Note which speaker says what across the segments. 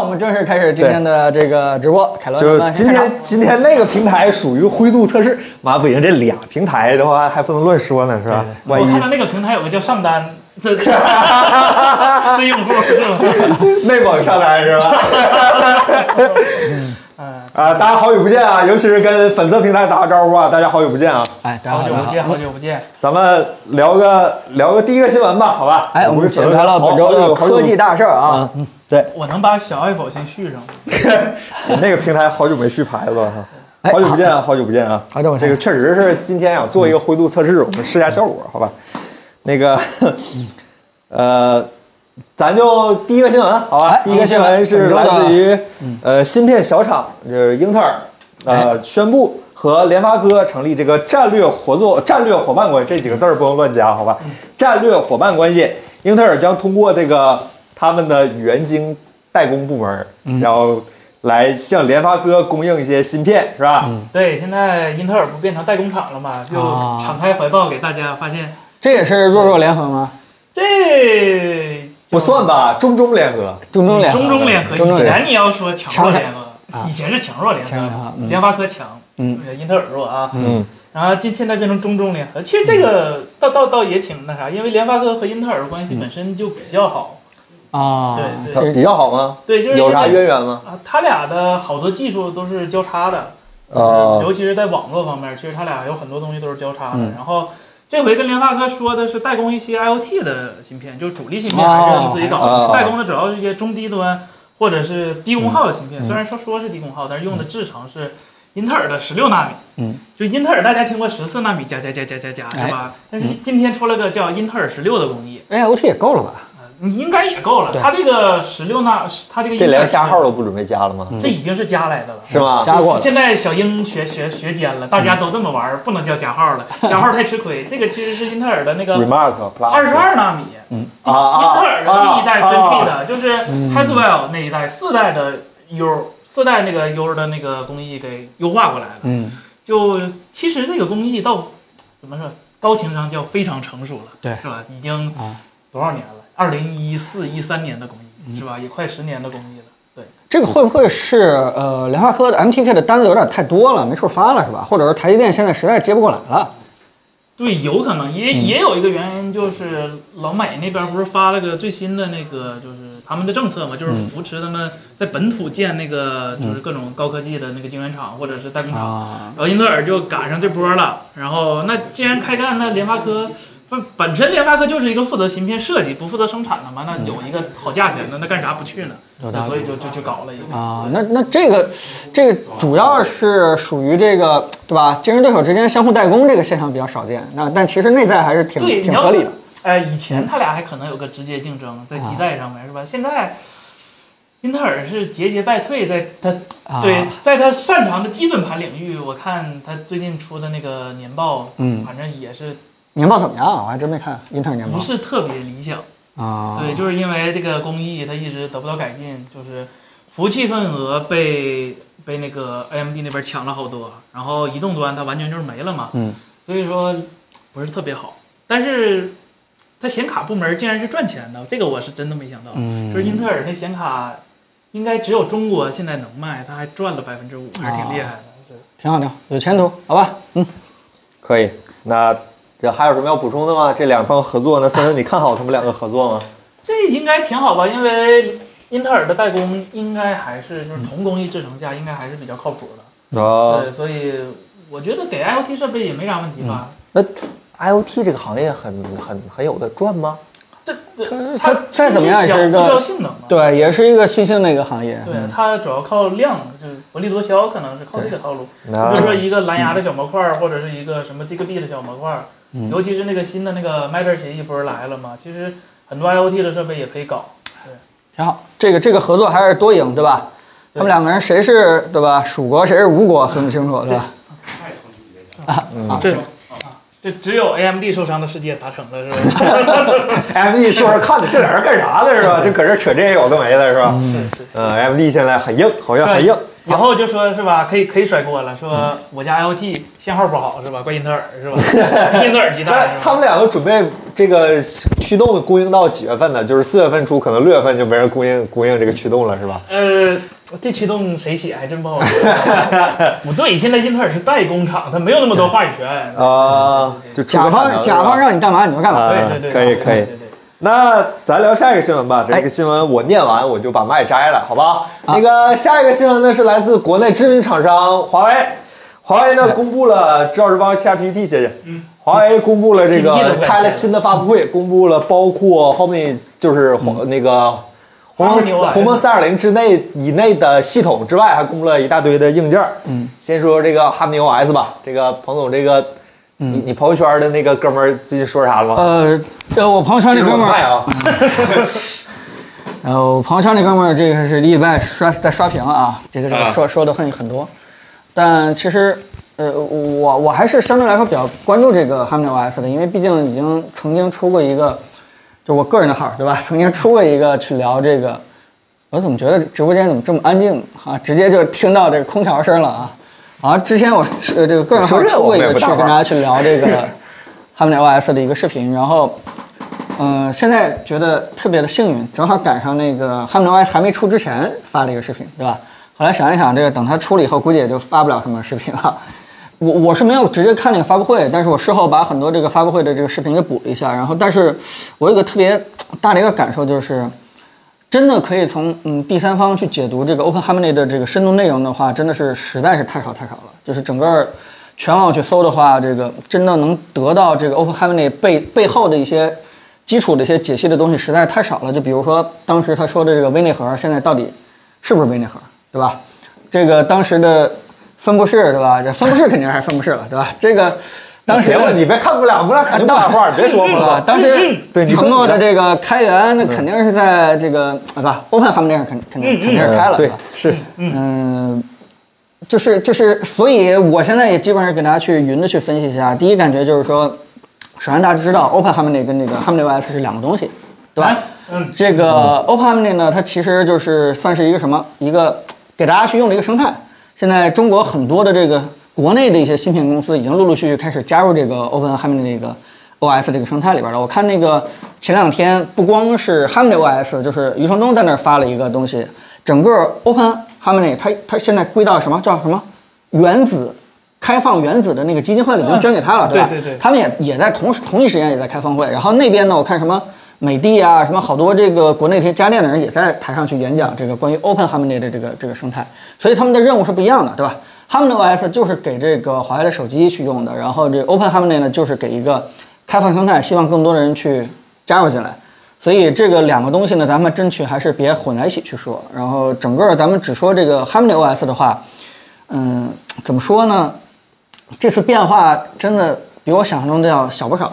Speaker 1: 我们正式开始今天的这个直播。凯伦，
Speaker 2: 就
Speaker 1: 咱们
Speaker 2: 今
Speaker 1: 先
Speaker 2: 天
Speaker 1: 看
Speaker 2: 今天那个平台属于灰度测试，马不赢这俩平台的话还不能乱说呢，是吧？万
Speaker 3: 我
Speaker 2: 一
Speaker 3: 看哦到那个平台有个叫上单的 的用户是吧？
Speaker 2: 内蒙上单是吧？
Speaker 1: 嗯
Speaker 2: 啊，大家好久不见啊！尤其是跟粉丝平台打个招呼啊，大家好久不见啊！
Speaker 1: 哎，大家
Speaker 3: 好
Speaker 1: 好，
Speaker 3: 久
Speaker 1: 大
Speaker 3: 不
Speaker 1: 家
Speaker 3: 见，
Speaker 1: 好
Speaker 3: 好。久不见。
Speaker 2: 咱们聊个聊个第一个新闻吧，好吧？
Speaker 1: 哎，我们
Speaker 2: 粉
Speaker 1: 解
Speaker 2: 丝
Speaker 1: 开了
Speaker 2: 好
Speaker 1: 本周
Speaker 2: 好
Speaker 1: 的
Speaker 2: 久好久
Speaker 1: 科技大事儿啊
Speaker 2: 啊。，对，
Speaker 3: 我能把小 Apple 先续上吗？
Speaker 2: 你那个平台好久没续牌子了
Speaker 1: 哎
Speaker 2: 哈，好久不见啊，好久不见啊，
Speaker 1: 好久不见
Speaker 2: 这个确实是今天想做一个灰度测试，我们试一下效果，好吧？那个，呃，咱就第一个新闻，啊好吧
Speaker 1: 哎？
Speaker 2: 第一个新闻是来自于呃芯片小厂，就是英特尔，
Speaker 1: 哎
Speaker 2: 呃宣布和联发科成立这个战略合作、战略伙伴关系，这几个字儿不能乱加，好吧？战略伙伴关系，英特尔将通过这个他们的元晶代工部门，然后来向联发科供应一些芯片，是吧？
Speaker 3: 对，现在英特尔不变成代工厂了吗？又
Speaker 1: 啊
Speaker 3: 敞开怀抱给大家，发现
Speaker 1: 这也是弱弱联合吗？
Speaker 3: 这
Speaker 2: 不算吧，中中联合。
Speaker 1: 中中联合，
Speaker 3: 中中联合。
Speaker 1: 中
Speaker 3: 以
Speaker 1: 中联合
Speaker 3: 前你要说强弱联合
Speaker 1: 强，啊
Speaker 3: 以前是强弱联
Speaker 1: 强联合
Speaker 3: 合，
Speaker 1: 嗯
Speaker 3: 联发科强，
Speaker 1: 嗯，
Speaker 3: 英特尔弱啊。
Speaker 2: 嗯，
Speaker 3: 然后今现在变成中中联合，其实这个倒倒倒也挺那啥，因为联发科和英特尔关
Speaker 1: 嗯
Speaker 3: 系本身就比较好，
Speaker 1: 啊，
Speaker 3: 对
Speaker 2: 它
Speaker 1: 这
Speaker 2: 比较好吗？
Speaker 3: 对，就是
Speaker 2: 有啥
Speaker 3: 因为
Speaker 2: 渊源吗？
Speaker 3: 啊，他俩的好多技术都是交叉的，
Speaker 2: 啊
Speaker 3: 尤其是在网络方面，其实他俩有很多东西都是交叉的。
Speaker 1: 嗯
Speaker 3: 然后这回跟联发科说的是代工一些 IoT 的芯片，就是主力芯片还是他们自己搞的，
Speaker 2: 哦
Speaker 3: 代工的主要是一些中低端或者是低功耗的
Speaker 2: 嗯
Speaker 3: 芯片。虽然说说是低功耗，但是用的制程是英特尔的十六纳米。
Speaker 1: 嗯，
Speaker 3: 就英特尔大家听过十四纳米加加加加加加是
Speaker 2: 哎
Speaker 3: 吧？但
Speaker 2: 嗯
Speaker 3: 是今天出了个叫英特尔十六的工艺，
Speaker 1: AIoT 也够了吧？
Speaker 3: 啊你应该也够了。
Speaker 1: 对
Speaker 3: 它这个十六纳，它这个嗯
Speaker 2: 这
Speaker 3: 英特
Speaker 2: 连
Speaker 3: 尔
Speaker 2: 加号都不准备加了吗？
Speaker 3: 这已经是加来的了。
Speaker 2: 是吗？
Speaker 1: 嗯加过了嗯
Speaker 3: 现在小英学学学尖了，大家都这么玩儿，不能叫加号 了，加号太吃亏。这个其实是英特尔的那个
Speaker 2: Remark Plus
Speaker 3: 二十二纳米，
Speaker 2: 啊
Speaker 3: 英
Speaker 2: 啊！
Speaker 3: 特尔的第一代分配
Speaker 2: 啊，
Speaker 3: 的，就是
Speaker 1: 嗯
Speaker 3: Haswell 那一代四代的 U 四代那个 U 的那个工艺给优化过来了。
Speaker 1: 嗯，
Speaker 3: 就其实这个工艺到怎么说，高情商叫非常成熟了，
Speaker 1: 对
Speaker 3: 是吧？已经
Speaker 1: 啊嗯
Speaker 3: 多少年了？二零一四一三年的工艺是吧？也快十年的工艺了。对，
Speaker 1: 这个会不会是呃联发科的 MTK 的单子有点太多了，没处发了是吧？或者是台积电现在实在接不过来了？
Speaker 3: 对，有可能也
Speaker 1: 嗯
Speaker 3: 也有一个原因，就是老美那边不是发了个最新的那个，就是他们的政策嘛，就是
Speaker 1: 嗯
Speaker 3: 扶持他们在本土建那个，就是各种高科技的那个晶圆厂或者是
Speaker 2: 嗯
Speaker 3: 代工厂。
Speaker 1: 啊，
Speaker 3: 然后英特尔就赶上这波了，然后那既然开干，那联发科不本身联发科就是一个负责芯片设计，不负责生产的嘛，那有一个好价钱的，那干啥不去呢？
Speaker 1: 嗯有道
Speaker 3: 那
Speaker 1: 理
Speaker 3: 所以就就就搞了一个。
Speaker 1: 啊，那那这个这个主要是属于这个对吧？竞争对手之间相互代工这个现象比较少见，那但其实内在还是挺
Speaker 3: 对，你
Speaker 1: 挺
Speaker 3: 要
Speaker 1: 合
Speaker 3: 说
Speaker 1: 理的。。啊
Speaker 3: 哎，以前他俩还可能有个直接竞争，在基带上面、是吧？现在英特尔是节节败退，在他、
Speaker 1: 啊
Speaker 3: 对，在他擅长的基本盘领域，我看他最近出的那个年报，
Speaker 1: 嗯
Speaker 3: 反正也是
Speaker 1: 年报怎么样啊？我还真没看英特尔年
Speaker 3: 不
Speaker 1: 报
Speaker 3: 是特别理想。
Speaker 1: 啊。
Speaker 3: 对，就是因为这个工艺它一直得不到改进，就是服务器份额被被那个 AMD 那边抢了好多，然后移动端它完全就是没了嘛。
Speaker 1: 嗯，
Speaker 3: 所以说不是特别好，但是它显卡部门竟然是赚钱的，这个我是真的没想到。
Speaker 1: 嗯
Speaker 3: 就是英特尔那显卡，应该只有中国现在能卖，它还赚了百分之五，还是挺厉害的。
Speaker 1: 哦
Speaker 3: 是
Speaker 1: 挺好，挺好，有前途，好吧？嗯，
Speaker 2: 可以。那这还有什么要补充的吗？这两方合作呢？森森，你看好他们两个合作吗？
Speaker 3: 这应该挺好吧？因为英特尔的代工应该还是
Speaker 1: 嗯
Speaker 3: 就是同工艺制成下，应该还是比较靠谱的。
Speaker 2: 啊，
Speaker 3: 对，所以我觉得给 IoT 设备也没啥问题吧。
Speaker 2: 那 IOT 这个行业很很很有的赚吗？
Speaker 3: 这
Speaker 1: 它
Speaker 3: 这
Speaker 1: 它再
Speaker 3: 它
Speaker 1: 怎么样也
Speaker 3: 小
Speaker 1: 是一个嗯
Speaker 3: 不需要性能嘛。
Speaker 1: 对，也是一个新兴的一个行业。
Speaker 3: 对，它主要靠量，就是薄利多销，可能是靠这个套路。
Speaker 2: 那
Speaker 3: 比如说一个蓝牙的小模块儿，或者是一个什么 Zigbee 的小模块儿，
Speaker 2: 嗯
Speaker 3: 尤其是那个新的那个 Matter 协议不是来了吗？其实很多 IoT 的设备也可以搞。
Speaker 1: 挺好。这个这个合作还是多赢，对吧？他们两个人谁是对吧？蜀国谁是吴国分不清楚，对吧？
Speaker 2: 嗯
Speaker 1: 啊，
Speaker 3: 这这只有 AMD 受伤的世界达成了，是 吧？
Speaker 2: M D 说是看的这 俩人干啥呢？是吧？就搁这扯这些有的没的，是吧？
Speaker 3: 是是。
Speaker 2: 嗯，M D 现在很硬，好像很硬。
Speaker 3: 以后就说是吧，可以可以甩锅了，
Speaker 2: 嗯
Speaker 3: 说我家 LT 信号不好是吧？怪英特尔 是吧？是英特尔鸡蛋
Speaker 2: 那
Speaker 3: 是
Speaker 2: 他
Speaker 3: 吧？
Speaker 2: 们两个准备这个驱动供应到几月份呢？就是四月份出，可能六月份就没人供应供应这个驱动了，是吧？
Speaker 3: 呃，这驱动谁写还真不好说。 不对，现在英特尔是代工厂，它没有那么多话语权。
Speaker 2: 啊，就出
Speaker 1: 甲
Speaker 2: 个产能
Speaker 1: 方甲
Speaker 2: 是吧
Speaker 1: 方让你干嘛你就干嘛。
Speaker 2: 啊
Speaker 3: 对对对，
Speaker 2: 可以
Speaker 3: 对
Speaker 2: 可以
Speaker 3: 对对对
Speaker 2: 那咱聊下一个新闻吧，这
Speaker 1: 哎
Speaker 2: 个新闻我念完我就把麦摘了，好吧？
Speaker 1: 啊
Speaker 2: 那个下一个新闻呢是来自国内知名厂商华为，华为呢公布了，赵志邦切下 PPT 写写。华为公布了这
Speaker 3: 嗯
Speaker 2: 个
Speaker 3: 嗯
Speaker 2: 开了新的发布会，公布了包括 Homey 就是红那个红魔
Speaker 3: 红魔嗯牛啊
Speaker 2: 红魔三点零之内以内的系统之外，还公布了一大堆的硬件。嗯，先说这个 Harmony OS 吧，这个彭总，这个
Speaker 3: 嗯
Speaker 2: 你你朋友圈的那个哥们儿最近说啥了吗？
Speaker 1: 呃，呃，我朋友圈那哥们
Speaker 2: 这是我的麦
Speaker 1: 儿，
Speaker 2: 啊，
Speaker 1: 呃，我朋友圈那哥们儿，这个是礼拜刷在刷屏啊，这个这个说说的很很多，但其实，呃，我我还是相对来说比较关注这个 HarmonyOS 的，因为毕竟已经曾经出过一个，就我个人的号儿对吧？曾经出过一个去聊这个，我怎么觉得直播间怎么这么安静啊？直接就听到这个空调声了啊！啊，之前我是呃这个个人号儿出过一个去跟大家去聊这个 HarmonyOS 的一个视频，然后。嗯，现在觉得特别的幸运，正好赶上那个 h a m OS 还没出之前发了一个视频，对吧？后来想一想，这个等它出了以后，估计也就发不了什么视频了。我我是没有直接看那个发布会，但是我事后把很多这个发布会的这个视频给补了一下。然后，但是我有一个特别大的一个感受就是，真的可以从嗯第三方去解读这个 OpenHarmony 的这个深度内容的话，真的是实在是太少太少了。就是整个全网去搜的话，这个真的能得到这个 OpenHarmony 背背后的一些基础的一些解析的东西实在是太少了。就比如说当时他说的这个微内核，现在到底是不是微内核，对吧？这个当时的分布式，对吧？这分布式肯定还是分布式了，对吧？这个 当时
Speaker 2: 别
Speaker 1: 的
Speaker 2: 问你别看不了，不然肯定不敢画，你别说
Speaker 1: 啊，
Speaker 2: 了。
Speaker 1: 当时
Speaker 2: 对你说嗯
Speaker 1: 承诺
Speaker 2: 你的
Speaker 1: 的这个开源，那肯定是在这个啊不，Open 方面肯肯定肯定是开了，
Speaker 2: 嗯对
Speaker 1: 吧？，
Speaker 2: 是
Speaker 1: 嗯，就是就是，所以我现在也基本上给大家去匀的去分析一下。第一感觉就是说，首先大家知道 Open Harmony 跟这个 Harmony OS 是两个东西，对吧？
Speaker 3: 嗯，
Speaker 1: 这个 OpenHarmony 呢，它其实就是算是一个什么一个给大家去用的一个生态。现在中国很多的这个国内的一些芯片公司已经陆陆续续开始加入这个 OpenHarmony 这个 OS 这个生态里边了。我看那个前两天不光是 Harmony OS，就是余承东在那儿发了一个东西，整个 OpenHarmony 它它现在归到什么叫什么原子。开放原子的那个基金会已经捐给他了，
Speaker 3: 嗯
Speaker 1: 对吧？
Speaker 3: 对对对
Speaker 1: 他们也也在同时同一时间也在开峰会，然后那边呢，我看什么美的啊，什么好多这个国内这些家电的人也在台上去演讲这个关于 Open Harmony 的这个这个生态，所以他们的任务是不一样的，对吧？Harmony OS 就是给这个华为的手机去用的，然后这个 Open Harmony 呢就是给一个开放生态，希望更多的人去加入进来。所以这个两个东西呢，咱们争取还是别混在一起去说。然后整个咱们只说这个 Harmony OS 的话，嗯，怎么说呢？这次变化真的比我想象中的要小不少，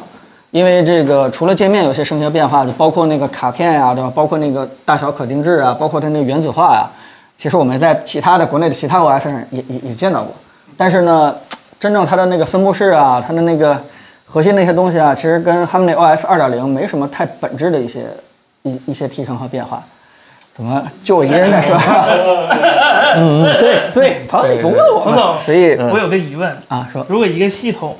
Speaker 1: 因为这个除了界面有些升级变化，就包括那个卡片呀、对吧？包括那个大小可定制啊，包括它那个原子化呀、其实我们在其他的国内的其他 OS 上也也也见到过，但是呢，真正它的那个分布式啊，它的那个核心那些东西啊，其实跟 Harmony OS 二点零没什么太本质的一些一一些提升和变化。怎么就我一个人在说？
Speaker 2: 嗯，对对，唐总你不问我
Speaker 3: 彭
Speaker 2: 们，
Speaker 3: 总，
Speaker 1: 哦所以
Speaker 3: 我有个疑问，
Speaker 1: 啊，说
Speaker 3: 如果一个系统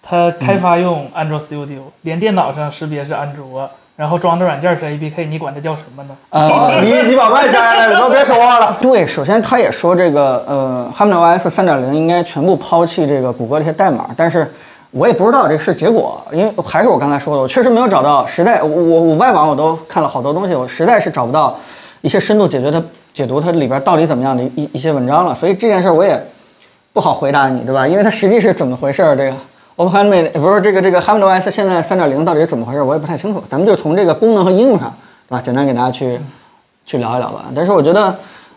Speaker 3: 它开发用 Android Studio，连电脑上识别是安卓，然后装的软件是 APK，你管它叫什么呢？
Speaker 1: 呃，
Speaker 2: 啊你你把麦摘了，你都别说话了。
Speaker 1: 对，首先他也说这个呃，HarmonyOS 3.0应该全部抛弃这个谷歌这些代码，但是我也不知道这是结果，因为还是我刚才说的，我确实没有找到，实在我我我外网我都看了好多东西，我实在是找不到一些深度解决它解读它里边到底怎么样的一一一些文章了，所以这件事儿我也不好回答你，对吧？因为它实际是怎么回事儿，这个 OpenHarmony 呃不是这个这个 HarmonyOS 现在3.0到底是怎么回事儿，我也不太清楚，咱们就从这个功能和应用上，对吧？简单给大家去。去聊一聊吧。但是我觉得，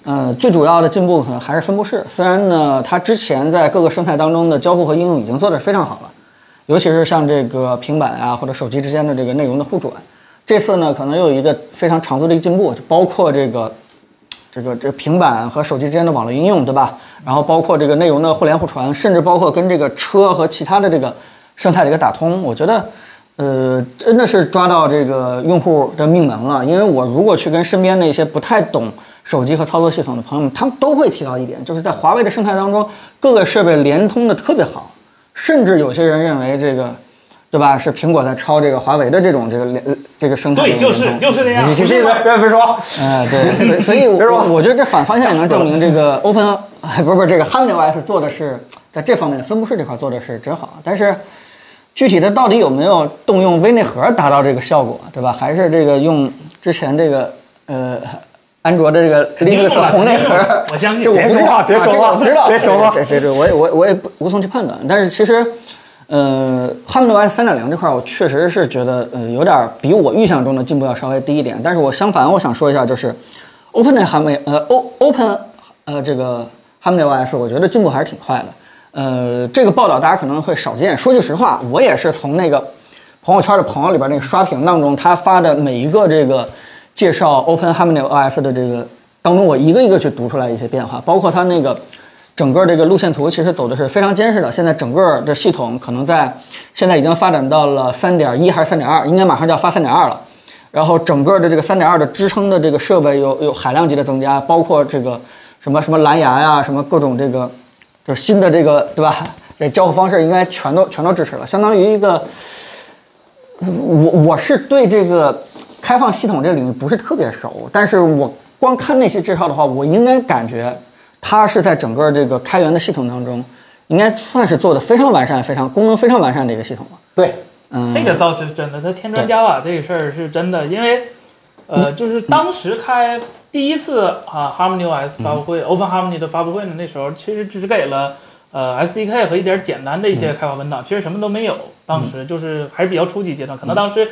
Speaker 1: 呃，最主要的进步可能还是分布式。虽然呢，它之前在各个生态当中的交互和应用已经做得非常好了，尤其是像这个平板啊或者手机之间的这个内容的互转，这次呢可能又有一个非常长足的一个进步，就包括这个。这个这个平板和手机之间的网络应用，对吧？然后包括这个内容的互联互传，甚至包括跟这个车和其他的这个生态的一个打通，我觉得呃，真的是抓到这个用户的命门了。因为我如果去跟身边那些不太懂手机和操作系统的朋友们，他们都会提到一点，就是在华为的生态当中，各个设备联通的特别好，甚至有些人认为这个，对吧？是苹果在抄这个华为的这种这个联这个生态
Speaker 3: 对，
Speaker 1: 联通。
Speaker 3: 就是就是这
Speaker 1: 嗯
Speaker 3: 样。
Speaker 2: 你去闭嘴，别别说。
Speaker 1: 哎，对，所以所以
Speaker 2: 别说
Speaker 1: 我，我觉得这反方向也能证明这个 Open，哎，不是不是，这个 HarmonyOS 做的是在这方面分布式这块做的是真好，但是具体的到底有没有动用微内核达到这个效果，对吧？还是这个用之前这个呃安卓的这个
Speaker 3: 定用
Speaker 1: Linux
Speaker 3: 了
Speaker 1: 红内核
Speaker 3: 肯定用了，我相信
Speaker 1: 这我
Speaker 2: 别
Speaker 1: 不知
Speaker 2: 说
Speaker 1: 道
Speaker 2: 话别
Speaker 1: 啊
Speaker 2: 说
Speaker 1: 这个
Speaker 2: 话
Speaker 1: 我不知道，
Speaker 2: 别说话
Speaker 1: 这这这我也我也我也不无从去判断，但是其实。呃，HarmonyOS 三点零这块，我确实是觉得，呃，有点比我预想中的进步要稍微低一点。但是我相反，我想说一下，就是 Open 的 h a r m o n 呃，O Open 呃这个 HarmonyOS，我觉得进步还是挺快的。呃，这个报道大家可能会少见。说句实话，我也是从那个朋友圈的朋友里边那个刷屏当中，他发的每一个这个介绍 Open HarmonyOS 的这个当中，我一个一个去读出来一些变化，包括它那个整个这个路线图其实走的是非常坚实的。现在整个的系统可能在现在已经发展到了三点一还是三点二，应该马上就要发三点二了。然后整个的这个三点二的支撑的这个设备有有海量级的增加，包括这个什么什么蓝牙呀、什么各种这个就是新的这个对吧？这交互方式应该全都全都支持了，相当于一个我我是对这个开放系统这个领域不是特别熟，但是我光看那些介绍的话，我应该感觉它是在整个这个开源的系统当中，应该算是做的非常完善、非常功能非常完善的一个系统了。
Speaker 2: 对，
Speaker 3: 这个倒是真的，它添砖加瓦这个事儿是真的，因为呃，就是当时开第一次啊 HarmonyOS 发布会、o p e n Harmony 的发布会呢，那时候其实只给了呃 SDK 和一点简单的一些开发文档，其实什么都没有。当时就是还是比较初级阶段，可能当时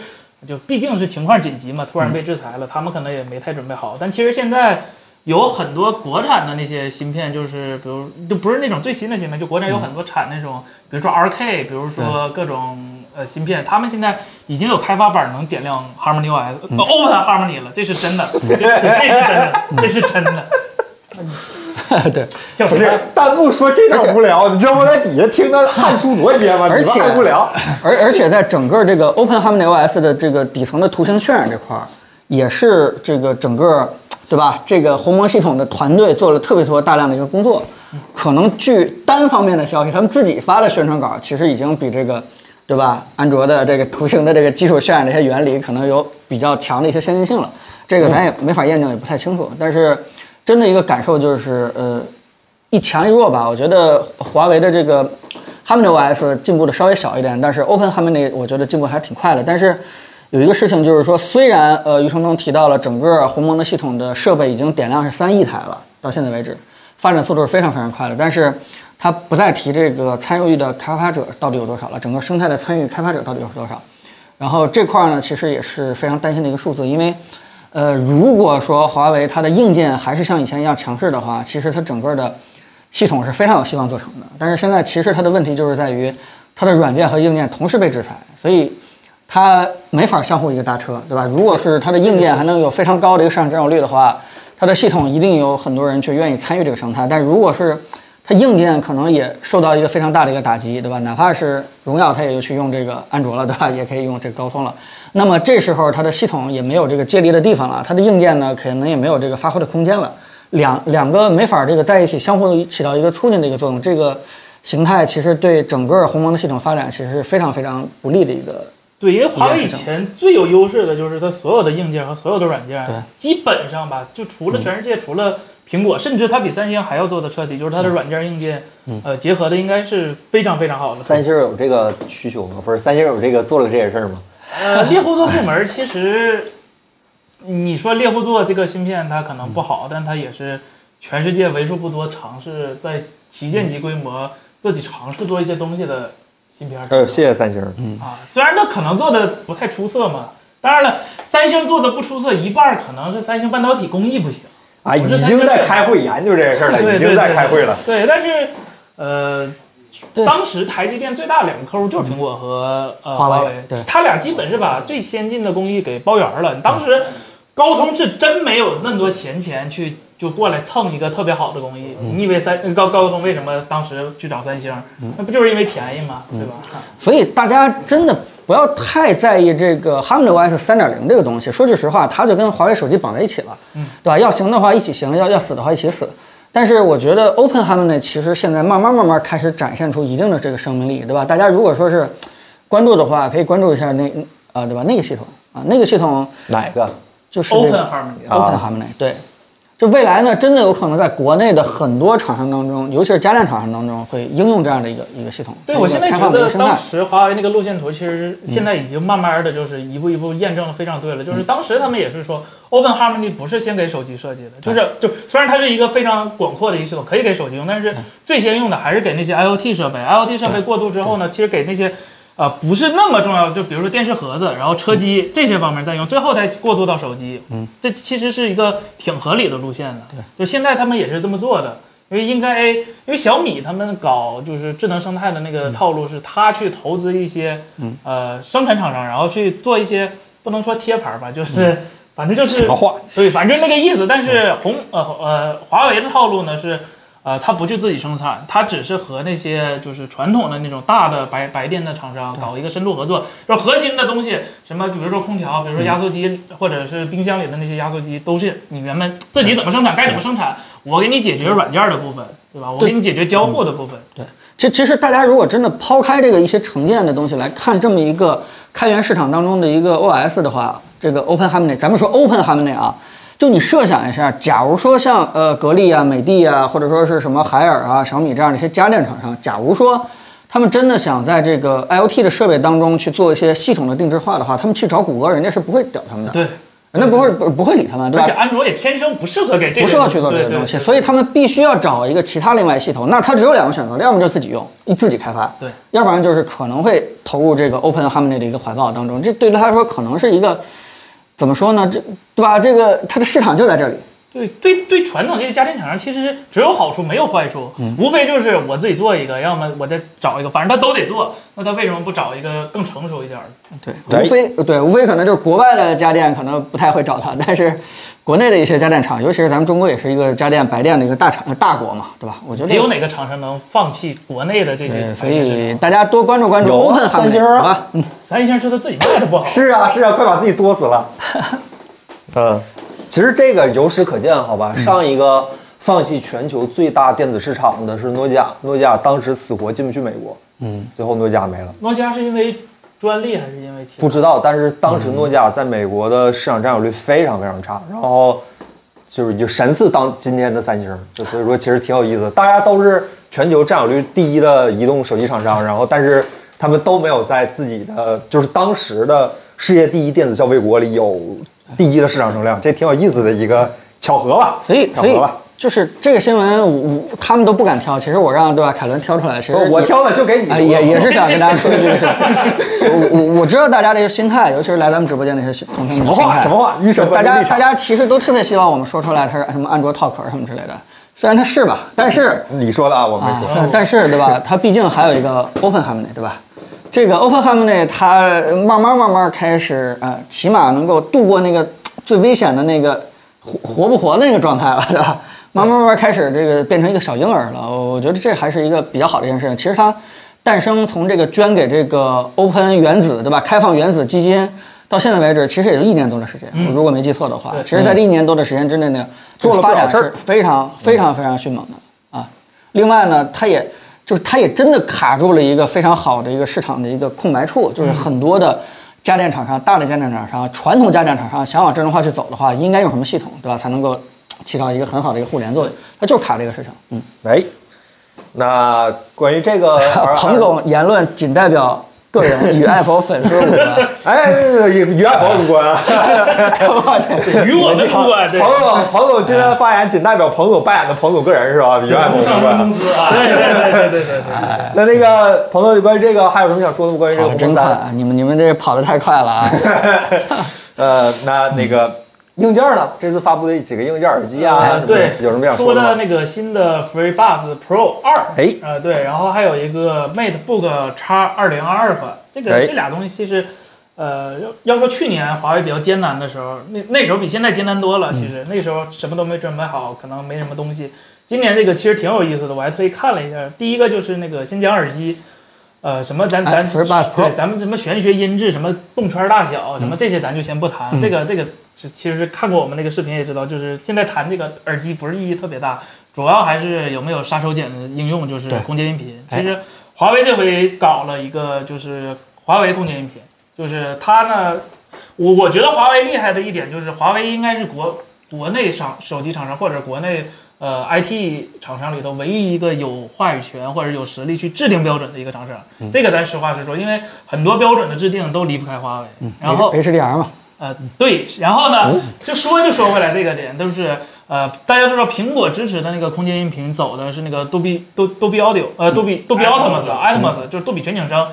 Speaker 3: 就毕竟是情况紧急嘛，突然被制裁了，他们可能也没太准备好。但其实现在。有很多国产的那些芯片，就是比如就不是那种最新的芯片，就国产有很多产那种，
Speaker 2: 嗯
Speaker 3: 比如说 RK，比如说各种呃芯片，他们现在已经有开发板能点亮 HarmonyOS、呃
Speaker 2: 嗯
Speaker 3: Open Harmony 了，这是真的，这这是真的，这是真 的。
Speaker 1: 对，
Speaker 3: 叫
Speaker 2: 不
Speaker 3: 什
Speaker 2: 是
Speaker 1: 嗯
Speaker 3: 么？
Speaker 2: 弹幕说这点无聊，你知道我在底下听的汗出多些吗？
Speaker 1: 而
Speaker 2: 你们
Speaker 1: 且
Speaker 2: 还无聊。
Speaker 1: 而而且在整个这个 Open Harmony OS 的这个底层的图形渲染这块儿，也是这个整个对吧？这个鸿蒙系统的团队做了特别多大量的一个工作。可能据单方面的消息，他们自己发的宣传稿，其实已经比这个对吧？安卓的这个图形的这个基础渲染这些原理，可能有比较强的一些先进性了。这个咱也没法验证，也不太清楚。但是真的一个感受就是，呃，一强一弱吧。我觉得华为的这个 HarmonyOS 进步的稍微小一点，但是 Open Harmony 我觉得进步还是挺快的。但是有一个事情就是说，虽然呃余承东提到了整个鸿蒙的系统的设备已经点量是三亿台了，到现在为止发展速度是非常非常快的，但是他不再提这个参与的开发者到底有多少了，整个生态的参与开发者到底有多少。然后这块儿呢，其实也是非常担心的一个数字，因为，呃，如果说华为它的硬件还是像以前一样强势的话，其实它整个的系统是非常有希望做成的。但是现在其实它的问题就是在于它的软件和硬件同时被制裁，所以它没法相互一个搭车，对吧？如果是它的硬件还能有非常高的一个市场占有率的话，它的系统一定有很多人去愿意参与这个生态。但如果是它硬件可能也受到一个非常大的一个打击，对吧？哪怕是荣耀，它也就去用这个安卓了，对吧？也可以用这个高通了。那么这时候它的系统也没有这个借力的地方了，它的硬件呢可能也没有这个发挥的空间了。两两个没法这个在一起，相互起到一个促进的一个作用。这个形态其实对整个鸿蒙的系统发展其实是非常非常不利的一个
Speaker 3: 对，因为华为以
Speaker 1: 一件事
Speaker 3: 前最有优势的就是它所有的硬件和所有的软
Speaker 1: 对
Speaker 3: 件，基本上吧，就除了全世界除了苹果，甚至它比三星还要做的彻底，就是
Speaker 2: 嗯
Speaker 3: 它的软件硬件，呃，结合的应该是非常非常好的。
Speaker 2: 三星有这个需求吗？不是，三星有这个做了这些事儿吗？
Speaker 3: 呃，猎户座部门其实，你说猎户座这个芯片它可能不好，但它也是全世界为数不多尝试在旗舰级规模自己尝试做一些东西的芯片。
Speaker 2: 哎呦，谢谢三星。嗯，
Speaker 3: 啊，虽然它可能做的不太出色嘛，当然了，三星做的不出色，一半儿可能是三星半导体工艺不行。
Speaker 2: 啊，已经在开会研究这些事儿了，
Speaker 3: 对
Speaker 2: 已经在开会了。。
Speaker 3: 对对对，对但是，呃，
Speaker 1: 对
Speaker 3: 当时台积电最大两个客户
Speaker 1: 嗯
Speaker 3: 就是苹果和呃
Speaker 1: 华为
Speaker 3: 华
Speaker 1: 对嗯
Speaker 3: 他俩基本是把最先进的工艺给包圆儿了。当时高通是真没有那么多闲钱去就过来蹭一个特别好的工艺。
Speaker 1: 嗯
Speaker 3: 你以为三高高通
Speaker 1: 嗯
Speaker 3: 为什么当时去找三星？那不就是因为便宜嘛，对吧？啊
Speaker 1: 所以大家真的不要太在意这个 HarmonyOS 三点零这个东西。说句实话，它就跟华为手机绑在一起了，
Speaker 3: 嗯
Speaker 1: 对吧？要行的话一起行，要要死的话一起死。但是我觉得 Open Harmony 其实现在慢慢慢慢开始展现出一定的这个生命力，对吧？大家如果说是关注的话，可以关注一下那啊、对吧？那个系统啊，那个系统
Speaker 2: 哪一个？
Speaker 1: 就是、这
Speaker 3: Open
Speaker 1: 个、啊
Speaker 3: Harmony，啊
Speaker 1: Open Harmony，对。就未来呢，真的有可能在国内的很多厂商当中，尤其是家电厂商当中，会应用这样的一个一个系统。
Speaker 3: 对
Speaker 1: 一个
Speaker 3: 我现在
Speaker 1: 开
Speaker 3: 觉
Speaker 1: 放的一
Speaker 3: 得
Speaker 1: 个生嗯态
Speaker 3: 当时华为那个路线图，其实现在已经慢慢的就是一步一步验证得非常对了。
Speaker 1: 嗯
Speaker 3: 就是当时他们也是说，Open Harmony 不是先给手机设计的，就是就虽然它是一个非常广阔的一个系统，可以给手机用，
Speaker 1: 嗯
Speaker 3: 但是最先用的还是给那些 IoT 设备。IoT 设备过渡之后呢，其实给那些。呃，不是那么重要，就比如说电视盒子，然后车
Speaker 1: 嗯
Speaker 3: 机这些方面再用，最后再过渡到手机。嗯，这其实是一个挺合理的路线的。对，就现在他们也是这么做的，因为应该因为小米他们搞就是智能生态的那个套路是，他去投资一些、呃生产厂商，然后去做一些不能说贴牌儿吧，就是、反正就是
Speaker 2: 强化
Speaker 3: 对，反正那个意思。但是红呃呃，华为的套路呢是，呃，它不去自己生产，它只是和那些就是传统的那种大的白白电的厂商搞一个深度合作，就是核心的东西，什么比如说空调，比如说压缩机，或者是冰箱里的那些压缩机，都是你原本自己怎么生产，该怎么生产，我给你解决软件的部分，对吧？我给你解决交互的部分。
Speaker 1: 对，其其实大家如果真的抛开这个一些成见的东西来看这么一个开源市场当中的一个 OS 的话，这个 Open Harmony，咱们说 Open Harmony 啊，就你设想一下，假如说像呃格力啊、美的啊，或者说是什么海尔啊、小米这样的一些家电厂商，假如说他们真的想在这个 IoT 的设备当中去做一些系统的定制化的话，他们去找谷歌，人家是不会屌他们的，
Speaker 3: 对，
Speaker 1: 人家不会不不会啊理他们，对
Speaker 3: 而
Speaker 1: 吧
Speaker 3: 且？安卓也天生不适合给这个
Speaker 1: 不适合去做这
Speaker 3: 对
Speaker 1: 个
Speaker 3: 对
Speaker 1: 东西，
Speaker 3: 对
Speaker 1: 所以他们必须要找一个其他另外系统。那他只有两个选择了，要么就自己用，自己开发；
Speaker 3: 对
Speaker 1: 要不然就是可能会投入这个 Open Harmony 的一个怀抱当中。这对他来说可能是一个怎么说呢？这对吧？这个它的市场就在这里。
Speaker 3: 对对对，传统这些家电厂商其实只有好处没有坏处，
Speaker 1: 嗯
Speaker 3: 无非就是我自己做一个，要么我再找一个，反正他都得做，那他为什么不找一个更成熟一点儿的？
Speaker 1: 对，
Speaker 2: 哎
Speaker 1: 无非对，无非可能就是国外的家电可能不太会找他，但是国内的一些家电厂，尤其是咱们中国也是一个家电白电的一个大厂大国嘛，对吧？我觉得
Speaker 3: 没有哪个厂商能放弃国内的这些
Speaker 1: 对，所
Speaker 3: 产业市
Speaker 1: 以
Speaker 3: 场？
Speaker 1: 大家多关注关注
Speaker 2: 有啊
Speaker 1: Open
Speaker 2: 三
Speaker 1: Harmony
Speaker 2: 星儿啊
Speaker 1: 好吧？嗯，
Speaker 3: 三星是他自己卖的不好，
Speaker 2: 是啊，是啊，快把自己作死了。嗯，其实这个由此可见，好吧，上一个放弃全球最大电子市场的是诺基亚，诺基亚当时死活进不去美国，嗯，最后诺基亚没了。
Speaker 3: 诺基亚是因为专利还是因为其他
Speaker 2: 不？知道，但是当时
Speaker 1: 嗯
Speaker 2: 诺基亚在美国的市场占有率非常非常差，然后就是就神似当今天的三星，就所以说其实挺有意思的。大家都是全球占有率第一的移动手机厂商，然后但是他们都没有在自己的就是当时的世界第一电子消费国里有第一的市场容量，这挺有意思的一个巧合吧？
Speaker 1: 所以，
Speaker 2: 巧
Speaker 1: 所以
Speaker 2: 合吧。
Speaker 1: 就是这个新闻，我我他们都不敢挑。其实我让对吧，凯伦挑出来，其实
Speaker 2: 不我
Speaker 1: 也
Speaker 2: 挑的就给你
Speaker 1: 啊，也也是想跟大家说一句，就是我我我知道大家的一个心态，尤其是来咱们直播间的一些同学
Speaker 2: 什
Speaker 1: 们
Speaker 2: 么
Speaker 1: 的心
Speaker 2: 话
Speaker 1: 态。
Speaker 2: 什么话，愚蠢
Speaker 1: 大
Speaker 2: 观
Speaker 1: 家
Speaker 2: 众立场
Speaker 1: 大家其实都特别希望我们说出来，它是什么安卓套壳什么之类的。虽然它是吧，但是
Speaker 2: 你说的啊，我没
Speaker 1: 啊
Speaker 2: 说。，
Speaker 1: 是但是对吧，它毕竟还有一个 Open Harmony 对吧？这个 Open Harmony 它慢慢慢慢开始啊、呃起码能够度过那个最危险的那个活活不活的那个状态了，对吧？慢慢慢慢开始这个变成一个小婴儿了，我我觉得这还是一个比较好的一件事情。其实它诞生从这个捐给这个 Open 原子对吧，开放原子基金。到现在为止，其实也就一年多的时间，我如果没记错的话，其实在这一年多的时间之内呢，
Speaker 2: 做了不
Speaker 1: 发
Speaker 2: 少
Speaker 1: 展
Speaker 2: 事儿
Speaker 1: 是非常非常非常迅猛的啊。另外呢，它也就是它也真的卡住了一个非常好的一个市场的一个空白处，
Speaker 2: 嗯
Speaker 1: 就是很多的家电厂商、大的家电厂商、传统家电厂商想往智能化去走的话，应该用什么系统，对吧？才能够起到一个很好的一个互联作用，它就卡这个市场。嗯，
Speaker 2: 哎，那关于这个
Speaker 1: 彭总言论仅代表个人，与 Apple 粉丝无关。
Speaker 2: 哎，与与爱博无关啊。
Speaker 1: 抱歉
Speaker 3: 与我们无关，对，
Speaker 2: 彭总，彭总今天发言仅代表彭总扮演的彭总个人是吧？与爱博无
Speaker 3: 上升工
Speaker 2: 关。
Speaker 3: 资啊，对对对对对对
Speaker 1: 哎
Speaker 3: 对。
Speaker 2: 那那个彭总，关于这个还有什么想说的吗？关于这个
Speaker 1: 跑
Speaker 2: 红
Speaker 1: 得真
Speaker 2: 魔
Speaker 1: 快
Speaker 2: 三？
Speaker 1: 啊！你们你们这跑得太快了啊！
Speaker 2: 呃，那那个硬件呢？这次发布的几个硬件耳机啊，什
Speaker 3: 啊，
Speaker 2: 么
Speaker 3: 对，
Speaker 2: 有什么想
Speaker 3: 说
Speaker 2: 的吗？
Speaker 3: 那个新的 FreeBuds Pro 二，
Speaker 2: 哎
Speaker 3: 呃，对，然后还有一个 MateBook X 二零二二款，这个
Speaker 2: 哎
Speaker 3: 这俩东西其实，呃，要要说去年华为比较艰难的时候，那那时候比现在艰难多了，其
Speaker 2: 嗯
Speaker 3: 实那时候什么都没准备好，可能没什么东西。今年这个其实挺有意思的，我还特意看了一下，第一个就是那个新疆耳机。呃，什么咱咱
Speaker 1: 哎18 Pro
Speaker 3: 对咱们什么玄学音质，什么动圈大小，
Speaker 1: 嗯
Speaker 3: 什么这些咱就先不谈。这个这个是其实是看过我们那个视频也知道，就是现在谈这个耳机不是意义特别大，主要还是有没有杀手锏的应用，就是
Speaker 1: 对
Speaker 3: 空间音频。
Speaker 1: 哎
Speaker 3: 其实华为这回搞了一个就是华为空间音频，就是它呢，我我觉得华为厉害的一点就是华为应该是国国内厂手机厂商或者国内呃 IT 厂商里头唯一一个有话语权或者有实力去制定标准的一个厂商。这个咱实话实说，因为很多标准的制定都离不开华为。 然后
Speaker 1: H- HDR 嘛，
Speaker 3: 呃，对，然后呢，就说就说回来这个点，就是呃，大家知道苹果支持的那个空间音频走的是那个杜比杜杜比 Audio，呃，杜比杜比 Atmos 啊嗯 Atmos 就是杜比全景声。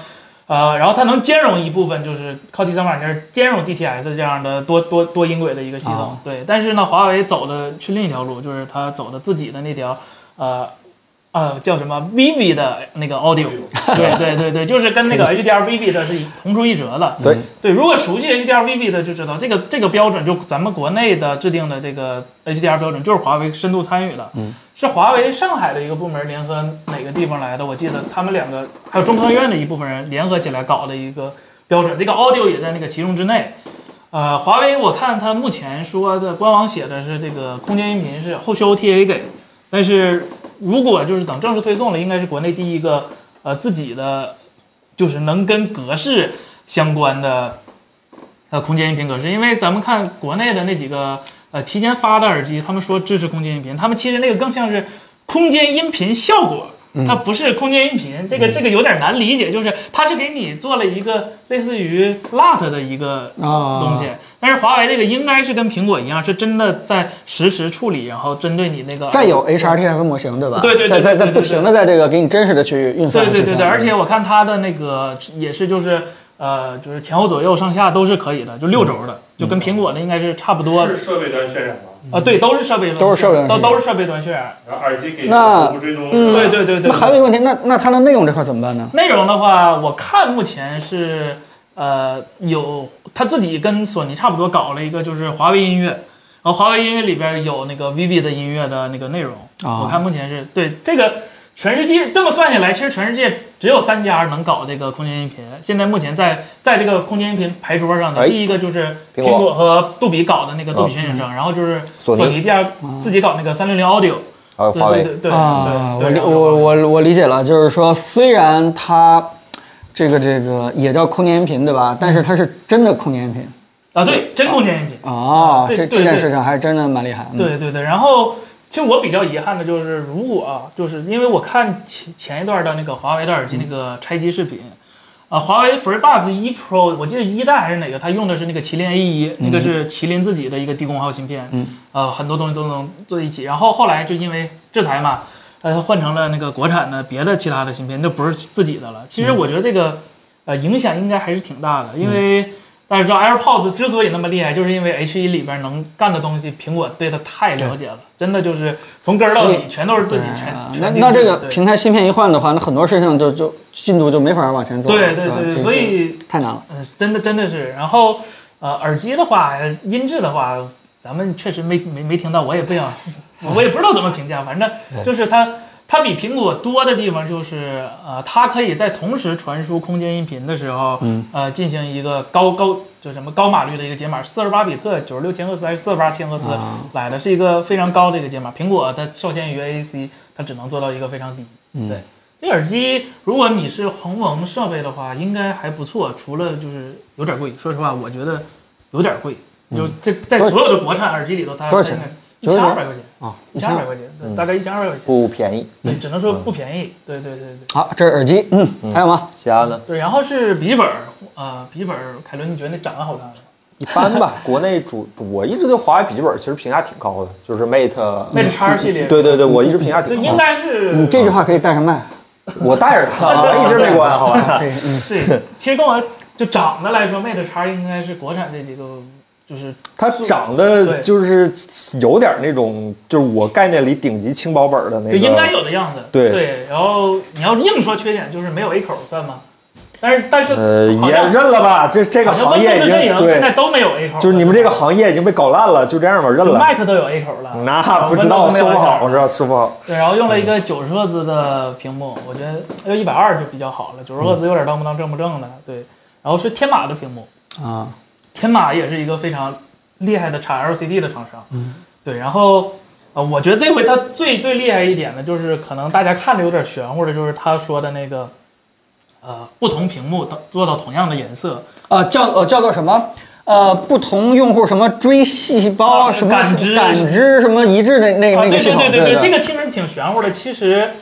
Speaker 3: 呃，然后它能兼容一部分，就是靠第三方软件兼容 DTS 这样的多多多音轨的一个系统。
Speaker 1: 啊
Speaker 3: 对，但是呢，华为走的去另一条路，就是它走的自己的那条，呃，呃，叫什么 Vivi 的那个 Audio，对对对对，就是跟那个 HDR Vivi 的是同出一辙的。
Speaker 2: 对
Speaker 3: 对，如果熟悉 HDR VB 的就知道，这个这个标准就咱们国内的制定的这个 HDR 标准，就是华为深度参与的，嗯，是华为上海的一个部门联合哪个地方来的？我记得他们两个还有中科院的一部分人联合起来搞的一个标准，这个 Audio 也在那个其中之内。呃，华为我看它目前说的官网写的是这个空间音频是后续 OTA 给的，但是如果就是等正式推送了，应该是国内第一个呃自己的，就是能跟格式相关的呃空间音频格式，因为咱们看国内的那几个呃提前发的耳机，他们说支持空间音频，他们其实那个更像是空间音频效果。它不是空间音频，这个这个有点难理解，就是它是给你做了一个类似于 LUT 的一个
Speaker 1: 啊
Speaker 3: 东西，但是华为这个应该是跟苹果一样，是真的在实时处理，然后针啊对你那个
Speaker 1: 再有 HRTF 模型，对吧？
Speaker 3: 对对对
Speaker 1: 在在在
Speaker 3: 对对对
Speaker 1: 不停的在这个给你真实的去运算
Speaker 3: 对
Speaker 1: 和
Speaker 3: 对
Speaker 1: 计算。
Speaker 3: 对对，而且我看它的那个也是就是呃就是前后左右上下都是可以的，就六轴的，
Speaker 1: 嗯
Speaker 3: 就跟苹果的应该是差不多的
Speaker 4: 是设备端渲染吗？
Speaker 3: 啊，对，都是设备端
Speaker 1: 都是设备端
Speaker 3: 都
Speaker 1: 渲染
Speaker 3: 都是设备端渲染。
Speaker 4: 然后耳机给
Speaker 1: 那
Speaker 4: 用户追踪，
Speaker 1: 嗯
Speaker 4: 是吧
Speaker 3: 对对对对
Speaker 1: 那，还有一个问题，那那它的内容这块怎么办呢？
Speaker 3: 内容的话，我看目前是呃有他自己跟索尼差不多搞了一个就是华为音乐，然后华为音乐里边有那个 VV 的音乐的那个内容，
Speaker 1: 啊
Speaker 3: 我看目前是对这个。全世界这么算下来，其实全世界只有三家能搞这个空间音频。现在目前在在这个空间音频牌桌上的
Speaker 2: 哎
Speaker 3: 第一个就是
Speaker 2: 苹
Speaker 3: 苹
Speaker 2: 果
Speaker 3: 果和杜比搞的那个杜比全景声，然后就是
Speaker 2: 索
Speaker 3: 索
Speaker 2: 尼
Speaker 3: 尼第二自己搞那个三六零 Audio，
Speaker 2: 还有
Speaker 3: 对
Speaker 2: 华
Speaker 3: 对
Speaker 2: 为
Speaker 3: 对对
Speaker 1: 啊，我
Speaker 3: 对
Speaker 1: 理
Speaker 3: 对，
Speaker 1: 我我我理解了，就是说，虽然它这个这个也叫空间音频，对吧？但是它是真的空间音频
Speaker 3: 啊对真空间音频。
Speaker 1: 啊，
Speaker 3: 对
Speaker 1: 这
Speaker 3: 对
Speaker 1: 这件
Speaker 3: 对
Speaker 1: 事情还是真的蛮厉害。嗯，
Speaker 3: 对对对，然后其实我比较遗憾的就是，如果啊，就是因为我看前前一段的那个华为的耳
Speaker 1: 嗯
Speaker 3: 机那个拆机视频，啊、华为 FreeBuds 一 Pro，我记得一代还是哪个，它用的是那个麒麟 A 1那个是麒麟自己的一个低功耗芯片，
Speaker 1: 嗯，
Speaker 3: 呃，很多东西都能做一起，然后后来就因为制裁嘛，呃，换成了那个国产的别的其他的芯片，那不是自己的了。
Speaker 1: 嗯
Speaker 3: 其实我觉得这个，呃，影响应该还是挺大的，因为。大家知道 AirPods 之所以那么厉害，就是因为 H1 里边能干的东西，苹果对它太了解了，真的就是从根儿到
Speaker 1: 所
Speaker 3: 底全都是自己全
Speaker 1: 啊。那
Speaker 3: 全定
Speaker 1: 那这
Speaker 3: 制
Speaker 1: 个
Speaker 3: 的对
Speaker 1: 平台芯片一换的话，那很多事情就就进度就没法往前走了。
Speaker 3: 对对
Speaker 1: 吧
Speaker 3: 对
Speaker 1: 这
Speaker 3: 对，
Speaker 1: 这
Speaker 3: 所以
Speaker 1: 太难了。
Speaker 3: 呃，真的真的是。然后呃，耳机的话，呃音质的话，咱们确实没没没听到，我也不想， 我也不知道怎么评价。反正
Speaker 1: 哎
Speaker 3: 就是它，它比苹果多的地方就是，呃，它可以在同时传输空间音频的时候，
Speaker 1: 嗯，
Speaker 3: 呃，进行一个高高就什么高码率的一个解码，四十八比特，九十六千赫兹还是四十八千赫兹
Speaker 1: 啊
Speaker 3: 来的，是一个非常高的一个解码。苹果它受限于 AAC，它只能做到一个非常低。
Speaker 1: 嗯
Speaker 3: 对，这耳机如果你是鸿蒙设备的话，应该还不错，除了就是有点贵。说实话，我觉得有点贵，就这在
Speaker 1: 多少
Speaker 3: 所有的国产耳机里头，它
Speaker 1: 多少钱
Speaker 3: 一千二
Speaker 1: 92
Speaker 3: 百块钱，
Speaker 1: 啊，
Speaker 3: 一千二百块钱，对，大概一千二百块钱。
Speaker 2: 不便宜。
Speaker 3: 对，只能说不便宜。对对对对
Speaker 1: 好，这是耳机，嗯，还有吗？
Speaker 2: 其他呢？
Speaker 3: 对。然后是笔记本儿，呃，笔记本儿，凯伦，你觉得那长得好看吗
Speaker 2: 一般吧。 国内主我一直对华为笔记本其实评价挺高的，就是 Mate
Speaker 3: ？Mate X 系列，
Speaker 2: 嗯对对对，我一直评价
Speaker 3: 对，
Speaker 2: 挺
Speaker 3: 应
Speaker 2: 高的。
Speaker 3: 该是
Speaker 1: 你嗯这句话可以带上麦。
Speaker 2: 我带 着它啊，一直没关，好吧？
Speaker 1: 可以，嗯，
Speaker 3: 对。其实跟我就长得来说，Mate X 应该是国产这几个就是
Speaker 2: 它长得就是有点那种，就是我概念里顶级轻薄本的那
Speaker 3: 就应该
Speaker 2: 个。
Speaker 3: 有的样子。
Speaker 2: 对
Speaker 3: 然后你要硬说缺点，就是没有 A 口算吗？但是但是
Speaker 2: 呃，
Speaker 3: 好
Speaker 2: 也
Speaker 3: 像
Speaker 2: 认了吧，这这个
Speaker 3: 好像
Speaker 2: 行业已
Speaker 3: 阵
Speaker 2: 经
Speaker 3: 营现在
Speaker 2: 对，
Speaker 3: 都没有 A 口了，
Speaker 2: 就是你们这个行业已经被搞烂了，就这样吧，认了。
Speaker 3: Mac 都有 A 口了，
Speaker 2: 那不知道
Speaker 3: Windows 没有
Speaker 2: 说
Speaker 3: A
Speaker 2: 不
Speaker 3: 口
Speaker 2: 好是吧？嗯说不好。
Speaker 3: 对，然后用了一个九十赫兹的屏幕，我觉得要一百二就比较好了，九十赫兹有点当不当正不正的。对，然后是天马的屏幕，
Speaker 1: 啊，
Speaker 3: 天马也是一个非常厉害的产 LCD 的厂商。嗯，对，然后呃，我觉得这回它最最厉害一点的就是，可能大家看着有点玄乎的，就是他说的那个，呃，不同屏幕都做到同样的颜色，
Speaker 1: 呃，叫呃叫做什么？呃，不同用户什么追细胞、
Speaker 3: 啊
Speaker 1: 什么
Speaker 3: 感知
Speaker 1: 感知什么一致的那
Speaker 3: 啊，
Speaker 1: 那
Speaker 3: 对
Speaker 1: 个系
Speaker 3: 对
Speaker 1: 统，
Speaker 3: 对对
Speaker 1: 对，
Speaker 3: 这个听着挺玄乎的。其实，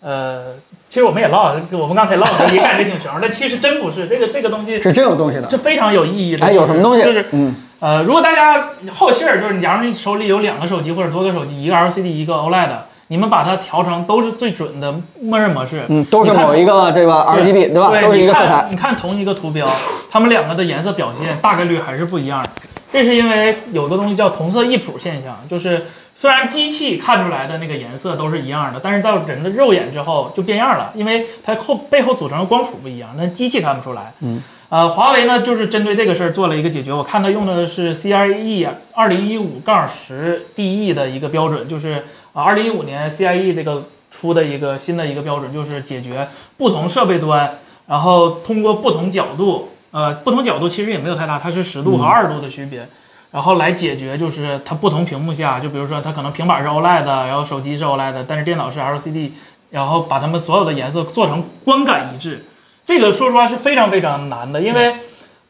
Speaker 3: 呃，其实我们也唠，我们刚才唠的也感觉挺玄乎，但其实真不是。这个这个东西
Speaker 1: 是真有东西的。
Speaker 3: 这非常有意义的。
Speaker 1: 哎，有什么东西？
Speaker 3: 就是
Speaker 1: 嗯，
Speaker 3: 呃，如果大家好信儿，就是你假如你手里有两个手机或者多个手机，一个 LCD 一个 OLED，你们把它调成都是最准的默认模式。
Speaker 1: 嗯，都是某一个对吧
Speaker 3: 你看
Speaker 1: ？RGB 对吧？都是一个色
Speaker 3: 你看
Speaker 1: 彩。
Speaker 3: 你看同一个图标，它们两个的颜色表现大概率还是不一样的。这是因为有个东西叫同色异谱现象，就是虽然机器看出来的那个颜色都是一样的，但是到人的肉眼之后就变样了，因为它后背后组成的光谱不一样，那机器看不出来。嗯，呃，华为呢就是针对这个事儿做了一个解决，我看它用的是 CRE 啊二零一五杠十 DE 的一个标准，就是啊二零一五年 CIE 这个出的一个新的一个标准，就是解决不同设备端然后通过不同角度，呃，不同角度其实也没有太大，它是十度和二十度的区别，然后来解决就是它不同屏幕下，就比如说它可能平板是 OLED，的然后手机是 OLED，的但是电脑是 LCD，然后把它们所有的颜色做成观感一致。这个说实话是非常非常难的，因为，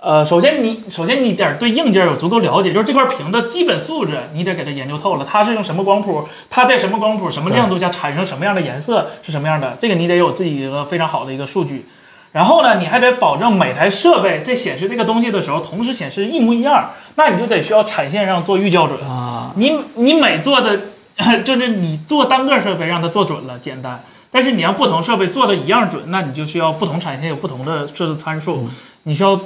Speaker 3: 呃，首先你首先你得对硬件有足够了解，就是这块屏的基本素质你得给它研究透了，它是用什么光谱，它在什么光谱、什么亮度下产生什么样的颜色是什么样的，这个你得有自己一个非常好的一个数据。然后呢，你还得保证每台设备在显示这个东西的时候，同时显示一模一样，那你就得需要产线上做预校准
Speaker 1: 啊。
Speaker 3: 你你每做的， 就是你做单个设备让它做准了简单，但是你让不同设备做的一样准，那你就需要不同产线有不同的设置参数，
Speaker 1: 嗯
Speaker 3: 你需要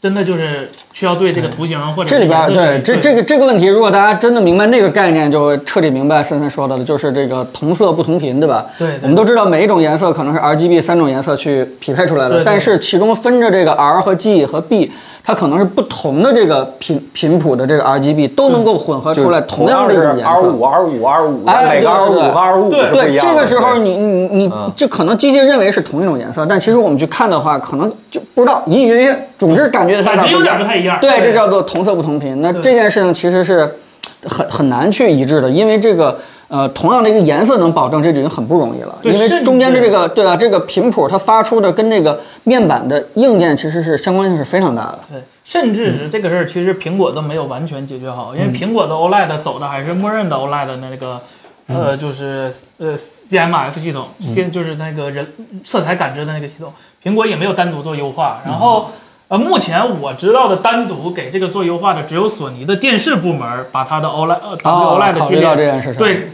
Speaker 3: 真的就是需要对这个图形啊或者
Speaker 1: 这里边
Speaker 3: 是
Speaker 1: 对这这个这个问题，如果大家真的明白那个概念，就会彻底明白森森说的了，就是这个同色不同频，对吧？
Speaker 3: 对对
Speaker 1: 我们都知道每一种颜色可能是 RGB 三种颜色去匹配出来
Speaker 3: 对
Speaker 1: 的，
Speaker 3: 对
Speaker 1: 但是其中分着这个 R 和 G 和 B，它可能是不同的这个频频谱的这个 RGB 都能够混合
Speaker 2: 就
Speaker 1: 出来同样的一种
Speaker 2: 是
Speaker 1: 颜
Speaker 2: R
Speaker 1: 色
Speaker 2: 五。R 五 R 五，
Speaker 1: 哎
Speaker 2: 每个 R 五
Speaker 1: 对对对
Speaker 2: 和 R 五
Speaker 3: 对
Speaker 2: 是不一
Speaker 1: 对，
Speaker 2: 样的。
Speaker 1: 这个时候
Speaker 2: 对
Speaker 1: 你你你
Speaker 2: 嗯
Speaker 1: 就可能机器认为是同一种颜色，但其实我们去看的话，可能就不知道隐隐约约，总之感觉它
Speaker 3: 感
Speaker 1: 俩
Speaker 3: 觉有
Speaker 1: 一
Speaker 3: 点
Speaker 1: 样
Speaker 3: 不太一样。
Speaker 1: 对，这叫做同色不同频。那
Speaker 3: 对
Speaker 1: 这件事情其实是很很难去一致的，因为这个呃，同样的一个颜色能保证这就已经很不容易了，
Speaker 3: 对
Speaker 1: 因
Speaker 3: 甚
Speaker 1: 为中间的
Speaker 3: 至
Speaker 1: 这个对吧，啊这个频谱它发出的跟这个面板的硬件其实是相关性是非常大的。
Speaker 3: 对，甚至是这个事儿，其实苹果都没有完全解决好，
Speaker 1: 嗯
Speaker 3: 因为苹果的 OLED 走的还是默认的 OLED 的那个，
Speaker 1: 嗯
Speaker 3: 呃，就是呃 CMF 系统，现就是那个人呃色彩感知的那个系统，苹果也没有单独做优化。然后，呃，目前我知道的单独给这个做优化的只有索尼的电视部门儿把它的 OLED 呃
Speaker 1: 哦
Speaker 3: OLED 的
Speaker 1: 考
Speaker 3: 系
Speaker 1: 虑
Speaker 3: 列
Speaker 1: 到这件事情，
Speaker 3: 对。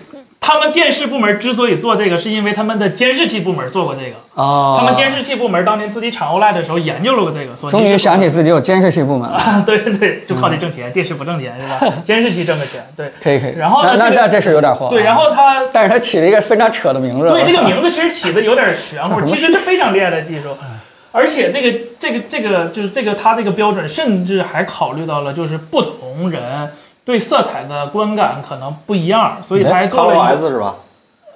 Speaker 3: 他们电视部门之所以做这个，是因为他们的监视器部门做过这个。
Speaker 1: 哦，
Speaker 3: 他们监视器部门当年自己产 OLED E 的时候研究了过这个。索尼
Speaker 1: 终于
Speaker 3: 是
Speaker 1: 想起自己有监视器部门了，
Speaker 3: 对对对，就
Speaker 1: 嗯
Speaker 3: 靠这挣钱，电视不挣钱是吧？监视器挣的钱， 对
Speaker 1: 可以可以。
Speaker 3: 然后呢
Speaker 1: 那那
Speaker 3: 这个
Speaker 1: 那这是有点火啊。
Speaker 3: 对。然后他
Speaker 1: 但是他起了一个非常扯的名字，
Speaker 3: 对这个名字其实起的有点玄乎，
Speaker 1: 叫什么嗯
Speaker 3: 其实是非常厉害的技术。而且这个这个这个就是这个它这个标准，甚至还考虑到了就是不同人对色彩的观感可能不一样，所以它
Speaker 1: 哎
Speaker 3: 还做了一个
Speaker 2: ColorOS 是吧？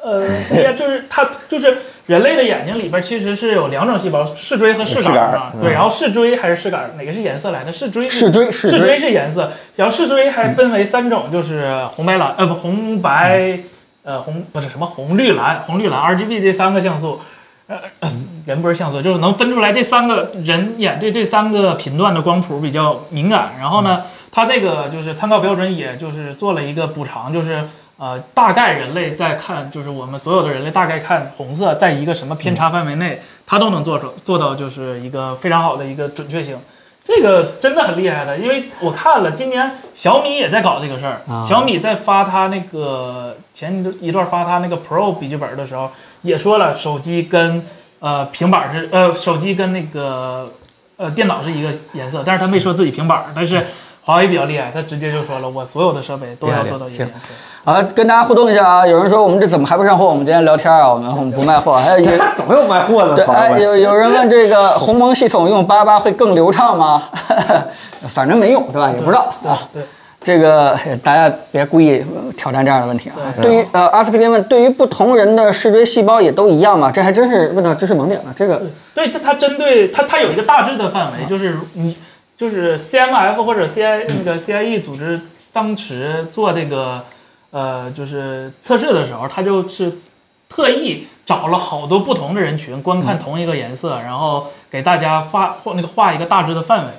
Speaker 3: 呃， 对呀，就是它就是人类的眼睛里边其实是有两种细胞，视锥和视
Speaker 2: 视
Speaker 3: 杆
Speaker 2: 杆
Speaker 3: 嘛。
Speaker 2: 嗯
Speaker 3: 对，然后视锥还是视杆，哪个是颜色来的？视锥
Speaker 1: 视锥视
Speaker 3: 视锥
Speaker 1: 锥
Speaker 3: 是颜色，然后视锥还分为三种，就是红白蓝，呃不红白，呃红不是什么红绿蓝，红绿蓝 RGB 这三个像素，呃呃人不是像素，就是能分出来这三个人眼对这三个频段的光谱比较敏感。然后呢，它这个就是参考标准，也就是做了一个补偿，就是。呃，大概人类在看，就是我们所有的人类大概看红色，在一个什么偏差范围内，它都能做出做到，就是一个非常好的一个准确性。这个真的很厉害的，因为我看了，今年小米也在搞这个事儿。
Speaker 1: 啊
Speaker 3: 小米在发它那个前一段发它那个 Pro 笔记本的时候，也说了，手机跟呃平板是呃手机跟那个呃电脑是一个颜色，但是他没说自己平板儿，但是。华为比较厉害，他直接就说了，我所有的设备都要做到一
Speaker 1: 行
Speaker 3: 点。
Speaker 1: 啊，跟大家互动一下啊！有人说我们这怎么还不上货？我们今天聊天啊，我们我们不卖货。还有有
Speaker 2: 怎么又卖货呢？
Speaker 1: 对，
Speaker 2: 朋友
Speaker 1: 哎，
Speaker 2: 们
Speaker 1: 有有人问这个鸿蒙系统用八八会更流畅吗？ 反正没用，对吧？也不知道啊。
Speaker 3: 对，对
Speaker 1: 这个哎大家别故意呃挑战这样的问题啊。
Speaker 3: 对
Speaker 1: 对于呃，阿司匹林问，对于不同人的视锥细胞也都一样吗？这还真是问到知识萌点了。这个
Speaker 3: 对，它它针对它它有一个大致的范
Speaker 2: 啊
Speaker 3: 围，就是你就是 CMF 或者 CI
Speaker 2: 嗯
Speaker 3: 那个 CIE 组织当时做这个呃就是测试的时候，它就是特意找了好多不同的人群观
Speaker 2: 嗯
Speaker 3: 看同一个颜色，然后给大家画画那个画一个大致的范围，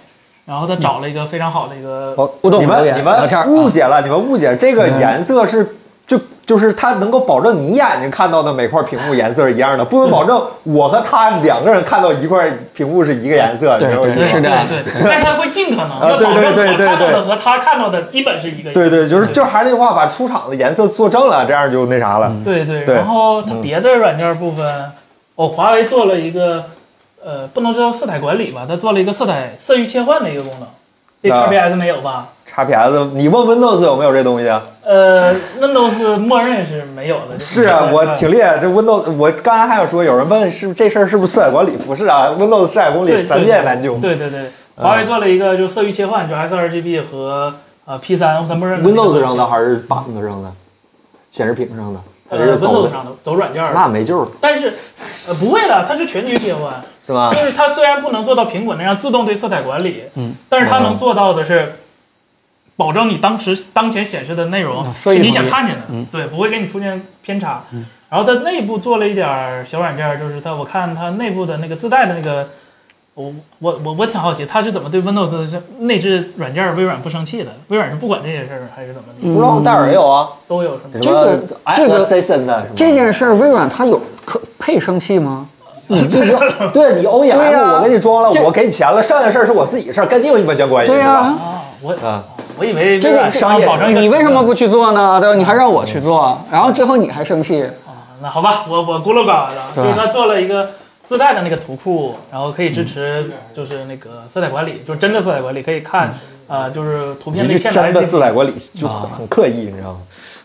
Speaker 3: 然后他找了一个非常好的一个
Speaker 2: 嗯哦
Speaker 1: 互动
Speaker 2: 你
Speaker 1: 留
Speaker 2: 们
Speaker 1: 言
Speaker 2: 你
Speaker 1: 聊天儿啊嗯
Speaker 2: 们误解了，你们误解这个颜色是就就是它能够保证你眼睛看到的每块屏幕颜色是一样的，不能保
Speaker 1: 嗯
Speaker 2: 证我和他两个人看到一块屏幕是一个颜色，你
Speaker 1: 对
Speaker 2: 知道吗
Speaker 1: 对？是这样
Speaker 3: 对 对，但是他会尽可能
Speaker 2: 啊
Speaker 3: 的
Speaker 2: 对
Speaker 3: 保证
Speaker 2: 对对对
Speaker 3: 我看到
Speaker 2: 对
Speaker 3: 的和他看到的基本是一个。
Speaker 1: 嗯
Speaker 2: 对对，就是就还是那句话，把出厂的颜色做正了，这样就那啥了。
Speaker 1: 嗯
Speaker 3: 对对
Speaker 2: 对嗯
Speaker 3: 然后它别的软件部分，哦，华为做了一个，呃，不能叫色彩管理吧，它做了一个色彩色域切换的一个功能，这
Speaker 2: 啊
Speaker 3: XPS 没有吧？
Speaker 2: x P S，你问 Windows 有没有这东西啊？
Speaker 3: 呃，Windows 默认是没有的。
Speaker 2: 是啊，
Speaker 3: 嗯
Speaker 2: 我挺厉害。这 Windows，我刚才还有说，有人问是不是这事儿是不是色彩管理？不是啊，Windows 色彩管理
Speaker 3: 对
Speaker 2: 神箭难救。
Speaker 3: 对对对，
Speaker 2: 嗯
Speaker 3: 华为做了一个就是色域切换，就 sRGB 和呃 P 三，它默认的那个
Speaker 2: Windows 上的还是板子上的，显示屏上的，还
Speaker 3: 呃
Speaker 2: 是走
Speaker 3: Windows
Speaker 2: 的？
Speaker 3: 上的走软件儿的
Speaker 2: 那没救了，
Speaker 3: 但是，呃，不会了，它是全局切换，
Speaker 2: 是吧
Speaker 3: 就？是它虽然不能做到苹果那样自动对色彩管理，嗯，但是它能做到的是，保证你当时当前显示的内容
Speaker 1: 啊
Speaker 3: 是
Speaker 1: 设计
Speaker 3: 你
Speaker 1: 同
Speaker 3: 想
Speaker 1: 意
Speaker 3: 看见的，对，不会给你出现偏差。然后它内部做了一点儿小软件儿，就是它，我看它内部的那个自带的那个，我我我我挺好奇，它是怎么对 Windows 是内置软件儿微软不生气的？微软是不管这些事儿还是怎么的？
Speaker 2: 不知道戴尔也有啊，
Speaker 3: 都有什么？
Speaker 2: 什
Speaker 1: 这个
Speaker 2: 么哎
Speaker 1: 这个
Speaker 2: Station 啊的，
Speaker 1: 这件事儿，微软它有可配生气吗？
Speaker 2: 你这个， 对你 O E
Speaker 1: 对
Speaker 2: M，
Speaker 1: 啊
Speaker 2: 我给你装了，
Speaker 1: 这
Speaker 2: 我给你钱了，剩下的事儿是我自己的事儿，跟你有一毛钱关系，
Speaker 1: 对
Speaker 2: 是吧？
Speaker 1: 呀，
Speaker 3: 啊，我
Speaker 2: 啊
Speaker 3: 我以为
Speaker 1: 这
Speaker 3: 微
Speaker 1: 个
Speaker 3: 软是
Speaker 2: 商业
Speaker 3: 保证
Speaker 2: 上
Speaker 3: 一个
Speaker 1: 你为什么不去做呢？对吧？你还让我去做，然后最后你还生气，
Speaker 3: 啊，那好吧，我我孤陋寡闻了，
Speaker 1: 对
Speaker 3: 就是他做了一个自带的那个图库，然后可
Speaker 2: 嗯
Speaker 3: 以支持就是那个色彩管理，就是真的色彩管理，可以看
Speaker 2: 嗯
Speaker 3: 呃就是图片
Speaker 2: 你
Speaker 3: 内
Speaker 2: 这真
Speaker 3: 嵌的
Speaker 2: 的
Speaker 3: SCP
Speaker 2: 色彩管理就
Speaker 1: 啊
Speaker 2: 很很刻意，你知道吗？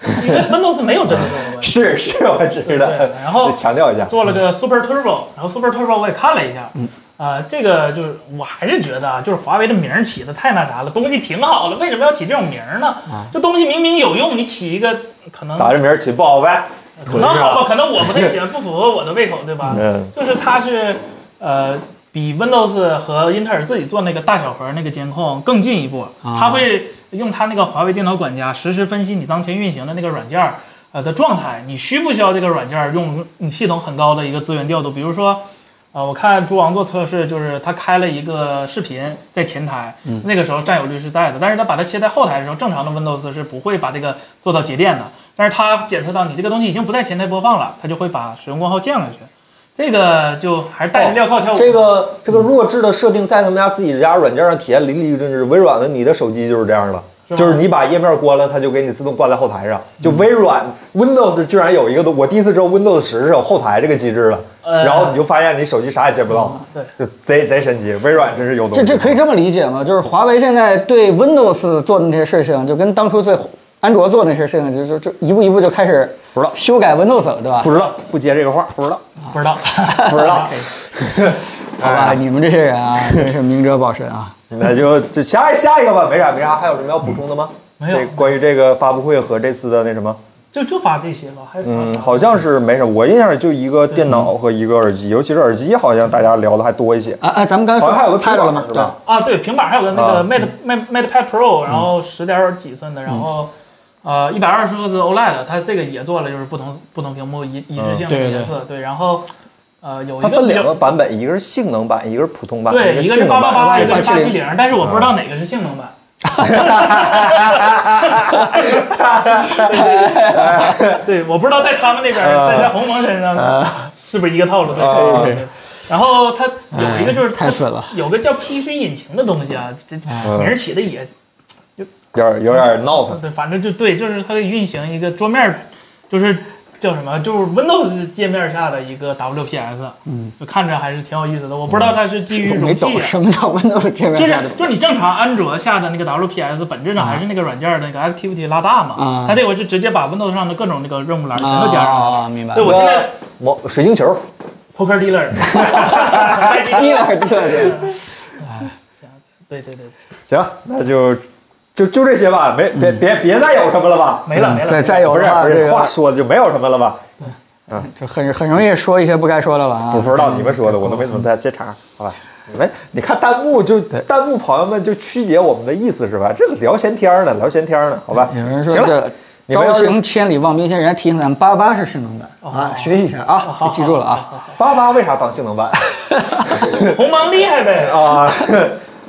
Speaker 3: 因为 Windows 没有真
Speaker 2: 嗯
Speaker 3: 的色彩管理。
Speaker 2: 是是，我知道
Speaker 3: 对。然后
Speaker 2: 得强调一下，
Speaker 3: 做了个 Super Turbo，然后 Super Turbo 我也看了一下，
Speaker 2: 嗯
Speaker 3: 啊、这个就是我还是觉得啊，就是华为这名儿起的太那啥了，东西挺好了，为什么要起这种名儿呢？
Speaker 2: 啊
Speaker 3: 这东西明明有用，你起一个可能
Speaker 2: 咋这名儿起不好呗？
Speaker 3: 可能好吧，可能我不 太喜欢，不符合我的胃口，对吧？
Speaker 2: 嗯
Speaker 3: 就是它是呃比 Windows 和英特尔自己做那个大小核那个监控更进一步，它会用它那个华为电脑管家实时分析你当前运行的那个软件儿呃的状态，你需不需要这个软件儿用你系统很高的一个资源调度，比如说。呃，我看猪王做测试，就是他开了一个视频在前台，
Speaker 2: 嗯
Speaker 3: 那个时候占有率是在的，但是他把它切在后台的时候，正常的 Windows 是不会把这个做到节电的，但是他检测到你这个东西已经不在前台播放了，他就会把使用功耗降下去。这个就还是带着镣铐跳舞。
Speaker 2: 哦这个这个弱智的设定在他们家自己家软件上体现淋漓尽致。微软的你的手机就是这样的，
Speaker 3: 是吗
Speaker 2: 就是你把页面关了，它就给你自动挂在后台上。就微软 Windows 居然有一个东，我第一次知道 Windows 十是有后台这个机制了，
Speaker 3: 呃嗯
Speaker 2: 然后你就发现你手机啥也接不到，
Speaker 3: 对
Speaker 2: 就贼贼神奇。微软真是有东西。
Speaker 1: 这这可以这么理解吗？就是华为现在对 Windows 做的那些事情，就跟当初对安卓做的那些事情，就就就一步一步就开始
Speaker 2: 不知道
Speaker 1: 修改 Windows 了，对吧？
Speaker 2: 不知道，不接这个话，不知道，
Speaker 3: 不知道，
Speaker 2: 不知道。
Speaker 1: 好吧，
Speaker 2: 哎
Speaker 1: 你们这些人 啊，真是明哲保身啊！
Speaker 2: 那就就下一下一个吧，没啥没啥，还有什么要补充的吗？
Speaker 3: 没有
Speaker 2: 这关于这个发布会和这次的那什么，
Speaker 3: 就就发这些吧，还是
Speaker 2: 嗯，好像是没什么。我印象里就一个电脑和一个耳
Speaker 3: 嗯
Speaker 2: 机，尤其是耳机，好像大家聊的还多一些。
Speaker 1: 啊啊，咱们刚才
Speaker 2: 好
Speaker 1: 说
Speaker 2: 像还有个
Speaker 1: 拍
Speaker 2: 苹
Speaker 1: 着
Speaker 2: 果
Speaker 1: 了吗？
Speaker 2: 是
Speaker 1: 对
Speaker 2: 吧？
Speaker 3: 啊，对，平板还有个那
Speaker 2: 啊嗯
Speaker 3: 个 Mate Mate Mate Pad Pro，然后十点几寸的，然后呃一百二十赫兹 OLED，它这个也做了就是不同不同屏幕一一致性的
Speaker 1: 对对
Speaker 3: 颜色，对，然后呃有一
Speaker 2: 嗯它
Speaker 3: 个
Speaker 2: 分
Speaker 3: 比较
Speaker 2: 两个版本，一个是性能版，一个是普通版，
Speaker 3: 对，一个
Speaker 2: 性
Speaker 3: 是
Speaker 2: 能
Speaker 3: 八八八，
Speaker 2: 版。
Speaker 3: 一个是八七
Speaker 1: 870
Speaker 3: 零，但是我不知道哪个是性能版。对，我不知道在他们那边，在在鸿蒙身上是不是一个套路？
Speaker 2: 啊
Speaker 3: 对对对。然后它有一个就是
Speaker 1: 哎太损了，
Speaker 3: 有个叫 PC 引擎的东西啊，这
Speaker 1: 嗯
Speaker 3: 名儿起的也
Speaker 2: 有点有点闹腾。
Speaker 3: 对，反正就对，就是它运行一个桌面，就是叫什么，就是 Windows 界面下的一个 WPS，嗯，就看着还是挺有意思的。我不知道它是基于
Speaker 1: 我没
Speaker 3: 容器啊
Speaker 1: 懂，什么叫 Windows 这边
Speaker 3: 就是
Speaker 1: 下的
Speaker 3: 就是你正常安卓下的那个 WPS，本质上还是那个软件儿的那个 Activity 拉大嘛，
Speaker 1: 啊
Speaker 3: 它这个是直接把 Windows 上的各种那个任务栏全
Speaker 1: 啊
Speaker 3: 都加上了。
Speaker 1: 啊，明白。
Speaker 3: 对，我现在
Speaker 2: 魔水晶球，
Speaker 3: Poker Dealer，
Speaker 1: 低了低了低了，
Speaker 3: 对对对，
Speaker 2: 行，那就就就这些吧，没别别别再有什么了吧？
Speaker 3: 没了没了。
Speaker 1: 嗯再再嗯有
Speaker 2: 不是
Speaker 1: 的话，
Speaker 2: 不
Speaker 1: 这
Speaker 2: 是，话
Speaker 1: 个
Speaker 2: 说的就没有什么了吧？
Speaker 1: 就很很容易说一些不该说的了啊。
Speaker 2: 我不知道你们说的，我都没怎么在接茬，好吧？你们你看弹幕就弹幕朋友们就曲解我们的意思是吧？这个聊闲天儿呢，聊闲天儿呢，好吧？
Speaker 1: 有人说
Speaker 2: 行
Speaker 1: 这
Speaker 2: 了，你们
Speaker 1: 朝
Speaker 2: 要是
Speaker 1: 行千里望冰心，人家提醒咱们八八是性能版
Speaker 3: 哦
Speaker 1: 啊，学习一下啊，记住了啊。
Speaker 2: 八八为啥当性能版
Speaker 3: 红芒厉害呗，
Speaker 2: 啊？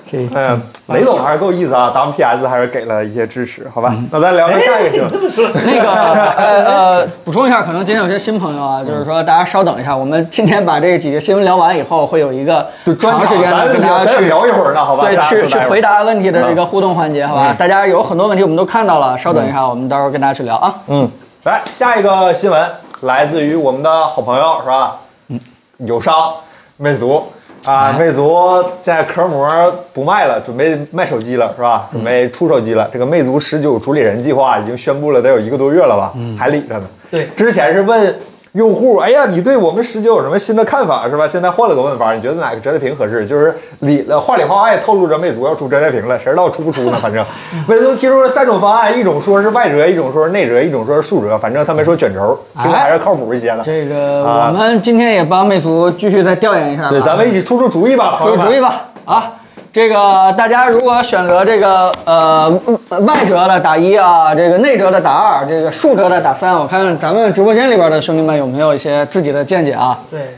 Speaker 1: 可以，
Speaker 2: 嗯，雷总还是够意思啊，当 PS 还是给了一些支持，
Speaker 1: 嗯
Speaker 2: 好吧？那咱聊聊下一个新
Speaker 3: 你
Speaker 1: 哎
Speaker 3: 这
Speaker 2: 闻。
Speaker 3: 么说，
Speaker 1: 那个呃呃，补充一下，可能今天有些新朋友啊，就是说大家稍等一下，我们今天把这几个新闻聊完以后，会有一个
Speaker 2: 就专场
Speaker 1: 长时间
Speaker 2: 咱
Speaker 1: 的跟大家
Speaker 2: 咱
Speaker 1: 去
Speaker 2: 聊一会儿呢好吧
Speaker 1: 对，
Speaker 2: 大家
Speaker 1: 去
Speaker 2: 都
Speaker 1: 去
Speaker 2: 待会儿嗯
Speaker 1: 回答问题的这个互动环节，好吧？大家有很多问题我们都看到了，稍等一下，我们到时候跟大家去聊啊。
Speaker 2: 嗯，来下一个新闻来自于我们的好朋友是吧？嗯，友商魅族
Speaker 1: 哎
Speaker 2: 啊，魅族现在壳膜不卖了，准备卖手机了是
Speaker 1: 嗯
Speaker 2: 吧？准备出手机了。这个魅族十九主理人计划已经宣布了，得有一个多月了吧？
Speaker 1: 嗯
Speaker 2: 还理着呢。
Speaker 3: 对
Speaker 2: 之前是问。用户，哎呀，你对我们十九有什么新的看法是吧？现在换了个问法，你觉得哪个折叠屏合适？就是理了话里话外透露着魅族要出折叠屏了，谁知道出不出呢？ 反正魅族提出了三种方案，一种说是外折，一种说是内折，一种说是竖折，反正他没说卷轴，听着还是靠谱一些的。
Speaker 1: 这个
Speaker 2: 啊
Speaker 1: 我们今天也帮魅族继续再调研一下吧，
Speaker 2: 对，咱们一起出出主意吧，朋
Speaker 1: 出
Speaker 2: 友
Speaker 1: 个
Speaker 2: 们
Speaker 1: 主意吧啊！这个大家如果选择这个呃嗯外折的打一啊，这个内折的打二，这个竖折的打三，我看咱们直播间里边的兄弟们有没有一些自己的见解啊？
Speaker 3: 对，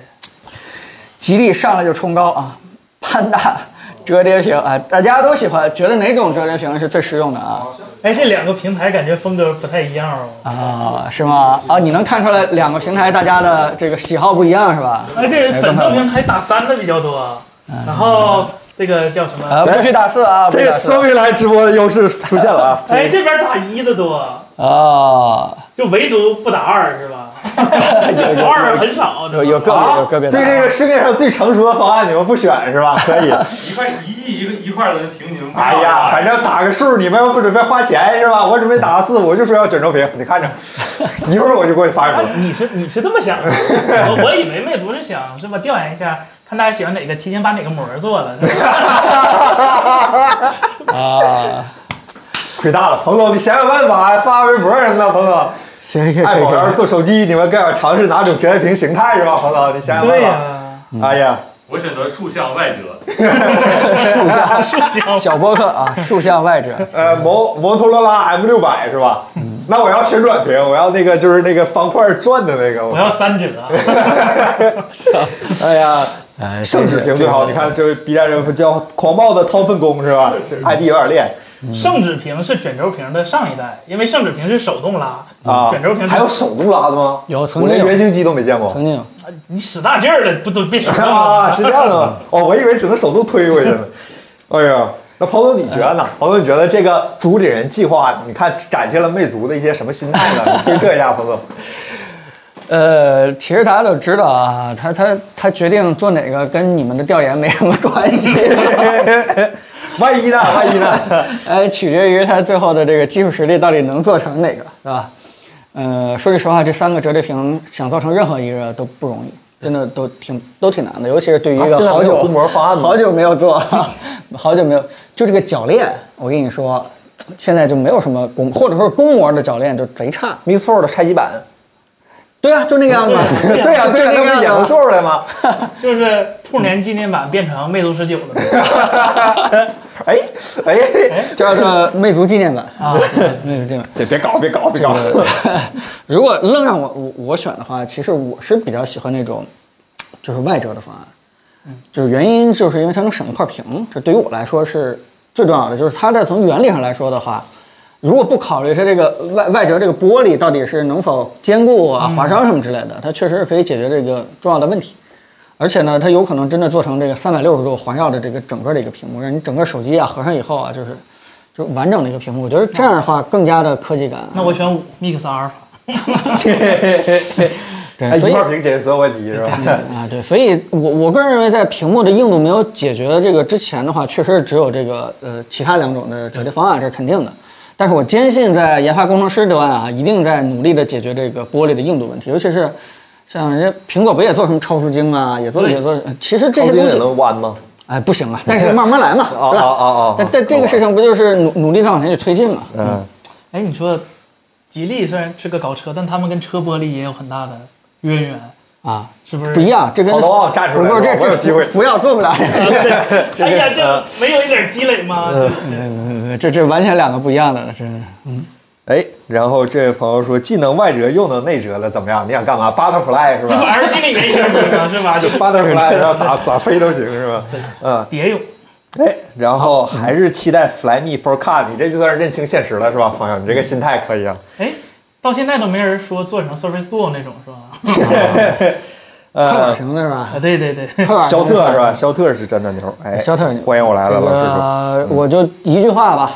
Speaker 1: 吉利上来就冲高啊，潘大 折叠屏啊，大家都喜欢，觉得哪种折叠屏是最实用的啊？
Speaker 3: 哎，这两个平台感觉风格不太一样哦。
Speaker 1: 啊，是吗？啊，你能看出来两个平台大家的这个喜好不一样是吧？
Speaker 3: 哎，这粉色平台打三的比较多，然后这个叫什么？！
Speaker 1: 哎啊，不许打四啊！不
Speaker 2: 这
Speaker 1: 许
Speaker 2: 个
Speaker 1: 打四
Speaker 2: 说明来直播的优势出现了 啊
Speaker 3: 哎，这边打一的多，
Speaker 1: 啊，
Speaker 3: 就唯独不打二是 吧？ 二很少，
Speaker 1: 有有个别有个别的
Speaker 2: 对
Speaker 1: 啊
Speaker 2: 这个市面上最成熟的方案，你们不选 是吧？可以。
Speaker 4: 一块一亿一个一块的平行。
Speaker 2: 哎呀，反正打个数，你们又不准备花钱是吧？我准备打四，我就说要卷轴屏，你看 着，一会儿我就过去发给
Speaker 3: 啊
Speaker 2: 你。
Speaker 3: 你是你是这么想的？我我以为魅族是想是吧？调研一下，看大家喜欢哪个，提前把哪个膜儿做了。是吧
Speaker 1: 啊，
Speaker 2: 亏大了，彭总，你想想办法，发微博什么的，彭 总。
Speaker 1: 行行行
Speaker 2: 爱宝要是
Speaker 1: 行，
Speaker 2: 做手机，你们更要尝试哪种折叠屏形态是吧，彭总？你想想
Speaker 3: 对
Speaker 2: 办
Speaker 3: 呀、
Speaker 2: 法。哎呀，
Speaker 4: 我选择竖向外折，
Speaker 1: 竖向
Speaker 3: 竖向
Speaker 1: 小博客啊，竖向外折，
Speaker 2: 呃，摩摩托罗拉 M 六百是吧？那我要旋转屏，我要那个就是那个方块转的那个。
Speaker 3: 我要三折，
Speaker 2: 哎呀，
Speaker 1: 哎
Speaker 2: 圣旨屏最好。你看，这位 B 站人叫狂暴的掏粪工是吧？这 ID 有点练
Speaker 3: 圣旨屏是卷轴屏的上一代，因为圣旨屏是手动拉，
Speaker 2: 啊。
Speaker 3: 卷轴屏是
Speaker 2: 还有手动拉的吗？
Speaker 1: 有曾
Speaker 2: 我
Speaker 1: 经
Speaker 2: 连
Speaker 1: 有
Speaker 2: 原型机都没见过。
Speaker 1: 曾经有
Speaker 3: 你使大劲儿了，不都别手 动
Speaker 2: 啊，
Speaker 3: 了。
Speaker 2: 是这样的吗？哦，我以为只能手动推过去呢。哎呀，那彭总你觉得呢？彭总你觉得这个主理人计划，你看展现了魅族的一些什么心态呢？你推测一下，彭总。
Speaker 1: 呃，其实大家都知道啊，他他他决定做哪个跟你们的调研没什么关 系，
Speaker 2: 万一呢？万一呢？
Speaker 1: 哎，取决于他最后的这个技术实力到底能做成哪个，是吧？呃，说句实话，这三个折叠屏想做成任何一个都不容易，真的都挺都挺难的，尤其是对于一
Speaker 2: 啊现
Speaker 1: 个
Speaker 2: 在
Speaker 1: 好
Speaker 2: 没有
Speaker 1: 久
Speaker 2: 公模方案吗
Speaker 1: 好久没有做， 好久没有，就这个铰链，我跟你说，现在就没有什么公，或者说公模的铰链就贼差。
Speaker 2: Mix Four 的拆机版。
Speaker 1: 对啊，就那个样子啊。
Speaker 3: 对
Speaker 2: 对呀，
Speaker 1: 就
Speaker 2: 对呀，那
Speaker 1: 那
Speaker 2: 不
Speaker 1: 个
Speaker 2: 是也
Speaker 1: 样
Speaker 2: 能
Speaker 1: 子
Speaker 2: 做出来吗？
Speaker 3: 就是兔年纪念版变成魅族十九了呗
Speaker 2: 哎哎，
Speaker 1: 叫做魅族纪念版啊，
Speaker 3: 啊！
Speaker 1: 魅族纪念版。
Speaker 2: 对，别搞，别搞，别
Speaker 1: 这
Speaker 2: 搞。
Speaker 1: 个 如果愣让我我我选的话，其实我是比较喜欢那种就是外折的方案，就是原因就是因为它能省一块屏，这对于我来说是最重要的。就是它在从原理上来说的话，如果不考虑它这个外外折这个玻璃到底是能否坚固啊、划伤什么之类的，它确实是可以解决这个重要的问题。而且呢，它有可能真的做成这个三百六十度环绕的这个整个的一个屏幕，让你整个手机啊合上以后啊，就是就是完整的一个屏幕。我觉得这样的话更加的科技感。啊
Speaker 3: 那我选五 Mix 阿尔法，
Speaker 1: 对
Speaker 2: 哎
Speaker 1: 所
Speaker 2: 一
Speaker 1: 以
Speaker 2: 块儿屏解决所有问题是吧？
Speaker 1: 啊，对，所以我我个人认为，在屏幕的硬度没有解决这个之前的话，确实只有这个呃其他两种的折叠方案，这是肯定的。但是我坚信，在研发工程师端啊，一定在努力的解决这个玻璃的硬度问题，尤其是像人家苹果不也做什么超视晶啊，也做
Speaker 3: 对
Speaker 1: 也做，其 实这
Speaker 2: 超
Speaker 1: 些
Speaker 2: 晶
Speaker 1: 东
Speaker 2: 也
Speaker 1: 西
Speaker 2: 能弯吗？
Speaker 1: 哎不行啊，但是慢慢 来嘛，
Speaker 2: 哦
Speaker 1: 对吧？
Speaker 2: 哦哦哦
Speaker 1: 但但这个事情不就是努努力的往前去推进嘛？
Speaker 2: 嗯，
Speaker 3: 哎，你说吉利虽然是个搞车，但他们跟车玻璃也有很大的渊源，
Speaker 1: 啊，
Speaker 3: 是不是？
Speaker 1: 不一。样，这跟
Speaker 2: 曹东奥站出
Speaker 1: 不
Speaker 2: 来
Speaker 1: 是
Speaker 2: 了，
Speaker 1: 不是这这
Speaker 2: 我有机
Speaker 1: 服
Speaker 2: 会。
Speaker 1: 服药做不 了。
Speaker 2: 嗯
Speaker 3: 哎呀，
Speaker 2: 呃
Speaker 3: 这没有一点积累吗？这这
Speaker 1: 呃，这这完全两个不一样的了，真是。
Speaker 2: 哎，然后这位朋友说，既能外折又能内折了，怎么样？你想干嘛？Butterfly 是吧
Speaker 3: 玩儿心里面也有是吧？就
Speaker 2: ？Butterfly 是吧？咋咋飞都行是吧？嗯，
Speaker 3: 别用。
Speaker 2: 哎，然后还是期待 Fly Me for Car，你这就算是认清现实了是吧，朋友？你这个心态可以啊。
Speaker 3: 哎，到现在都没人说做成 Surface Duo 那种是 吧？
Speaker 1: 快点
Speaker 2: 呃，
Speaker 1: 行的是吧
Speaker 3: 啊，？对对对，
Speaker 1: 快点
Speaker 2: 肖
Speaker 1: 行的
Speaker 2: 特是吧？？肖特是真的牛，哎，
Speaker 1: 肖特，
Speaker 2: 欢迎我来了，老师说。
Speaker 1: 这个我就一句话吧，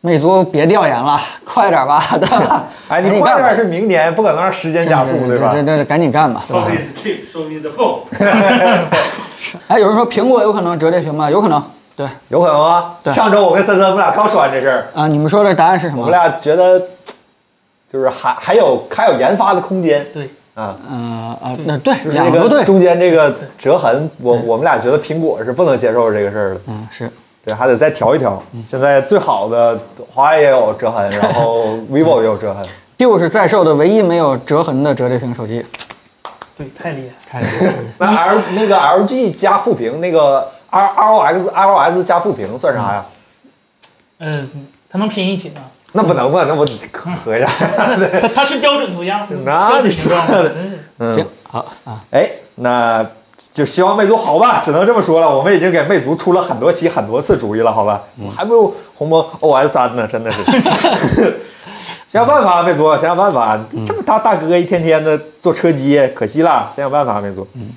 Speaker 1: 魅族别调研了，快点吧，对吧？
Speaker 2: 哎，
Speaker 1: 赶
Speaker 2: 你
Speaker 1: 紧
Speaker 2: 快
Speaker 1: 干吧
Speaker 2: 点是明年，不可能让时间加速，对吧
Speaker 1: 这？这这赶紧干吧，对吧？
Speaker 4: Please keep show me the phone。
Speaker 1: 哎，有人说苹果有可能折叠屏吧？有可能，对
Speaker 2: 有可能啊。
Speaker 1: 对
Speaker 2: 上周我跟森森，我们俩刚说完这事儿，
Speaker 1: 啊。你们说的答案是什
Speaker 2: 我
Speaker 1: 么
Speaker 2: 们？俩觉得就是还还有还有研发的空间
Speaker 3: 对，
Speaker 2: 啊。
Speaker 1: 呃啊，那对，
Speaker 2: 就是
Speaker 1: 两
Speaker 2: 这
Speaker 1: 个都对
Speaker 2: 个，中间这个折痕，我我们俩觉得苹果是不能接受这个事儿的，
Speaker 1: 嗯是。
Speaker 2: 对，还得再调一调。现在最好的华为也有折痕，然后 vivo 也有折痕，
Speaker 1: Duo 是在售的唯一没有折痕的折叠屏手机，
Speaker 3: 对，太厉
Speaker 1: 太
Speaker 3: 害了。
Speaker 1: 厉害了！
Speaker 2: 那 L 那个 LG 加负评，那个 R R O X R O S 加负评算啥呀？
Speaker 3: 嗯，它能拼一起吗？
Speaker 2: 那不能啊吧？那我合一 下。
Speaker 3: 它它是标准图样。
Speaker 2: 那你说的
Speaker 3: 标准图样真是
Speaker 2: 嗯
Speaker 1: 行，好啊，
Speaker 2: 哎，那就希望魅族好吧，只能这么说了。我们已经给魅族出了很多期、很多次主意了，好吧？还不如鸿蒙 OS 三呢，真的 是。想想办法，啊魅族，想想办法。啊这么大大哥一天天的做车机，可惜了。想想办法，魅族。嗯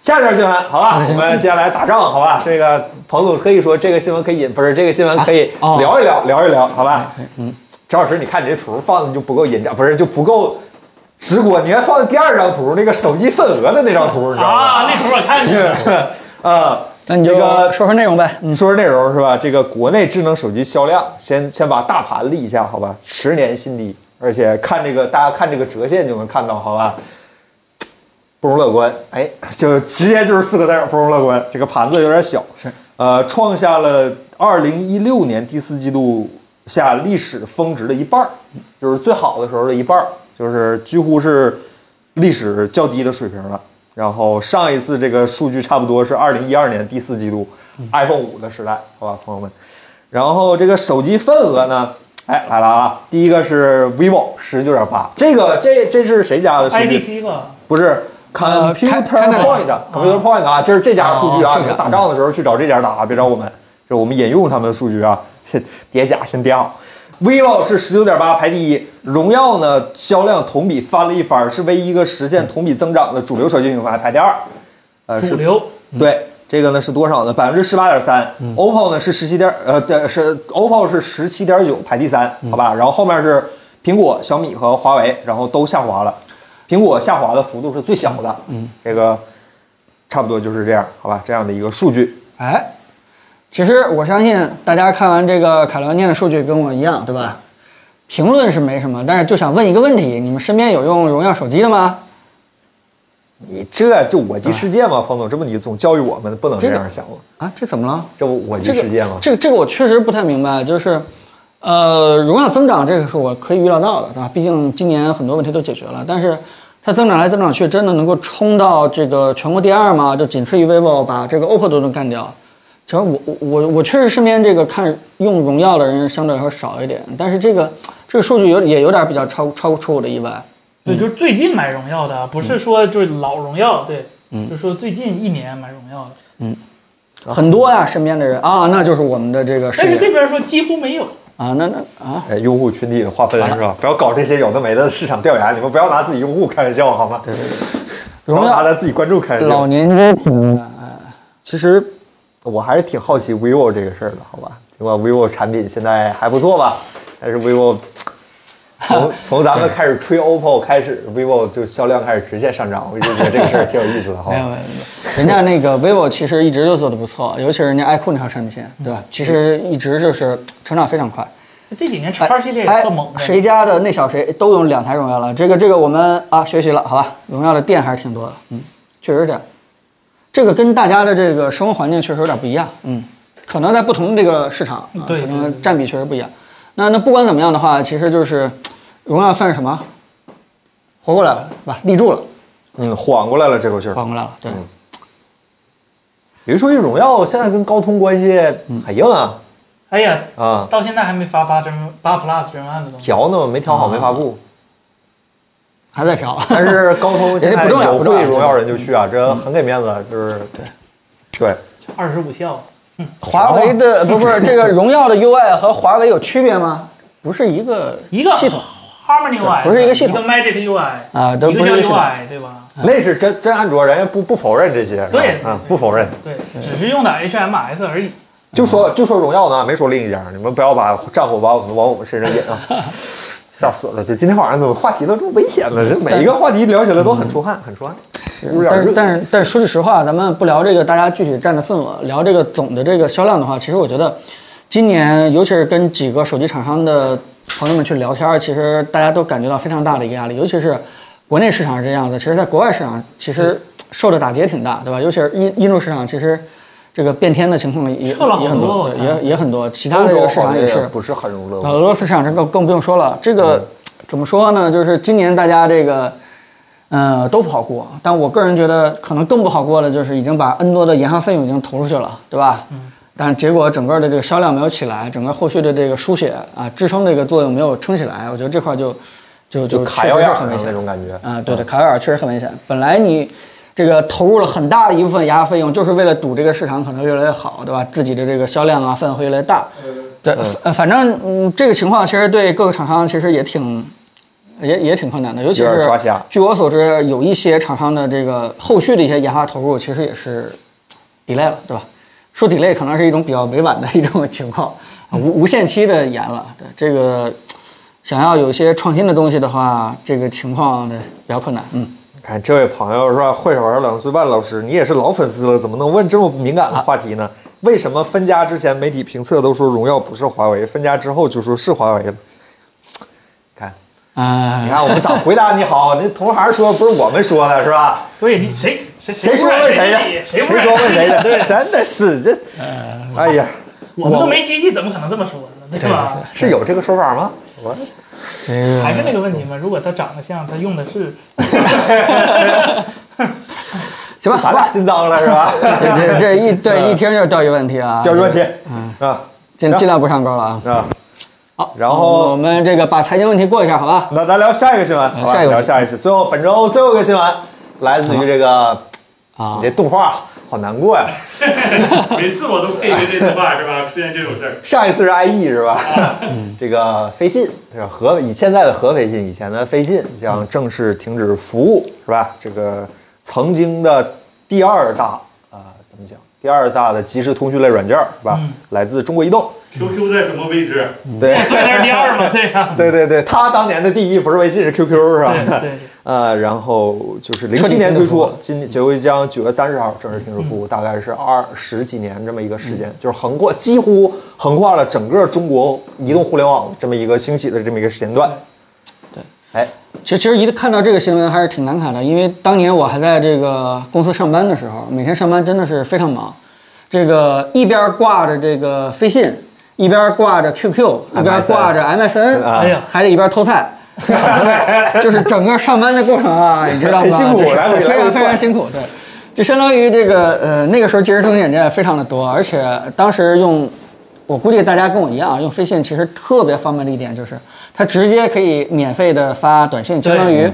Speaker 2: 下一条新闻，好吧，我们接下来打仗，好吧？这个彭总可以说这个新闻可以引，不是这个新闻可以
Speaker 1: 哦
Speaker 2: 聊一聊，聊一聊，好吧？嗯，张老师，你看你这图放的就不够引战，不是就不够直观，你还放的第二张图，那个手机份额的那张图，你知道 吗？
Speaker 3: 啊，那图我看见了。
Speaker 2: 啊，
Speaker 1: 那你就
Speaker 2: 这个
Speaker 1: 说说内容呗。嗯，
Speaker 2: 你说说内容是吧？这个国内智能手机销量，先先把大盘立一下，好吧？十年新低，而且看这个大家看这个折线就能看到，好吧？不容乐观，哎，就直接就是四个字儿，不容乐观。这个盘子有点小，是，呃，创下了二零一六年第四季度下历史峰值的一半儿，就是最好的时候的一半儿，就是几乎是历史较低的水平了。然后上一次这个数据差不多是二零一二年第四季度 iPhone 五的时代，好吧，朋友们。然后这个手机份额呢，哎，来了啊，第一个是 vivo 十九点八，这个这这是谁家的数据？
Speaker 3: IDC 吧，
Speaker 2: 不是
Speaker 1: 呃
Speaker 2: Computer
Speaker 1: Canada
Speaker 2: Point，Computer Point 啊，这是这家数据啊，
Speaker 1: 哦这
Speaker 2: 你
Speaker 1: 家
Speaker 2: 们打仗的时候去找这家打，别找我们，这是我们引用他们的数据啊，叠加先叠好。vivo 是十九点八排第一，荣耀呢销量同比翻了一番，是唯一一个实现同比增长的主流手机品牌，排第二。呃，是
Speaker 3: 主流
Speaker 2: 对，这个呢是多少呢？百分之十八点三。OPPO 呢是十七点，呃，对，是 OPPO 是十七点九，排第三，好吧。然后后面是苹果、小米和华为，然后都下滑了。苹果下滑的幅度是最小的，嗯，这个差不多就是这样，好吧，这样的一个数据。
Speaker 1: 哎，其实我相信大家看完这个凯伦念的数据跟我一样，对吧？评论是没什么，但是就想问一个问题：你们身边有用荣耀手机的吗？
Speaker 2: 你这就我即世界嘛，彭总，这不你总教育我们不啊能这样想吗？
Speaker 1: 啊，这怎么了？
Speaker 2: 这不我即
Speaker 1: 这个
Speaker 2: 世界吗？
Speaker 1: 这个这个我确实不太明白，就是，呃，荣耀增长这个是我可以预料到的，对吧？毕竟今年很多问题都解决了，但是它增长来增长去，真的能够冲到这个全国第二吗？就仅次于 vivo，把这个 OPPO 都能干掉。其实我我我我确实身边这个看用荣耀的人相对来说少一点，但是这个这个数据有也有点比较超超出我的意外。
Speaker 2: 嗯
Speaker 3: 对，就是最近买荣耀的，不是说就是老荣耀，对，
Speaker 2: 嗯
Speaker 3: 就是说最近一年买荣耀的。
Speaker 1: 很多呀、身边的人啊，那就是我们的这个视
Speaker 3: 但是
Speaker 1: 野
Speaker 3: 这边说几乎没有，
Speaker 1: 啊，那那啊，
Speaker 2: 哎，用户群体的划分是吧？不要搞这些有的没的市场调研，你们不要拿自己用户开玩笑好吗？对对对，不要
Speaker 1: 荣
Speaker 2: 拿
Speaker 1: 耀
Speaker 2: 咱自己观众开玩笑。
Speaker 1: 老年机屏的，哎
Speaker 2: 其实我还是挺好奇 vivo 这个事儿的，好吧？尽管 vivo 产品现在还不错吧，但是 vivo 从从咱们开始吹 OPPO 开始，vivo 就销量开始直线上涨，我一直觉得这个事儿挺有意思的，好
Speaker 1: 没有
Speaker 2: 吧？
Speaker 1: 没有，人家那个 vivo 其实一直就做的不错，尤其是人家 iQOO 那条产品线，
Speaker 3: 嗯
Speaker 1: 对吧？其实一直就是成长非常快。
Speaker 3: 这几年叉系列也
Speaker 1: 哎
Speaker 3: 特猛，的，
Speaker 1: 谁家的那小谁都有两台荣耀了，这个这个我们啊学习了，好吧？荣耀的店还是挺多的，嗯，确实是这样。这个跟大家的这个生活环境确实有点不一样，嗯，可能在不同这个市场，啊、
Speaker 3: 嗯对
Speaker 1: 可
Speaker 3: 对
Speaker 1: 能占比确实不一样。那那不管怎么样的话，其实就是呃荣耀算是什么？活过来了，是吧？立住了，
Speaker 2: 嗯，缓过来了这口气儿。
Speaker 1: 缓过来了，对。
Speaker 3: 嗯
Speaker 2: 有一说一，荣耀现在跟高通关系
Speaker 1: 嗯
Speaker 2: 很硬啊
Speaker 3: 哎呀，
Speaker 2: 啊，
Speaker 3: 到现在还没发八真八 plus 真万的东西。
Speaker 2: 调呢没调好没发布，
Speaker 1: 还在调，
Speaker 2: 但是高通现
Speaker 1: 啊人家
Speaker 2: 在
Speaker 1: 不重要
Speaker 2: 有
Speaker 1: 不重
Speaker 2: 会
Speaker 1: 要
Speaker 2: 荣耀人就去啊，这很给面子，就是对对，
Speaker 3: 二十五啊孝，
Speaker 1: 华为的不是这个荣耀的 UI 和华为有区别吗？不是一个
Speaker 3: 一个啊
Speaker 1: 系统，
Speaker 3: Harmony UI，
Speaker 1: 不是一个系统
Speaker 3: 一个 Magic UI
Speaker 1: 啊都
Speaker 3: 一
Speaker 1: 不
Speaker 3: 个
Speaker 1: 是
Speaker 3: 叫
Speaker 1: 一个系统
Speaker 3: UI 对吧？
Speaker 2: 那是真真安卓，人家不不否认这些，是吧
Speaker 3: 对
Speaker 2: 啊，不否认。
Speaker 3: 对，只是用的 HMS 而已。
Speaker 2: 就说就说荣耀呢，没说另一家，你们不要把战火把我们往我们身上引啊！ 笑死我了！这今天晚上怎么话题都这么危险呢？这每一个话题聊起来都很出汗，很出汗。有点
Speaker 1: 但嗯
Speaker 2: 热
Speaker 1: 是但是但是说句实话，咱们不聊这个大家具体占的份额，聊这个总的这个销量的话，其实我觉得今年尤其是跟几个手机厂商的朋友们去聊天儿，其实大家都感觉到非常大的一个压力，尤其是国内市场是这样的，其实在国外市场其实受的打击也挺大，对吧？尤其是印印度市场，其实这个变天的情况也也
Speaker 3: 撤了好
Speaker 1: 很
Speaker 3: 多嗯
Speaker 1: 多，
Speaker 3: 我
Speaker 1: 对，
Speaker 3: 看
Speaker 1: 也也很多，其他
Speaker 2: 欧
Speaker 1: 的这
Speaker 2: 洲
Speaker 1: 个市
Speaker 2: 好
Speaker 1: 场
Speaker 2: 像
Speaker 1: 也是呃
Speaker 2: 不是很容乐
Speaker 1: 俄
Speaker 2: 观。
Speaker 1: 罗斯市场这更更不用说了，这
Speaker 2: 嗯
Speaker 1: 个怎么说呢？就是今年大家这个，呃，都不好过。但我个人觉得，可能更不好过的就是已经把 N 多的研发费用已经投出去了，对吧？嗯。但结果整个的这个销量没有起来，整个后续的这个输血啊支撑这个作用没有撑起来，我觉得这块就就
Speaker 2: 就
Speaker 1: 就
Speaker 2: 卡
Speaker 1: 确实
Speaker 2: 腰
Speaker 1: 是
Speaker 2: 眼儿
Speaker 1: 很危
Speaker 2: 上
Speaker 1: 险
Speaker 2: 那种感觉
Speaker 1: 啊，对的，卡罗尔确实很危险。本来你这个投入了很大的一部分研发费用，就是为了赌这个市场可能越来越好，对吧？自己的这个销量啊，份额会越来越大。对，反反正嗯，这个情况其实对各个厂商其实也挺。也也挺困难的，尤其
Speaker 2: 有
Speaker 1: 是
Speaker 2: 点抓瞎
Speaker 1: 据我所知，有一些厂商的这个后续的一些研发投入，其实也是 delay 了，对吧？说 delay 可能是一种比较委婉的一 种情况，啊无无限期的延了。对这个，想要有一些创新的东西的话，这个情况对比较困难。嗯，
Speaker 2: 看这位朋友是吧？会玩两岁半老师，你也是老粉丝了，怎么能问这么敏感的话题呢？
Speaker 1: 啊
Speaker 2: 为什么分家之前媒体评测都说荣耀不是华为，分家之后就说是华为了？看，
Speaker 1: 啊、
Speaker 2: 你看我们咋回答你好？那同行说不是我们说的是吧？
Speaker 3: 对你谁谁
Speaker 2: 谁说
Speaker 3: 污染
Speaker 2: 问
Speaker 3: 谁
Speaker 2: 谁
Speaker 3: 的？
Speaker 2: 的？
Speaker 3: 谁
Speaker 2: 谁
Speaker 3: 污染
Speaker 2: 说问谁 的？
Speaker 3: 对，
Speaker 2: 真的是这，哎呀，
Speaker 3: 我们都没机器，怎么可能这么说呢？对吧？
Speaker 2: 是有这个说法吗？我
Speaker 1: 这个
Speaker 3: 还是那个问题嘛，如果他长得像，他用的是
Speaker 1: 行吧，
Speaker 2: 咱俩心脏了是吧？
Speaker 1: 这这 这一对一听就是钓鱼问题啊，
Speaker 2: 要说题啊
Speaker 1: 尽尽量不上钩了啊。
Speaker 2: 啊，
Speaker 1: 好，
Speaker 2: 然后
Speaker 1: 我们这个把财经问题过一下，好吧？
Speaker 2: 那咱聊下一个新闻，好吧？
Speaker 1: 下一个
Speaker 2: 聊下一期。最后本周最后一个新闻来自于这个，
Speaker 1: 啊
Speaker 2: 你这动画好难过呀。
Speaker 4: 每次我都配一个这句话是吧？出现这种事儿，
Speaker 2: 上一次是 IE 是吧？ 这个飞信是吧？合以现在的合肥信，以前的飞信将正式停止服务是吧？这个曾经的第二大啊、怎么讲？第二大的即时通讯类软件儿是吧？来自中国移动。
Speaker 4: QQ 在什么位置？
Speaker 2: 对，
Speaker 3: 所以他是第二嘛，对呀。
Speaker 2: 对对对，他当年的第一不是微信，是 QQ 是吧？
Speaker 3: 对对对
Speaker 2: 呃，然后就是零
Speaker 1: 彻底
Speaker 2: 七年
Speaker 1: 停止
Speaker 2: 推
Speaker 1: 服务
Speaker 2: 出，今年九月将九月三十号正式停止服务，大概是二十几年这么一个时间，就是横过几乎横跨了整个中国移动互联网这么一个兴起的这么一个时间段。
Speaker 1: 对，
Speaker 2: 哎，
Speaker 1: 其实其实一看到这个新闻还是挺感慨的，因为当年我还在这个公司上班的时候，每天上班真的是非常忙，这个一边挂着这个飞信，一边挂着 QQ，一边
Speaker 2: MSN
Speaker 1: 挂着 MSN，
Speaker 2: 啊
Speaker 3: 哎呀
Speaker 1: 还得一边偷菜。 就是整个上班的过程啊，你知道吗？
Speaker 2: 很辛苦
Speaker 1: 就是
Speaker 2: 来回来回
Speaker 1: 非常
Speaker 2: 窜
Speaker 1: 非常辛苦。对，就相当于这个呃，那个时候即时通信软件非常的多，而且当时用，我估计大家跟我一样啊，用飞信其实特别方便的一点就是，它直接可以免费的发短信，相当于，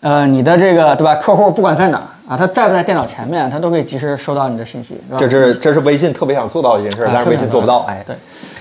Speaker 1: 呃，你的这个对吧？客户不管在哪儿啊，他在不在电脑前面，他都可以及时收到你的信息，对吧？
Speaker 2: 这是这是微信特别想做到的一件事，
Speaker 1: 啊
Speaker 2: 但是微信做不到。哎，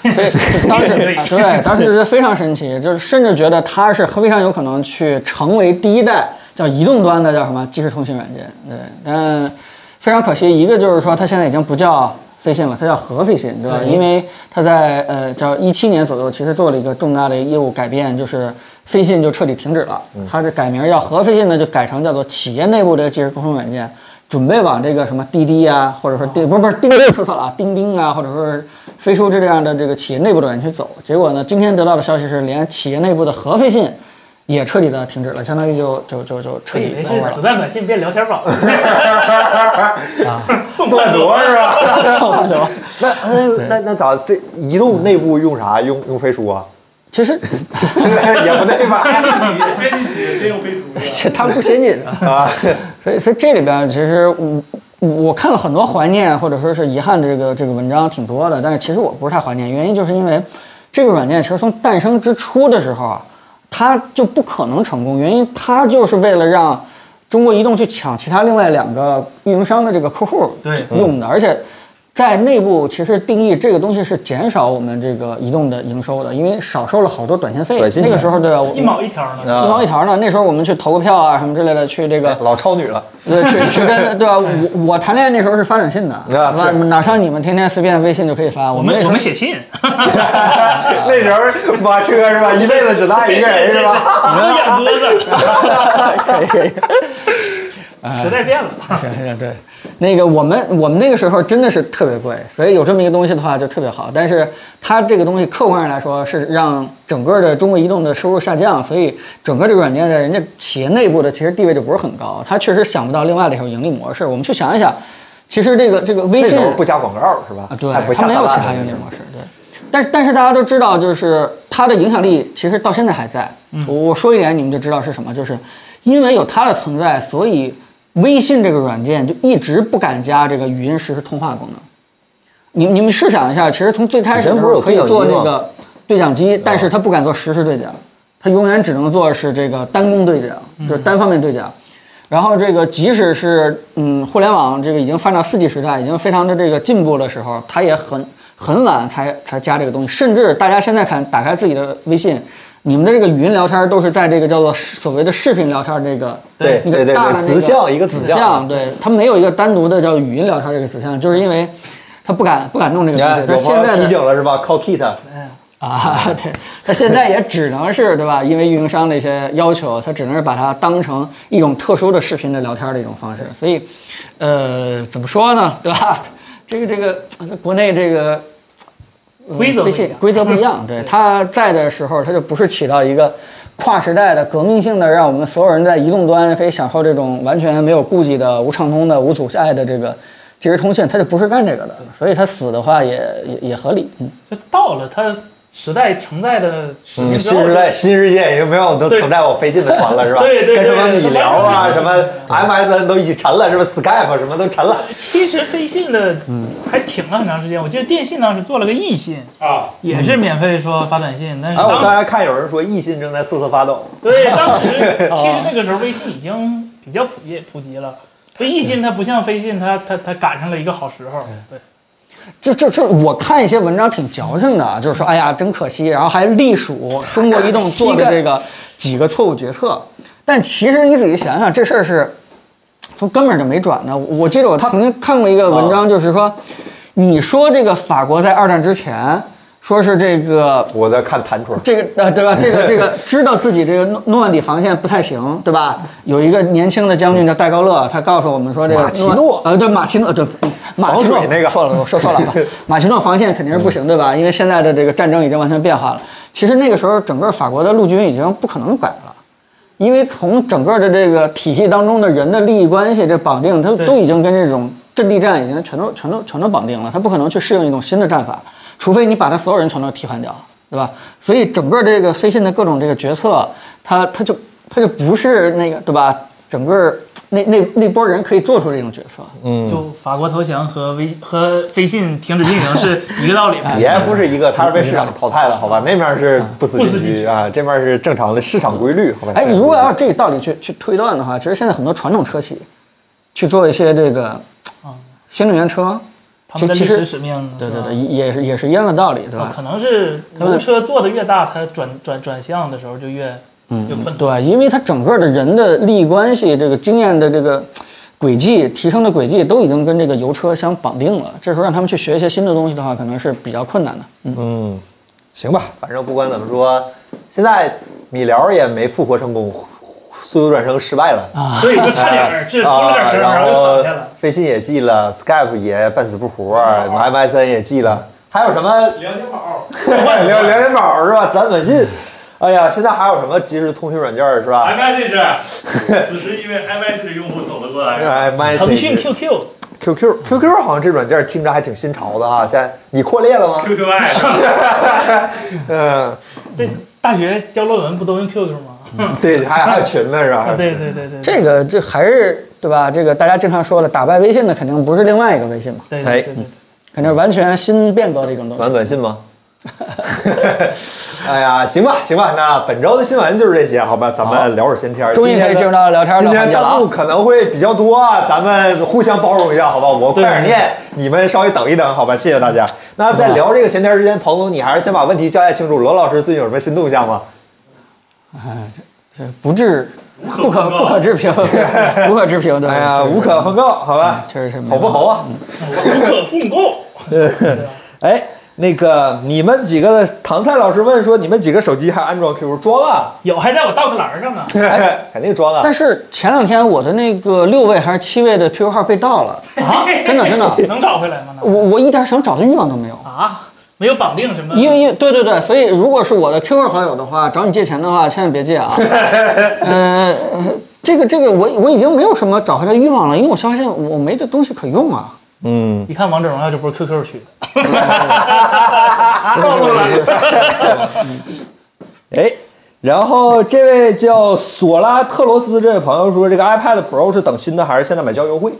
Speaker 1: 对，所以 就当时啊对当时就是非常神奇，就是甚至觉得它是非常有可能去成为第一代叫移动端的叫什么即时通信软件。对，但非常可惜，一个就是说它现在已经不叫飞信了，它叫合飞信，对吧？
Speaker 2: 对
Speaker 1: 因为它在呃叫一七年左右，其实做了一个重大的业务改变，就是飞信就彻底停止了。它这改名叫合飞信呢，就改成叫做企业内部的即时沟通软件，准备往这个什么滴滴啊，或者说滴不是不是钉钉说错了啊，钉钉啊，或者说是飞书这样的这个企业内部的软件去走。结果呢，今天得到的消息是，连企业内部的合飞信。也彻底的停止了，相当于就就就就彻
Speaker 3: 我
Speaker 1: 底
Speaker 3: 以为
Speaker 1: over 了
Speaker 3: 哎是。子弹短信变聊天宝，
Speaker 2: 送饭多是吧？
Speaker 1: 上班族
Speaker 2: 那哎那那那咋飞？移动内部用啥？用用飞书啊？
Speaker 1: 其实
Speaker 2: 也不对吧？
Speaker 4: 先先起先用飞猪啊，
Speaker 1: 他们不先进啊，
Speaker 2: 啊，
Speaker 1: 所以所以这里边其实我我看了很多怀念或者说是遗憾这个这个文章挺多的，但是其实我不是太怀念，原因就是因为这个软件其实从诞生之初的时候啊，它就不可能成功，原因它就是为了让中国移动去抢其他另外两个运营商的这个客户
Speaker 3: 对
Speaker 1: 用
Speaker 2: 嗯
Speaker 1: 的，而且。在内部其实定义这个东西是减少我们这个移动的营收的，因为少收了好多短线费。
Speaker 2: 短信
Speaker 1: 那个
Speaker 2: 钱
Speaker 1: 时候对吧？我
Speaker 3: 一毛一条
Speaker 2: 啊
Speaker 3: 呢。
Speaker 1: 一毛一条呢。那时候我们去投个票啊什么之类的，去这个。
Speaker 2: 老超女了。
Speaker 1: 呃，去去跟 对吧？我我谈恋爱那时候是发短信的，
Speaker 2: 啊
Speaker 1: 哪
Speaker 2: 是
Speaker 1: 哪像你们天天随便微信就可以发？
Speaker 3: 我
Speaker 1: 我
Speaker 3: 们
Speaker 1: 那时
Speaker 3: 我
Speaker 1: 候
Speaker 3: 们写信，
Speaker 2: 那时候马车是吧？一辈子只拉一个人是吧？
Speaker 3: 啊我们演鸽子，
Speaker 1: 可以可以。
Speaker 3: 时代变了。
Speaker 1: 行行对，那个我们我们那个时候真的是特别贵，所以有这么一个东西的话就特别好。但是它这个东西客观上来说是让整个的中国移动的收入下降，所以整个这个软件在人家企业内部的其实地位就不是很高。它确实想不到另外的一种盈利模式。我们去想一想，其实这个这个微
Speaker 2: 那时
Speaker 1: 信
Speaker 2: 候不加广告是吧？
Speaker 1: 啊，对
Speaker 2: 还，不
Speaker 1: 它
Speaker 2: 下
Speaker 1: 没有
Speaker 2: 大
Speaker 1: 其
Speaker 2: 拉
Speaker 1: 他
Speaker 2: 的
Speaker 1: 盈利模式，对。但是但是大家都知道，就是它的影响力其实到现在还在。我我说一点你们就知道是什么，就是因为有它的存在，所以微信这个软件就一直不敢加这个语音实时通话功能。你你们试想一下，其实从最开始的时候可以做那个对讲机，但是它不敢做实时对讲，它永远只能做是这个单工对讲，就是单方面对讲。然后这个即使是嗯互联网这个已经发展到四 G 时代，已经非常的这个进步的时候，它也很很晚才才加这个东西，甚至大家现在看打开自己的微信。你们的这个语音聊天都是在这个叫做视所谓的视频聊天这个
Speaker 2: 对
Speaker 1: 一
Speaker 2: 对
Speaker 1: 个
Speaker 2: 对
Speaker 1: 大的
Speaker 2: 对
Speaker 1: 那个
Speaker 2: 子项一个子
Speaker 1: 子
Speaker 2: 项
Speaker 1: 项，对，它没有一个单独的叫语音聊天这个子项，就是因为它不敢不敢弄这个东
Speaker 2: 你看
Speaker 1: 西。但现
Speaker 2: 哎有朋友
Speaker 1: 在
Speaker 2: 提
Speaker 1: 的
Speaker 2: 醒了是吧？Call Kit，
Speaker 1: 啊， 对，它现在也只能是对吧？因为运营商的一些要求，它只能是把它当成一种特殊的视频的聊天的一种方式。所以，呃，怎么说呢，对吧？这个这个，呃国内这个嗯
Speaker 3: 规则不
Speaker 1: 微
Speaker 3: 一
Speaker 1: 信
Speaker 3: 样
Speaker 1: 规则不一样， 对它在的时候，它就不是起到一个跨时代的革命性的，让我们所有人在移动端可以享受这种完全没有顾忌的、无畅通的、无阻碍的这个即时通信，它就不是干这个的，所以它死的话也也也合理。嗯，
Speaker 3: 这到了它时代承载的时间
Speaker 2: 嗯，
Speaker 3: 之后
Speaker 2: 新时代新世界已经没有都
Speaker 3: 对
Speaker 2: 存在我飞信的船了是吧？
Speaker 3: 对对
Speaker 2: 跟
Speaker 3: 对
Speaker 2: 什么
Speaker 3: 对
Speaker 2: 米
Speaker 3: 对
Speaker 2: 聊啊，
Speaker 3: 对
Speaker 2: 什么 MSN 都一起沉了，是吧？Skype 什么都沉了。
Speaker 3: 其实飞信的还挺了很长时间，我记得电信当时做了个易信，
Speaker 4: 啊，
Speaker 3: 也是免费说发短信，但是
Speaker 2: 哎，我
Speaker 3: 当
Speaker 2: 刚才看有人说易信正在瑟瑟发抖，
Speaker 3: 对 当时其实那个时候微信已经比较普遍普及了。所以易信它不像飞信，它它它赶上了一个好时候。
Speaker 2: 嗯
Speaker 3: 对，
Speaker 1: 就就就我看一些文章挺矫情的啊，就是说哎呀真可惜，然后还隶属中国移动做的这个几个错误决策。但其实你仔细想想，这事儿是从根本就没转的。我记得我曾经看过一个文章，就是说，你说这个法国在二战之前，说是这个
Speaker 2: 我在看弹窗。
Speaker 1: 这个呃，对吧？这个这个知道自己这个诺诺曼底防线不太行，对吧？有一个年轻的将军叫戴高乐，他告诉我们说，这个
Speaker 2: 马奇
Speaker 1: 诺
Speaker 2: 诺
Speaker 1: 呃，对马奇诺，对马奇诺
Speaker 2: 防水那个
Speaker 1: 错了，我说错 了，啊马奇诺防线肯定是不行，对吧？因为现在的这个战争已经完全变化了。其实那个时候，整个法国的陆军已经不可能改了。因为从整个的这个体系当中的人的利益关系这绑定，它都已经跟这种阵地战已经全都全都全都绑定了，它不可能去适应一种新的战法，除非你把它所有人全都替换掉，对吧？所以整个这个飞信的各种这个决策，它它就它就不是那个对吧？整个那那那波人可以做出这种决策，
Speaker 2: 嗯
Speaker 3: 就法国投降和微和飞信停止运营 是一个道理嘛。
Speaker 2: 也不是一个，它是被市场淘汰了，好吧？那面是不死
Speaker 3: 不死
Speaker 2: 禁
Speaker 3: 禁
Speaker 2: 区啊，这面是正常的市场规律，好吧？
Speaker 1: 哎，你如果要这个道理去去推断的话，其实现在很多传统车企去做一些这个新能源车，
Speaker 3: 啊他们的
Speaker 1: 其
Speaker 3: 历
Speaker 1: 其实
Speaker 3: 史使命，
Speaker 1: 对
Speaker 3: 是吧啊
Speaker 1: 对对，也也是也是一样的道理，对吧？
Speaker 3: 可能是
Speaker 1: 们
Speaker 3: 油车做的越大，它转转转向的时
Speaker 2: 嗯
Speaker 3: 候就越越困难。
Speaker 1: 对，因为它整个的人的利益关系，这个经验的这个轨迹提升的轨迹都已经跟这个油车相绑定了，这时候让他们去学一些新的东西的话，可能是比较困难的。嗯，
Speaker 2: 嗯，行吧，反正不管怎么说，现在米聊也没复活成功，速度转生失败了。啊
Speaker 3: 所以就差点儿，这出了点声儿，
Speaker 2: 然
Speaker 3: 然后就躺下
Speaker 2: 后
Speaker 4: 啊
Speaker 3: 了。哦
Speaker 2: 飞信也记了，Skype 也半死不活，MSN 也记了，还有什么
Speaker 5: 聊天宝，
Speaker 2: 聊聊天宝是吧？咱短信，哎呀，现在还有什么即时通讯软件儿是吧
Speaker 4: iMessage，此时一位 iMessage 用户走了 过来，
Speaker 2: ？MSN、
Speaker 3: 腾讯嗯 QQ
Speaker 2: QQ、QQ 好像这软件儿听着还挺新潮的哈。现在你扩列了吗？
Speaker 4: QQ 爱，
Speaker 2: 嗯，
Speaker 3: 这大学交论文不都用 QQ 吗？
Speaker 2: 对，还还有群呢是吧？还有群
Speaker 3: 啊对对对对，
Speaker 1: 这个这还是对吧？这个大家经常说的，打败微信的肯定不是另外一个微信嘛，
Speaker 3: 对
Speaker 2: 哎
Speaker 3: 对对对，
Speaker 1: 肯定是完全新变革的一种东
Speaker 2: 短
Speaker 1: 西。
Speaker 2: 短信吗？ 哎呀，行吧，行吧，那本周的新闻就是这些，好吧，咱们聊会儿闲天儿。
Speaker 1: 终于可以
Speaker 2: 今天的
Speaker 1: 进入到聊天儿的
Speaker 2: 今天
Speaker 1: 环节了啊
Speaker 2: 弹幕可能会比较多，啊，咱们互相包容一下，好吧？我快
Speaker 3: 对
Speaker 2: 点念，你们稍微等一等，好吧？谢谢大家。那在聊这个闲天儿之前，彭总，你还是先把问题交代清楚。罗老师最近有什么新动向吗？
Speaker 1: 这不至不可不可置评， 无可置评的。
Speaker 2: 哎呀，
Speaker 1: 所以
Speaker 2: 无可奉告，好吧？
Speaker 1: 确实没
Speaker 2: 好不好啊？
Speaker 3: 无可复购。
Speaker 2: 哎，那个你们几个的唐赛老师问说，你们几个手机还安装 QQ 装啊？
Speaker 3: 有还在我道克栏上呢，
Speaker 1: 哎
Speaker 2: 肯定装啊。
Speaker 1: 但是前两天我的那个六位还是七位的 QQ 号被盗了，
Speaker 3: 啊，
Speaker 1: 哎 真的真的
Speaker 3: 能找回来吗？
Speaker 1: 我我一点想找的欲望都没有。
Speaker 3: 啊，没有绑定什么，
Speaker 1: 因为因为对对对，所以如果是我的 QQ 好友的话，找你借钱的话，千万别 借啊。呃，这个这个我我已经没有什么找回来欲望了，因为我发现我没这东西可用啊。
Speaker 2: 嗯，
Speaker 3: 一看王者荣耀就不是 QQ 区的，啊
Speaker 2: 哎，然后这位叫索拉特罗斯这位朋友说，这个 iPad Pro 是等新的还是现在买较优惠？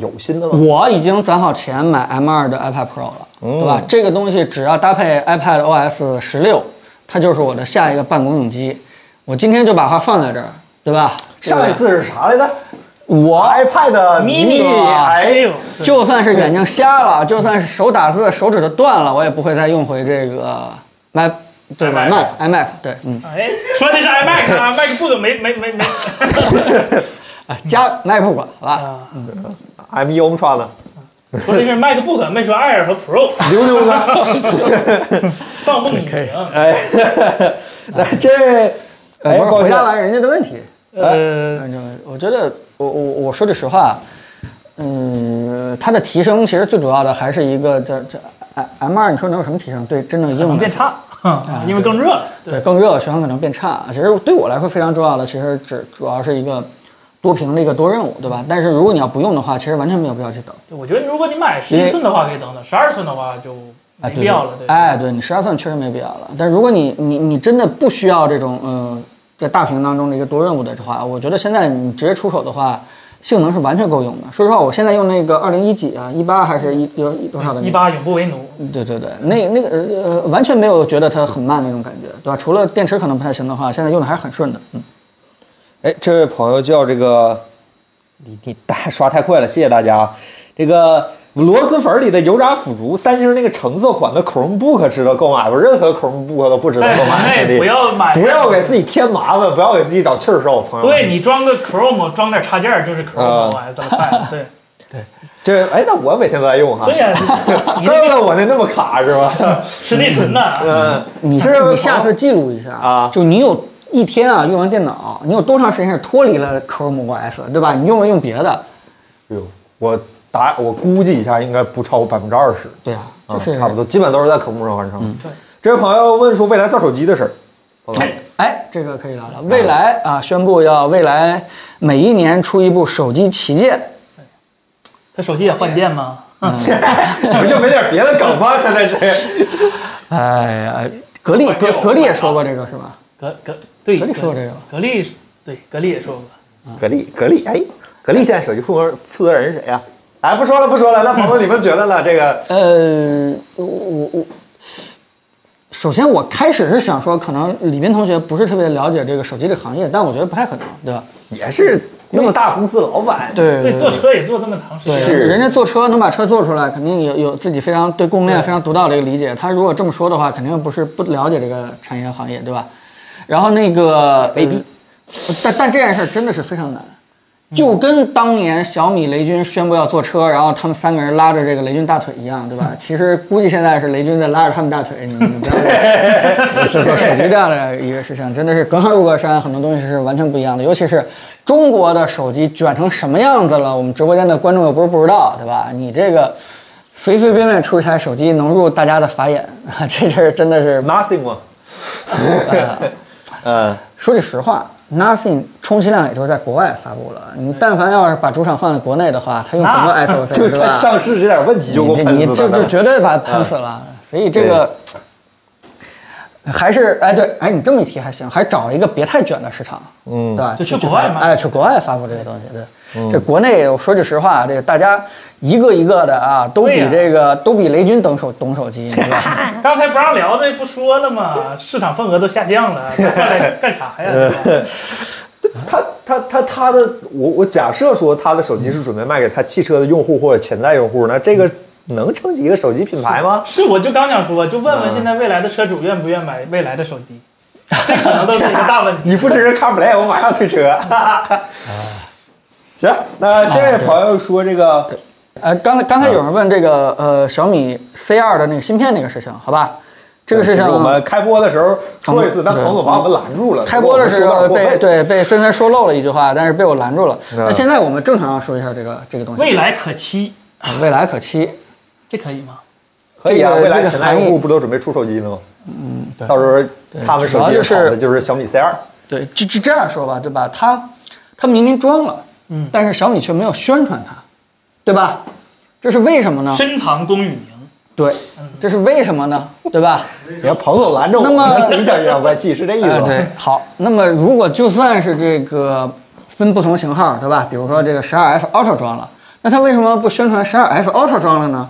Speaker 2: 有新的吗？
Speaker 1: 我已经攒好钱买 M2 的 iPad Pro 了，
Speaker 2: 嗯
Speaker 1: 对吧？这个东西只要搭配 iPad OS 十六，它就是我的下一个办公用机。我今天就把话放在这儿，对吧？
Speaker 2: 上一次是啥来着？
Speaker 1: 我
Speaker 2: iPad
Speaker 3: mini 哎
Speaker 2: 哎
Speaker 3: 呦，
Speaker 1: 就算是眼睛瞎了，就算是手打字手指头断了，我也不会再用回这个 Mac，对吧
Speaker 4: iMac
Speaker 1: ？Mac，iMac，对，嗯，
Speaker 3: 哎，说的是 iMac 啊，MacBook 没没没没
Speaker 2: 哎
Speaker 1: 加 MacBook 好吧？
Speaker 3: 啊，
Speaker 2: ，M 一 Ultra 呢？
Speaker 3: 说的是 MacBook，没说 Air 和 Pro，
Speaker 2: 溜溜呢？
Speaker 3: 放梦影行，
Speaker 2: 哎， 那这位，哎，
Speaker 1: 我
Speaker 2: 抱
Speaker 1: 回
Speaker 2: 歉
Speaker 1: 答，完人家的问题，
Speaker 3: 呃，
Speaker 1: 反正我觉得，我我我说句实话，嗯，它的提升其实最主要的还是一个这这 M 二，你说能有什么提升？对，真正应用
Speaker 3: 能
Speaker 1: 的
Speaker 3: 变差，啊因为更热了，对，
Speaker 1: 哎对，更热了，学生可能变差。其实对我来说非常重要的，其实只主要是一个多屏的一个多任务，对吧？但是如果你要不用的话，其实完全没有必要去等。
Speaker 3: 我觉得如果你买十
Speaker 1: 因
Speaker 3: 一
Speaker 1: 为
Speaker 3: 寸的话可以等等，十二寸的话就
Speaker 1: 啊，
Speaker 3: 没
Speaker 1: 对
Speaker 3: 必要了，对，
Speaker 1: 哎，对你十二寸确实没必要了。但如果你你你真的不需要这种嗯，在大屏当中的一个多任务的话，我觉得现在你直接出手的话，性能是完全够用的。说实话，我现在用那个二零一几啊，一八还是一有多少的那个？
Speaker 3: 一八永不为奴，
Speaker 2: 嗯
Speaker 1: 对对对，那那个呃，完全没有觉得它很慢那种感觉，对吧？除了电池可能不太行的话，现在用的还是很顺的。嗯，
Speaker 2: 哎，这位朋友叫这个，你你大家刷太快了，谢谢大家啊。这个螺蛳粉里的油炸腐竹，三星那个橙色款的 Chromebook 值得购买吗？任何 Chromebook 都不值得
Speaker 3: 在
Speaker 2: 购
Speaker 3: 国
Speaker 2: 买，兄
Speaker 3: 内
Speaker 2: 弟。
Speaker 3: 不要买，
Speaker 2: 不要给自己添麻烦，不要给自己找气儿受，朋友们。
Speaker 3: 对你装个 Chrome，装点插件儿就是 Chrome 哎
Speaker 2: 啊
Speaker 3: OS 了，快， 对，
Speaker 2: 这哎，那我每天都在用哈。
Speaker 3: 对呀，你
Speaker 2: 怪不
Speaker 3: 那
Speaker 2: 得我那那么卡是吧？
Speaker 3: 吃内存呢，
Speaker 2: 嗯，
Speaker 1: 你
Speaker 2: 这位朋友
Speaker 1: 你下次记录一下
Speaker 2: 啊
Speaker 1: 就你有一天啊用完电脑，你有多长时间是脱离了 Chrome OS，对吧？你用了用别的，
Speaker 2: 哎呦，我答我估计一下，应该不超过百分之二十。
Speaker 1: 对啊，
Speaker 2: 啊
Speaker 1: 就是、嗯
Speaker 2: 差不多，基本都是在科目上完成。
Speaker 3: 对
Speaker 2: 这位朋友问说未来造手机的事儿，好吧
Speaker 1: 哎，这个可以聊聊。未来啊，宣布要未来每一年出一部手机旗舰，
Speaker 3: 他手机也换电吗？
Speaker 2: 不就没点别的梗吗？真的是。
Speaker 1: 哎呀，格力格格力也说过这个是吧？
Speaker 3: 格格对，
Speaker 1: 格力说过这个
Speaker 3: 格力对格力也说过，
Speaker 2: 格力，格力，哎，格力现在手机负责负责人是谁呀、哎，不说了，不说了。那朋友，你们觉得呢？这个
Speaker 1: 呃，我我我，首先我开始是想说，可能李斌同学不是特别了解这个手机这个行业，但我觉得不太可能，对吧？
Speaker 2: 也是那么大公司老板，
Speaker 1: 对
Speaker 3: 对，坐车也坐这么长时
Speaker 1: 对，
Speaker 2: 是
Speaker 3: 间，
Speaker 1: 人家做车能把车做出来，肯定有有自己非常对供应链非常独到的一个理解。他如果这么说的话，肯定不是不了解这个产业行业，对吧？然后那个
Speaker 2: 未必
Speaker 1: 呃但但这件事儿真的是非常难，就跟当年小米雷军宣布要坐车，然后他们三个人拉着这个雷军大腿一样，对吧？其实估计现在是雷军在拉着他们大腿，你你不要是做手机这样的一个事情，真的是隔行如隔山，很多东西是完全不一样的。尤其是中国的手机卷成什么样子了，我们直播间的观众又不是不知道，对吧？你这个随随便便出一台手机能入大家的法眼， 这事儿真的是
Speaker 2: Nothing 嘛， 呃，
Speaker 1: 说句实话，Nothing 充其量也就是在国外发布了。你但凡要是把主场放在国内的话，它用什么 SOC
Speaker 2: 就是它
Speaker 1: 吧？
Speaker 2: 上市这点问题就给我
Speaker 1: 你
Speaker 2: 喷
Speaker 1: 这
Speaker 2: 死
Speaker 1: 你
Speaker 2: 了。嗯
Speaker 1: 就就绝对把它喷死了。所以这个还是哎对哎，你这么一提还行，还找一个别太卷的市场，嗯，对吧？
Speaker 3: 就去国外
Speaker 1: 发
Speaker 3: 嘛
Speaker 1: 哎，去国外发布这个东西，
Speaker 2: 嗯
Speaker 1: 对。这国内我说句实话，这个大家一个一个的啊，都
Speaker 3: 对
Speaker 1: 比
Speaker 3: 呀
Speaker 1: 这个都比雷军懂手懂手 机，你知道吧？
Speaker 3: 刚才不让聊的不说了吗？市场份额都下降了，过来干啥呀？
Speaker 2: 嗯他他他他的，我我假设说他的手机是准备卖给他汽车的用户或者潜在用户，那这个能撑起一个手机品牌吗？
Speaker 3: 是，我就刚想说，就问
Speaker 2: 嗯
Speaker 3: 问现在未来的车主愿不愿买未来的手机，这可能都是一个大问题。
Speaker 2: 你不只是看不来，我马上退车。 行，那这位朋友说这个，
Speaker 1: 呃，刚才
Speaker 2: 啊
Speaker 1: 刚才有人问这个呃小米 C 2的那个芯片那个事情，好吧？这个事情
Speaker 2: 呃是我们开播的时候说一次，但
Speaker 1: 对
Speaker 2: 彭总把我们拦住了。
Speaker 1: 开播的时候
Speaker 2: 说
Speaker 1: 被
Speaker 2: 得
Speaker 1: 对被森森说漏了一句话，但是被我拦住了。
Speaker 2: 嗯
Speaker 1: 那现在我们正常要说一下这个这个东西，
Speaker 3: 未来可期，
Speaker 1: 啊未来可期，
Speaker 3: 这可以吗？
Speaker 2: 可以啊，
Speaker 1: 这个
Speaker 2: 未来
Speaker 1: 这个
Speaker 2: 潜在用
Speaker 1: 含
Speaker 2: 户
Speaker 1: 义
Speaker 2: 不都准备出手机呢吗？嗯，到时候他们手
Speaker 1: 主
Speaker 2: 机
Speaker 1: 要就是
Speaker 2: 炒的就是小米 C 二。
Speaker 1: 对，就就这样说吧，对吧？它它明明装了，嗯，但是小米却没有宣传它，对吧？这是为什么
Speaker 2: 啊
Speaker 1: 呢？
Speaker 3: 深藏功与名，
Speaker 1: 对，这是为什么呢？对吧？
Speaker 2: 你看彭总拦着我，
Speaker 1: 那么
Speaker 2: 自己想阴阳怪气是这意思
Speaker 1: 啊，
Speaker 2: 吧？
Speaker 1: 对，好，那么如果就算是这个分不同型号，对吧？比如说这个十二 S Ultra 装了，那它为什么不宣传十二 S Ultra 装了呢？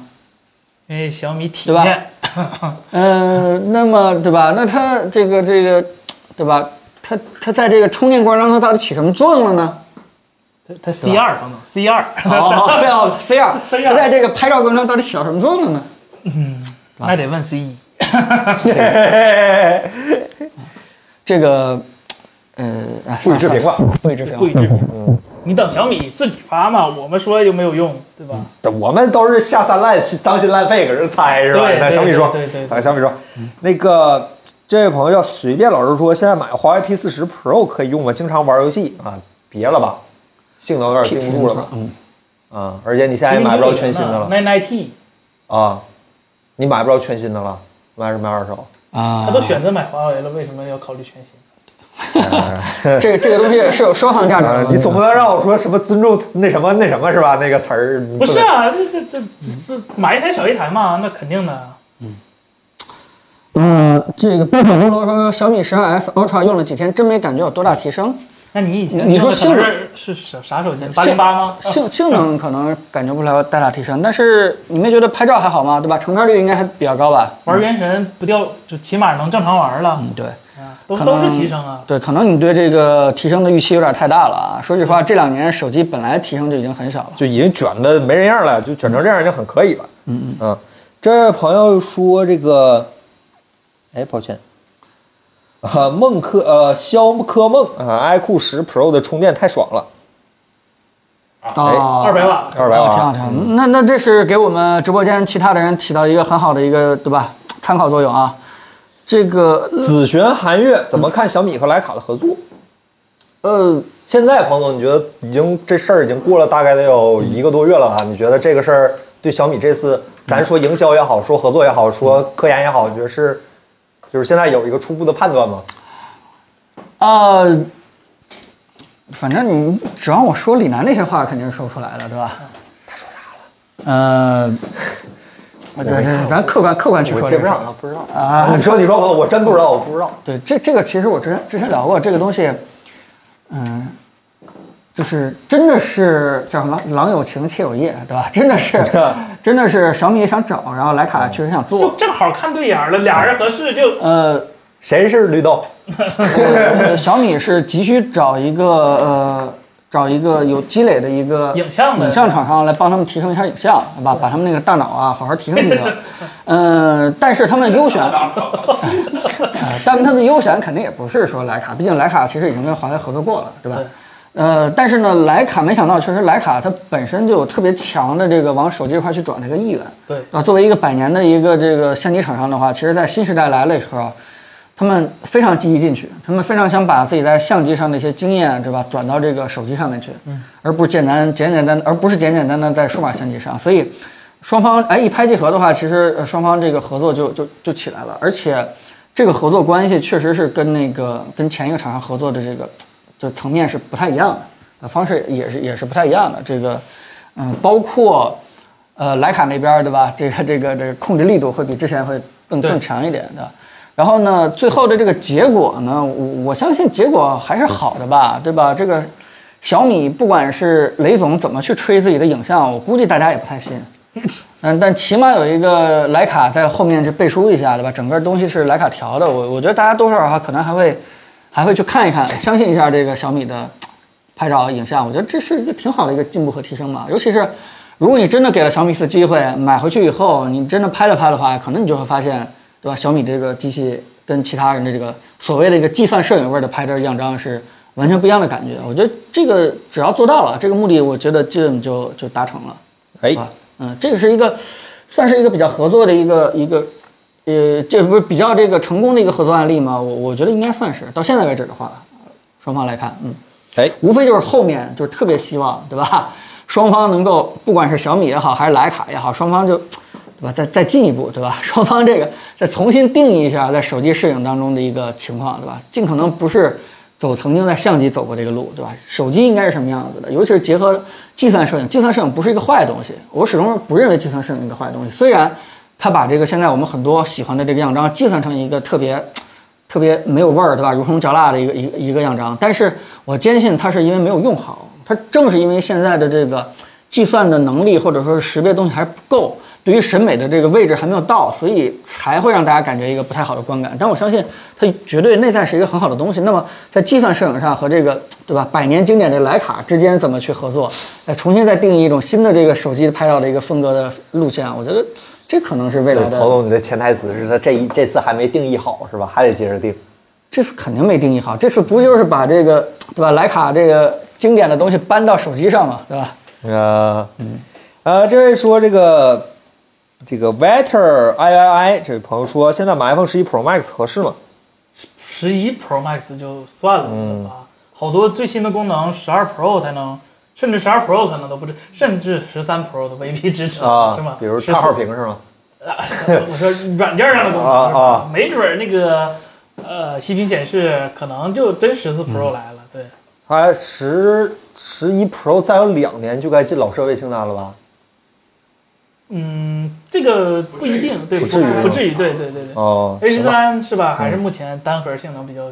Speaker 3: 因为小米体
Speaker 1: 对吧
Speaker 3: 验，
Speaker 1: 呃，那么对吧？那它这个这个，对吧？它它在这个充电过程当中到底起什么作用了呢？
Speaker 3: 它它 C 二方总 C 二，
Speaker 1: 哦，非要非要，
Speaker 3: 非要
Speaker 1: 它在这个拍照过程中到底起到什么作用了呢？
Speaker 3: 那得问 C 一。
Speaker 1: 这个，呃，哎
Speaker 2: 不予置评吧，
Speaker 1: 算了不予置评
Speaker 3: 不。予置评。
Speaker 1: 嗯
Speaker 3: 你等小米自己发嘛，我们说又没有用，对
Speaker 2: 嗯
Speaker 3: 吧？
Speaker 2: 我们都是下三滥当心烂肺，搁这猜是吧？
Speaker 3: 对
Speaker 2: 那
Speaker 3: 对
Speaker 2: 小米说，
Speaker 3: 对对对
Speaker 2: 等小米说，那个这位朋友叫随便老师说，现在买华为 P 四十 Pro 可以用吗？经常玩游戏啊，别了吧，性能有点盯不住了吧？
Speaker 1: 嗯，
Speaker 2: 啊，而且你现在也买不着全新的了
Speaker 3: Nine Nine T，
Speaker 2: 啊，你买不着全新的了，买是买二手。
Speaker 1: 啊
Speaker 3: 他，都选择买华为了，为什么要考虑全新？
Speaker 1: 这个这个东西是有收藏价值
Speaker 2: 啊
Speaker 3: 嗯
Speaker 1: 的，。
Speaker 2: 你总不能让我说什么尊重那什么那什么是吧？那个词儿你
Speaker 3: 不是
Speaker 2: 能
Speaker 3: 啊，这这这这这买一台少一台嘛，那肯定的。
Speaker 1: 嗯，这个冰粉菠萝说小米十二 S Ultra 用了几天，真没感觉有多大提升。
Speaker 3: 那你以前
Speaker 1: 你说
Speaker 3: 用
Speaker 1: 性
Speaker 3: 的可能
Speaker 1: 能
Speaker 3: 是是啥啥手机？八零八吗？
Speaker 1: 性性能可能感觉不出来大大提升，但是你们觉得拍照还好吗？对吧？成片率应该还比较高吧？
Speaker 3: 玩原神不掉，就起码能正常玩了，
Speaker 1: 对，
Speaker 3: 啊都
Speaker 1: 可
Speaker 3: 都是
Speaker 1: 能
Speaker 3: 提升啊。
Speaker 1: 对，可能你对这个提升的预期有点太大了啊。说句实话，这两年手机本来提升就已经很少了。
Speaker 2: 就已经卷的没人样了，就卷成这样就很可以了。嗯嗯，这位朋友说这个，哎，抱歉，啊，梦科呃，肖科梦啊，iQOO 十 Pro 的充电太爽了，
Speaker 1: 哦，
Speaker 3: 哎
Speaker 2: 嗯
Speaker 3: 二百瓦，
Speaker 2: 二百嗯瓦，
Speaker 1: 哦挺好挺好。那那这是给我们直播间其他的人起到一个很好的一个对吧参考作用啊。这个
Speaker 2: 子璇寒月怎么看小米和徕卡的合作？
Speaker 1: 呃，
Speaker 2: 现在彭总，你觉得已经这事儿已经过了大概得有一个多月了啊？你觉得这个事儿对小米这次，咱说营销也好，说合作也好，说科研也好，你觉得是就是现在有一个初步的判断吗？
Speaker 1: 啊，反正你指望我说李楠那些话，肯定是说不出来了，对吧？他说啥了？呃，对对，咱客观客观去
Speaker 2: 我
Speaker 1: 说
Speaker 2: 接
Speaker 1: 这个
Speaker 2: 不
Speaker 1: 事
Speaker 2: 上
Speaker 1: 儿。
Speaker 2: 啊，不知道
Speaker 1: 啊
Speaker 2: 你说，你说，我我真不知道，我不知道。
Speaker 1: 对，这这个其实我之前之前聊过，这个东西，嗯，就是真的是叫什么“郎有情妾有意”，对吧？真的是，真的是小米也想找，然后徕卡确实想
Speaker 3: 就
Speaker 1: 做。
Speaker 3: 正好看对眼儿了，俩人合适就
Speaker 2: 嗯
Speaker 1: 呃，
Speaker 2: 谁是绿豆？
Speaker 1: 呃小米是急需找一个呃，找一个有积累的一个
Speaker 3: 影像的
Speaker 1: 影像厂商来帮他们提升一下影像，把把他们那个大脑啊好好提升提升。嗯，但是他们的优选，啊、但他们的优选肯定也不是说徕卡，毕竟徕卡其实已经跟华为合作过了，对吧？呃，但是呢，徕卡没想到，确实徕卡它本身就有特别强的这个往手机这块去转的一个意愿。
Speaker 3: 对
Speaker 1: 啊，作为一个百年的一个这个相机厂商的话，其实在新时代来了以后啊，他们非常积极进取，他们非常想把自己在相机上的一些经验，对吧，转到这个手机上面去，嗯，而不是简单简简单，而不是简简单单在数码相机上，所以。双方哎一拍即合的话，其实呃双方这个合作就就就起来了，而且这个合作关系确实是跟那个跟前一个厂商合作的这个就层面是不太一样的，呃方式也是也是不太一样的。这个嗯，包括呃徕卡那边儿对吧？这个这个这个控制力度会比之前会更
Speaker 3: 对
Speaker 1: 更强一点的。然后呢，最后的这个结果呢，我我相信结果还是好的吧，对吧？这个小米不管是雷总怎么去吹自己的影像，我估计大家也不太信。嗯，但起码有一个徕卡在后面这背书一下，对吧？整个东西是徕卡调的，我我觉得大家多少还可能还会还会去看一看，相信一下这个小米的拍照影像，我觉得这是一个挺好的一个进步和提升嘛。尤其是如果你真的给了小米一次机会，买回去以后你真的拍了拍的话，可能你就会发现，对吧？小米这个机器跟其他人的这个所谓的一个计算摄影味的拍照样张是完全不一样的感觉。我觉得这个只要做到了这个目的，我觉得基本就就达成了。
Speaker 2: 哎，
Speaker 1: 啊，嗯，这个是一个，算是一个比较合作的一个一个，呃，这不是比较这个成功的一个合作案例吗？我我觉得应该算是到现在为止的话，双方来看，嗯，
Speaker 2: 哎，
Speaker 1: 无非就是后面就是特别希望，对吧？ 双方能够不管是小米也好，还是徕卡也好，双方就，对吧？再再进一步，对吧？ 双方这个再重新定义一下在手机摄影当中的一个情况，对吧？尽可能不是走曾经在相机走过这个路，对吧？手机应该是什么样子的？尤其是结合计算摄影，计算摄影不是一个坏东西，我始终不认为计算摄影是一个坏东西。虽然它把这个现在我们很多喜欢的这个样张计算成一个特别。特别没有味儿，对吧？如同嚼蜡的一个一个一个样张。但是我坚信它是因为没有用好，它正是因为现在的这个计算的能力或者说是识别东西还不够，对于审美的这个位置还没有到，所以才会让大家感觉一个不太好的观感。但我相信它绝对内在是一个很好的东西。那么在计算摄影上和这个对吧百年经典这徕卡之间怎么去合作，呃，重新再定义一种新的这个手机拍照的一个风格的路线，我觉得这可能是未来的
Speaker 2: 彭总，你的潜台词是他这一这次还没定义好是吧？还得接着定。
Speaker 1: 这次肯定没定义好，这次不就是把这个对吧？徕卡这个经典的东西搬到手机上嘛，对吧？
Speaker 2: 呃，呃，这位说这个这个 Vetter I I I 这位朋友说，现在买 iPhone 十一 Pro Max 合适吗？
Speaker 3: 十一 Pro Max 就算了
Speaker 2: 嗯
Speaker 3: 吧，好多最新的功能，十二 Pro 才能，甚至十二 Pro 可能都不支，甚至十三 Pro 都未必支持，
Speaker 2: 啊，
Speaker 3: 是吗？
Speaker 2: 比如
Speaker 3: 14
Speaker 2: 大号屏是吗？
Speaker 3: 我说软件上的功能
Speaker 2: 啊
Speaker 3: 是吧
Speaker 2: 啊
Speaker 3: 没准儿那个呃息屏显示可能就真十四
Speaker 2: 嗯
Speaker 3: Pro 来了，对，
Speaker 2: 它啊十十一 Pro 再有两年就该进老设备清单了吧？
Speaker 3: 嗯，这个不一定，对，
Speaker 2: 不
Speaker 3: 不
Speaker 2: 至于
Speaker 3: 不至于，对对对对。
Speaker 2: 哦，
Speaker 3: A 十
Speaker 2: 行吧，
Speaker 3: 三是吧？还是目前单核性能比较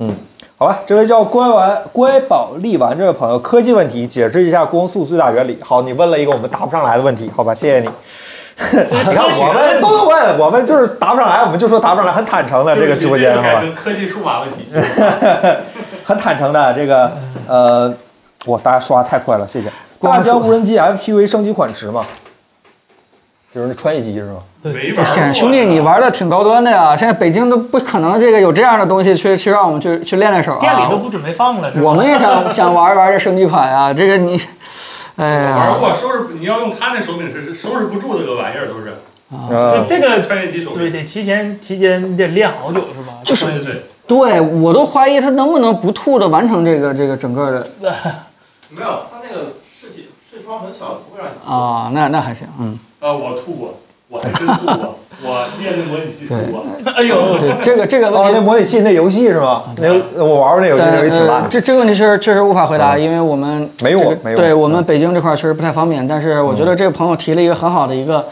Speaker 2: 嗯，好吧，这位叫乖玩乖宝力丸这位朋友，科技问题解释一下光速最大原理。好，你问了一个我们答不上来的问题，好吧，谢谢 你。你看我们都问，我们就是答不上来，我们就说答不上来，很坦诚的这个直播间，好吧
Speaker 4: 改？成科技数码问题，
Speaker 2: 很坦诚的，这个呃，哇，大家刷太快了，谢谢。
Speaker 1: 光
Speaker 2: 大
Speaker 1: 速
Speaker 2: 疆无人机 FPV 升级款值嘛，就是那穿越机是吗？
Speaker 4: 没
Speaker 3: 啊
Speaker 4: 法
Speaker 1: 显哎兄弟，你玩的挺高端的呀！现在北京都不可能这个有这样的东西去去让我们去去练练手
Speaker 3: 店里
Speaker 1: 啊
Speaker 3: 都。不准备放了，是吧？
Speaker 1: 我们也想 想玩一玩这升级款啊，这个你，哎呀
Speaker 5: 啊
Speaker 4: 玩，过收拾，你要用他那手柄是收拾不住这个玩意儿，都是
Speaker 2: 啊
Speaker 3: 对，这个
Speaker 4: 穿越机手
Speaker 3: 对
Speaker 4: 柄。
Speaker 3: 得提前提前你得练好久是吧？
Speaker 1: 就是
Speaker 4: 对对
Speaker 1: 对我都怀疑他能不能不吐的完成这个这个整个的
Speaker 5: 没有，它那个视体视窗很小，不会让你
Speaker 1: 啊，那那还行，嗯，
Speaker 4: 对，啊，我吐过，我还真吐过，我练那模拟器吐过。
Speaker 3: 哎呦，
Speaker 1: 对这个这个
Speaker 2: 哦，
Speaker 1: 问
Speaker 2: 那
Speaker 1: 题，
Speaker 2: 模拟器那游戏是吗？那我玩过那游戏，
Speaker 1: 但
Speaker 2: 那游戏挺烂
Speaker 1: 呃
Speaker 2: 的。
Speaker 1: 这这个问题确实确实无法回答，因为我们
Speaker 2: 嗯没有
Speaker 1: 这个
Speaker 2: 没有嗯
Speaker 1: 对我们北京这块儿确实不太方便，但是我觉得这个朋友提了一个很好的一个。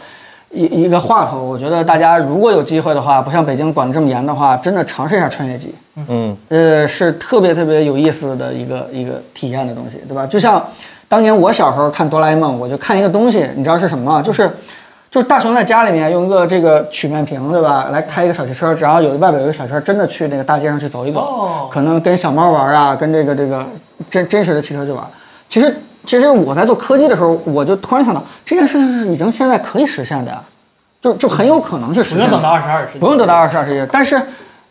Speaker 1: 一一个话头，我觉得大家如果有机会的话，不像北京管得这么严的话，真的尝试一下穿越机。
Speaker 2: 嗯，
Speaker 1: 呃，是特别特别有意思的一个一个体验的东西，对吧？就像当年我小时候看哆啦 A 梦，我就看一个东西，你知道是什么吗？就是就是大雄在家里面用一个这个曲面屏，对吧？来开一个小汽车，然后有外边有一个小车，真的去那个大街上去走一走，
Speaker 3: 哦
Speaker 1: 可能跟小猫玩啊，跟这个这个真真实的汽车去玩。其实其实我在做科技的时候，我就突然想到这件事情是已经现在可以实现的呀，就就很有可能去实
Speaker 3: 不
Speaker 1: 现的。
Speaker 3: 用等到二十二世纪，
Speaker 1: 不用等到二十二世纪。但是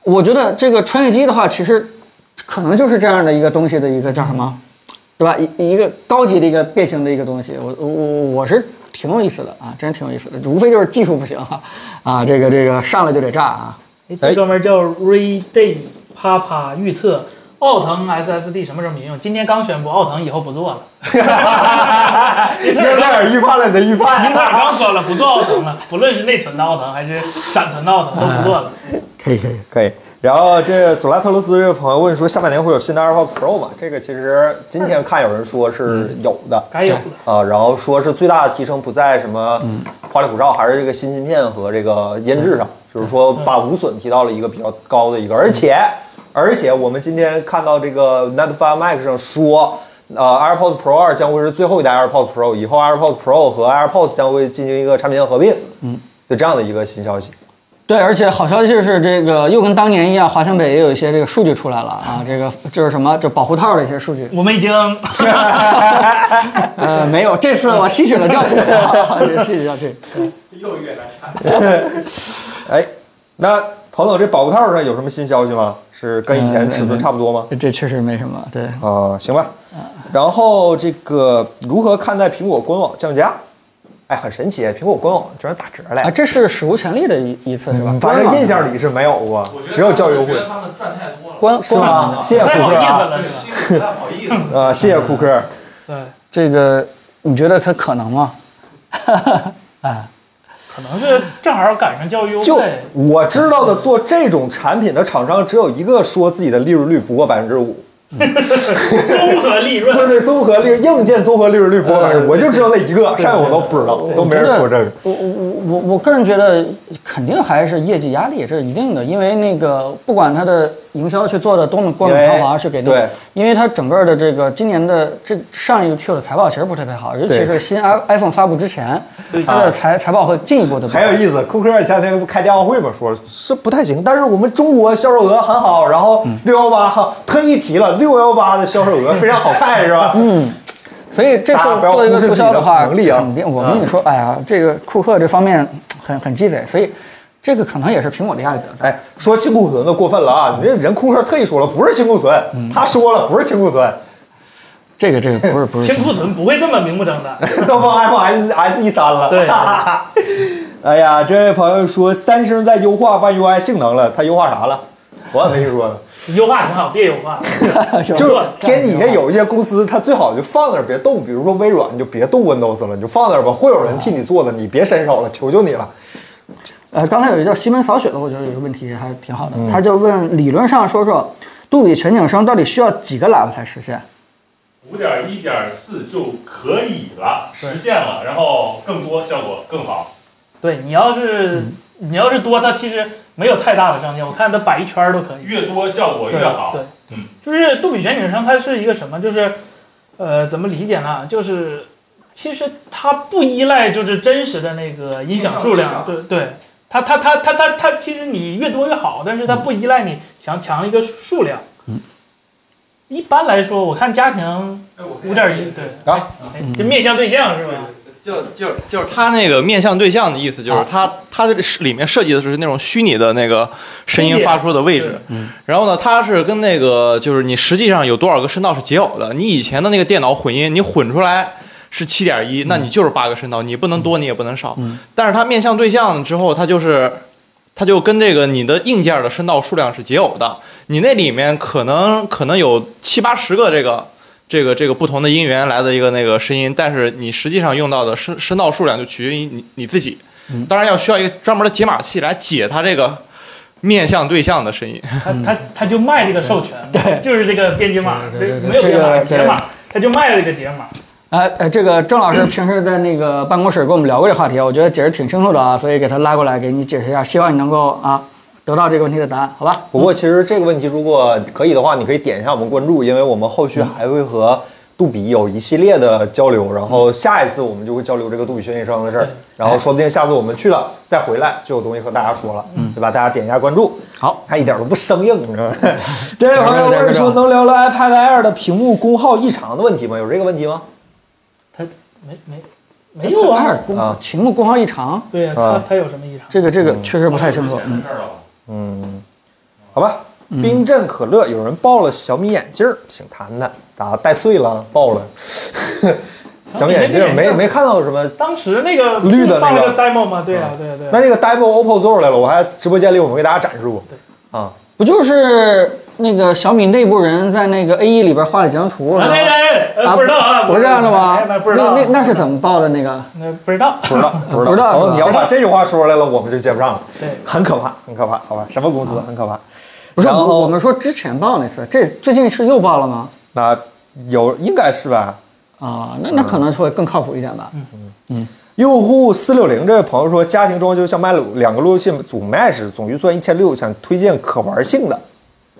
Speaker 1: 我觉得这个穿越机的话，其实可能就是这样的一个东西的一个叫什么，对吧？一一个高级的一个变形的一个东西，我我我我是挺有意思的啊，真挺有意思的，无非就是技术不行啊，啊，这个这个上来就得炸啊，
Speaker 3: 哎，这哥们儿叫 Ray Day 啪啪预测奥腾 SSD 什么时候没用？今天刚宣布奥腾以后不做了，
Speaker 2: 英特尔预判了你的预
Speaker 3: 英特尔
Speaker 2: 判，
Speaker 3: 刚说了不做奥腾了，不论是内存的奥腾还是闪存的奥腾都不做了。
Speaker 1: 可以可以，
Speaker 2: 可以。然后这索拉特罗斯这位朋友问说，下半年会有新的 AirPods Pro 吗？这个其实今天看有人说是有的，
Speaker 3: 嗯该有的
Speaker 2: 啊，然后说是最大的提升不在什么花里胡哨，还是这个新芯片和这个音质上，就是说把无损提到了一个比较高的一个，而且而且我们今天看到这个 Netflix Max 上说。呃，AirPods Pro 二将会是最后一代 AirPods Pro，以后 AirPods Pro 和 AirPods 将会进行一个产品线合并，嗯，就这样的一个新消息。
Speaker 1: 对，而且好消息是，这个又跟当年一样，华强北也有一些这个数据出来了啊，这个就是什么，就保护套的一些数据。
Speaker 3: 我们已经
Speaker 1: 呃，没有，这次我吸取了教训， 啊吸取教训。
Speaker 5: 又越难看。
Speaker 2: 哎，那彭总这保护套上有什么新消息吗？是跟以前尺寸差不多吗？
Speaker 1: 这这确实没什么，对，
Speaker 2: 啊、行吧。然后这个如何看待苹果官网降价？哎，很神奇，苹果官网居然打折
Speaker 1: 啊，
Speaker 2: 了。
Speaker 1: 这是史无前例的一一次是吧？
Speaker 2: 嗯反正印象里是没有过
Speaker 5: 我觉，得
Speaker 2: 只有教育
Speaker 5: 我觉。
Speaker 2: 会
Speaker 5: 得他们赚太多了，
Speaker 1: 官
Speaker 2: 是
Speaker 1: 官网
Speaker 2: 吗？
Speaker 1: 的
Speaker 2: 谢谢
Speaker 3: 不太
Speaker 2: 库
Speaker 3: 好
Speaker 2: 克
Speaker 3: 意思
Speaker 2: 啊！
Speaker 3: 了，
Speaker 5: 心里不
Speaker 3: 是吧？
Speaker 5: 太好 意思。
Speaker 2: 啊，谢谢库克。
Speaker 3: 对，
Speaker 1: 这个，你觉得它可能吗？
Speaker 3: 可能是正好赶上教育优
Speaker 2: 就
Speaker 3: 惠。
Speaker 2: 我知道的，做这种产品的厂商只有一个说自己的利润率不过百分之五，
Speaker 3: 综合利润
Speaker 2: 就是综合利润硬件综合利润率不过百分之五，我就知道那一个，剩下我都不知道，都没人说这个。
Speaker 1: 我我我我我个人觉得，肯定还是业绩压力，这是一定的，因为那个不管它的营销去做的多么冠冕堂皇，是给力
Speaker 2: 哎对，
Speaker 1: 因为它整个的这个今年的这上一个 Q 的财报其实不是特别好，尤其是新 i iPhone 发布之前，它的财财报会进一步的
Speaker 2: 很啊有意思，库克前两天不开电话会吗？说是不太行，但是我们中国销售额很好，然后六幺八哈特意提了六幺八的销售额非常好看，是吧？嗯，
Speaker 1: 所以这次
Speaker 2: 大家不要
Speaker 1: 做一个
Speaker 2: 忽视
Speaker 1: 促
Speaker 2: 自己
Speaker 1: 销
Speaker 2: 的
Speaker 1: 话，
Speaker 2: 能力啊
Speaker 1: 肯定我跟你说，哎呀，这个库克这方面很很鸡贼，所以这个可能也是苹果的压力比较大。
Speaker 2: 哎，说清库存的过分了啊！你这人库克特意说了，不是清库存，他说了不是清库存。
Speaker 1: 这个这个不是不是
Speaker 3: 清库存不会这么明目张胆。
Speaker 2: 东风 iPhone S S E 三了。
Speaker 3: 对
Speaker 2: 哎呀，这位朋友说三星在优化 One UI 性能了，它优化啥了？我也没听说呢。
Speaker 3: 优化挺好，别优化。
Speaker 2: 就是天底下有一些公司，它最好就放那儿别动，比如说微软，你就别动 Windows 了，你就放那儿吧，会有人替你做的，你别伸手了，求求你了。
Speaker 1: 呃，刚才有一个叫西门扫雪的，我觉得有一个问题还挺好的，
Speaker 2: 嗯
Speaker 1: 他就问理论上说说杜比全景声到底需要几个喇叭才实现？
Speaker 4: 五点一点四就可以了，实现了，然后更多效果更好。
Speaker 3: 对你要是你要是多，它其实没有太大的上限。我看它摆一圈儿都可以。
Speaker 4: 越多效果
Speaker 3: 对
Speaker 4: 越好。
Speaker 3: 对，
Speaker 4: 嗯
Speaker 3: 就是杜比全景声，它是一个什么？就是，呃，怎么理解呢？就是其实它不依赖就是真实的那个音响数量，
Speaker 5: 音响
Speaker 3: 对对。它它它它它它，其实你越多越好，但是
Speaker 6: 嗯
Speaker 3: 它不依赖你强强一个数量。一般来说，我看家庭
Speaker 5: 哎，我
Speaker 3: 五点一，对，哎
Speaker 2: 啊，
Speaker 6: 嗯
Speaker 3: 就面向对象是
Speaker 5: 对
Speaker 3: 吧？
Speaker 5: 就就
Speaker 6: 就是它那个面向对象的意思，
Speaker 2: 啊
Speaker 6: 就是它它的里面设计的是那种虚拟的那个声音发出的位置，然后呢，它是跟那个就是你实际上有多少个声道是解耦的。你以前的那个电脑混音，你混出来是七点一，
Speaker 2: 嗯
Speaker 6: 那你就是八个声道，你不能多，你也不能少。但是它面向对象之后，它就是它就跟这个你的硬件的声道数量是解耦的，你那里面可能可能有七八十个这个这个这个不同的音源来的一个那个声音，但是你实际上用到的声声道数量就取决于你你自己，
Speaker 2: 嗯
Speaker 6: 当然要需要一个专门的解码器来解它这个面向对象的声音。
Speaker 3: 他他他就卖这个授权，对，就是这个编辑码，
Speaker 1: 对对对
Speaker 3: 没有
Speaker 1: 这
Speaker 3: 编码
Speaker 1: 个
Speaker 3: 解码，他就卖了这个解码。
Speaker 1: 呃呃，这个郑老师平时在那个办公室跟我们聊过这话题，啊我觉得解释挺清楚的啊，所以给他拉过来给你解释一下，希望你能够啊得到这个问题的答案，好吧？
Speaker 2: 不过其实这个问题，如果可以的话，你可以点一下我们关注，因为我们后续还会和杜比有一系列的交流，然后下一次我们就会交流这个杜比学习生的事儿，然后说不定下次我们去了再回来就有东西和大家说了，对吧？大家点一下关注。
Speaker 1: 好，
Speaker 2: 他一点都不生硬，你知道吗？ 这位朋友问说，能聊聊 iPad Air 的屏幕功耗异常的问题吗？有这个问题吗？
Speaker 3: 他没没没有啊
Speaker 1: 二，功
Speaker 2: 啊
Speaker 1: 屏幕功耗异常，
Speaker 3: 对呀、
Speaker 2: 啊
Speaker 3: 哦他他有什么异常？
Speaker 2: 嗯
Speaker 1: 这个这个确实不太清楚，
Speaker 4: 之前
Speaker 1: 嗯
Speaker 4: 的事儿了吧？
Speaker 2: 嗯，好吧，冰镇可乐，有人爆了小米眼镜儿，请谈谈。咋戴碎了？爆了？ 小米眼镜儿没没看到有什么？
Speaker 3: 当时那个
Speaker 2: 绿的那个
Speaker 3: 放了 demo 嘛，对啊，对啊对啊
Speaker 2: 那。这个 demo OPPO 做出来了，我还直播间里我们给大家展示过。啊，
Speaker 1: 不就是那个小米内部人在那个 A E 里边画了几张图，
Speaker 3: 哎
Speaker 1: 然后
Speaker 3: 哎哎哎，
Speaker 1: 啊
Speaker 3: 呃不知道啊，
Speaker 1: 不是这样的吗
Speaker 3: 哎？不知道，
Speaker 1: 那那那是怎么报的那个？
Speaker 3: 那不知道。
Speaker 2: 不知道，不知
Speaker 1: 不
Speaker 2: 道。
Speaker 1: 知道
Speaker 2: 然
Speaker 1: 是
Speaker 2: 后
Speaker 1: 吧
Speaker 2: 你要把这句话说出来了，我们就接不上了。
Speaker 3: 对
Speaker 2: 很可怕，很可怕，好吧？什么公司很可怕？
Speaker 1: 不是
Speaker 2: 然后
Speaker 1: 我我们说之前报那次，这最近是又报了吗？
Speaker 2: 那有应该是吧？
Speaker 1: 啊，那
Speaker 2: 嗯
Speaker 1: 那可能会更靠谱一点吧。
Speaker 3: 嗯
Speaker 2: 用户四六零这位朋友说，家庭装修想买两个路由器组 Mesh，总预算一千六，想推荐可玩性的。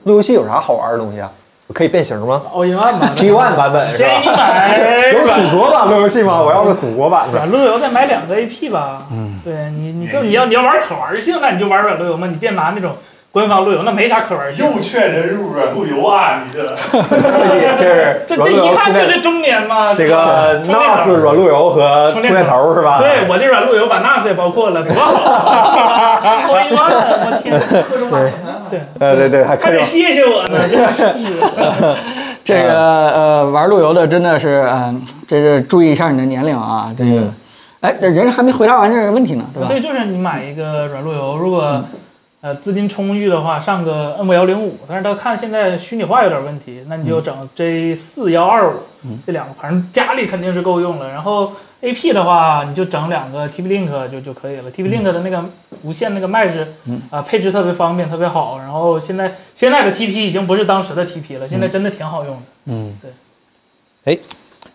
Speaker 2: 路由器有啥好玩的东西啊？可以变形吗
Speaker 3: 奥运万嘛
Speaker 2: ？G One 版本是
Speaker 3: 建议你
Speaker 2: 吧？
Speaker 3: 买
Speaker 2: 有
Speaker 3: 软
Speaker 2: 祖国版路由器吗？我要个祖国版的。
Speaker 3: 软路由，再买两个 AP 吧。嗯，对你，你这你要你要玩可玩性，那你就玩软路由嘛，你别拿那种官方路由，那没啥可玩性。
Speaker 4: 又劝人入软路由啊，你这
Speaker 2: 可以，这是
Speaker 3: 这这
Speaker 2: 软路
Speaker 3: 一
Speaker 2: 由
Speaker 3: 看
Speaker 2: 充
Speaker 3: 就
Speaker 2: 电
Speaker 3: 是中年嘛。
Speaker 2: 这个
Speaker 3: 充电宝
Speaker 2: NAS 软路由和充
Speaker 3: 充
Speaker 2: 电
Speaker 3: 电宝
Speaker 2: 头是吧？
Speaker 3: 对，我这软路由把 NAS 也包括了，多好啊！我 一万，我天，
Speaker 5: 各种买呢。
Speaker 3: 对，
Speaker 2: 呃，对对，还
Speaker 3: 还
Speaker 2: 可
Speaker 3: 得
Speaker 2: 以。
Speaker 3: 谢谢我呢，真是。
Speaker 1: 这个呃，玩路由的真的是，嗯，这是注意一下你的年龄啊。这个
Speaker 2: 嗯，
Speaker 1: 哎，人家还没回答完这个问题呢，对吧？嗯
Speaker 3: 对，就是你买一个软路由，如果呃资金充裕的话，上个 N 五幺零五，但是它看现在虚拟化有点问题，那
Speaker 1: 嗯
Speaker 3: 你就整 J 四幺二五这两个，反正家里肯定是够用了。然后 AP 的话，你就整两个 TP Link 就就可以了。TP
Speaker 1: 嗯
Speaker 3: Link 的那个无线那个麦是啊、配置特别方便，特别好。然后现在现在的 TP 已经不是当时的 TP 了，
Speaker 1: 嗯
Speaker 3: 现在真的挺好用的。
Speaker 2: 哎，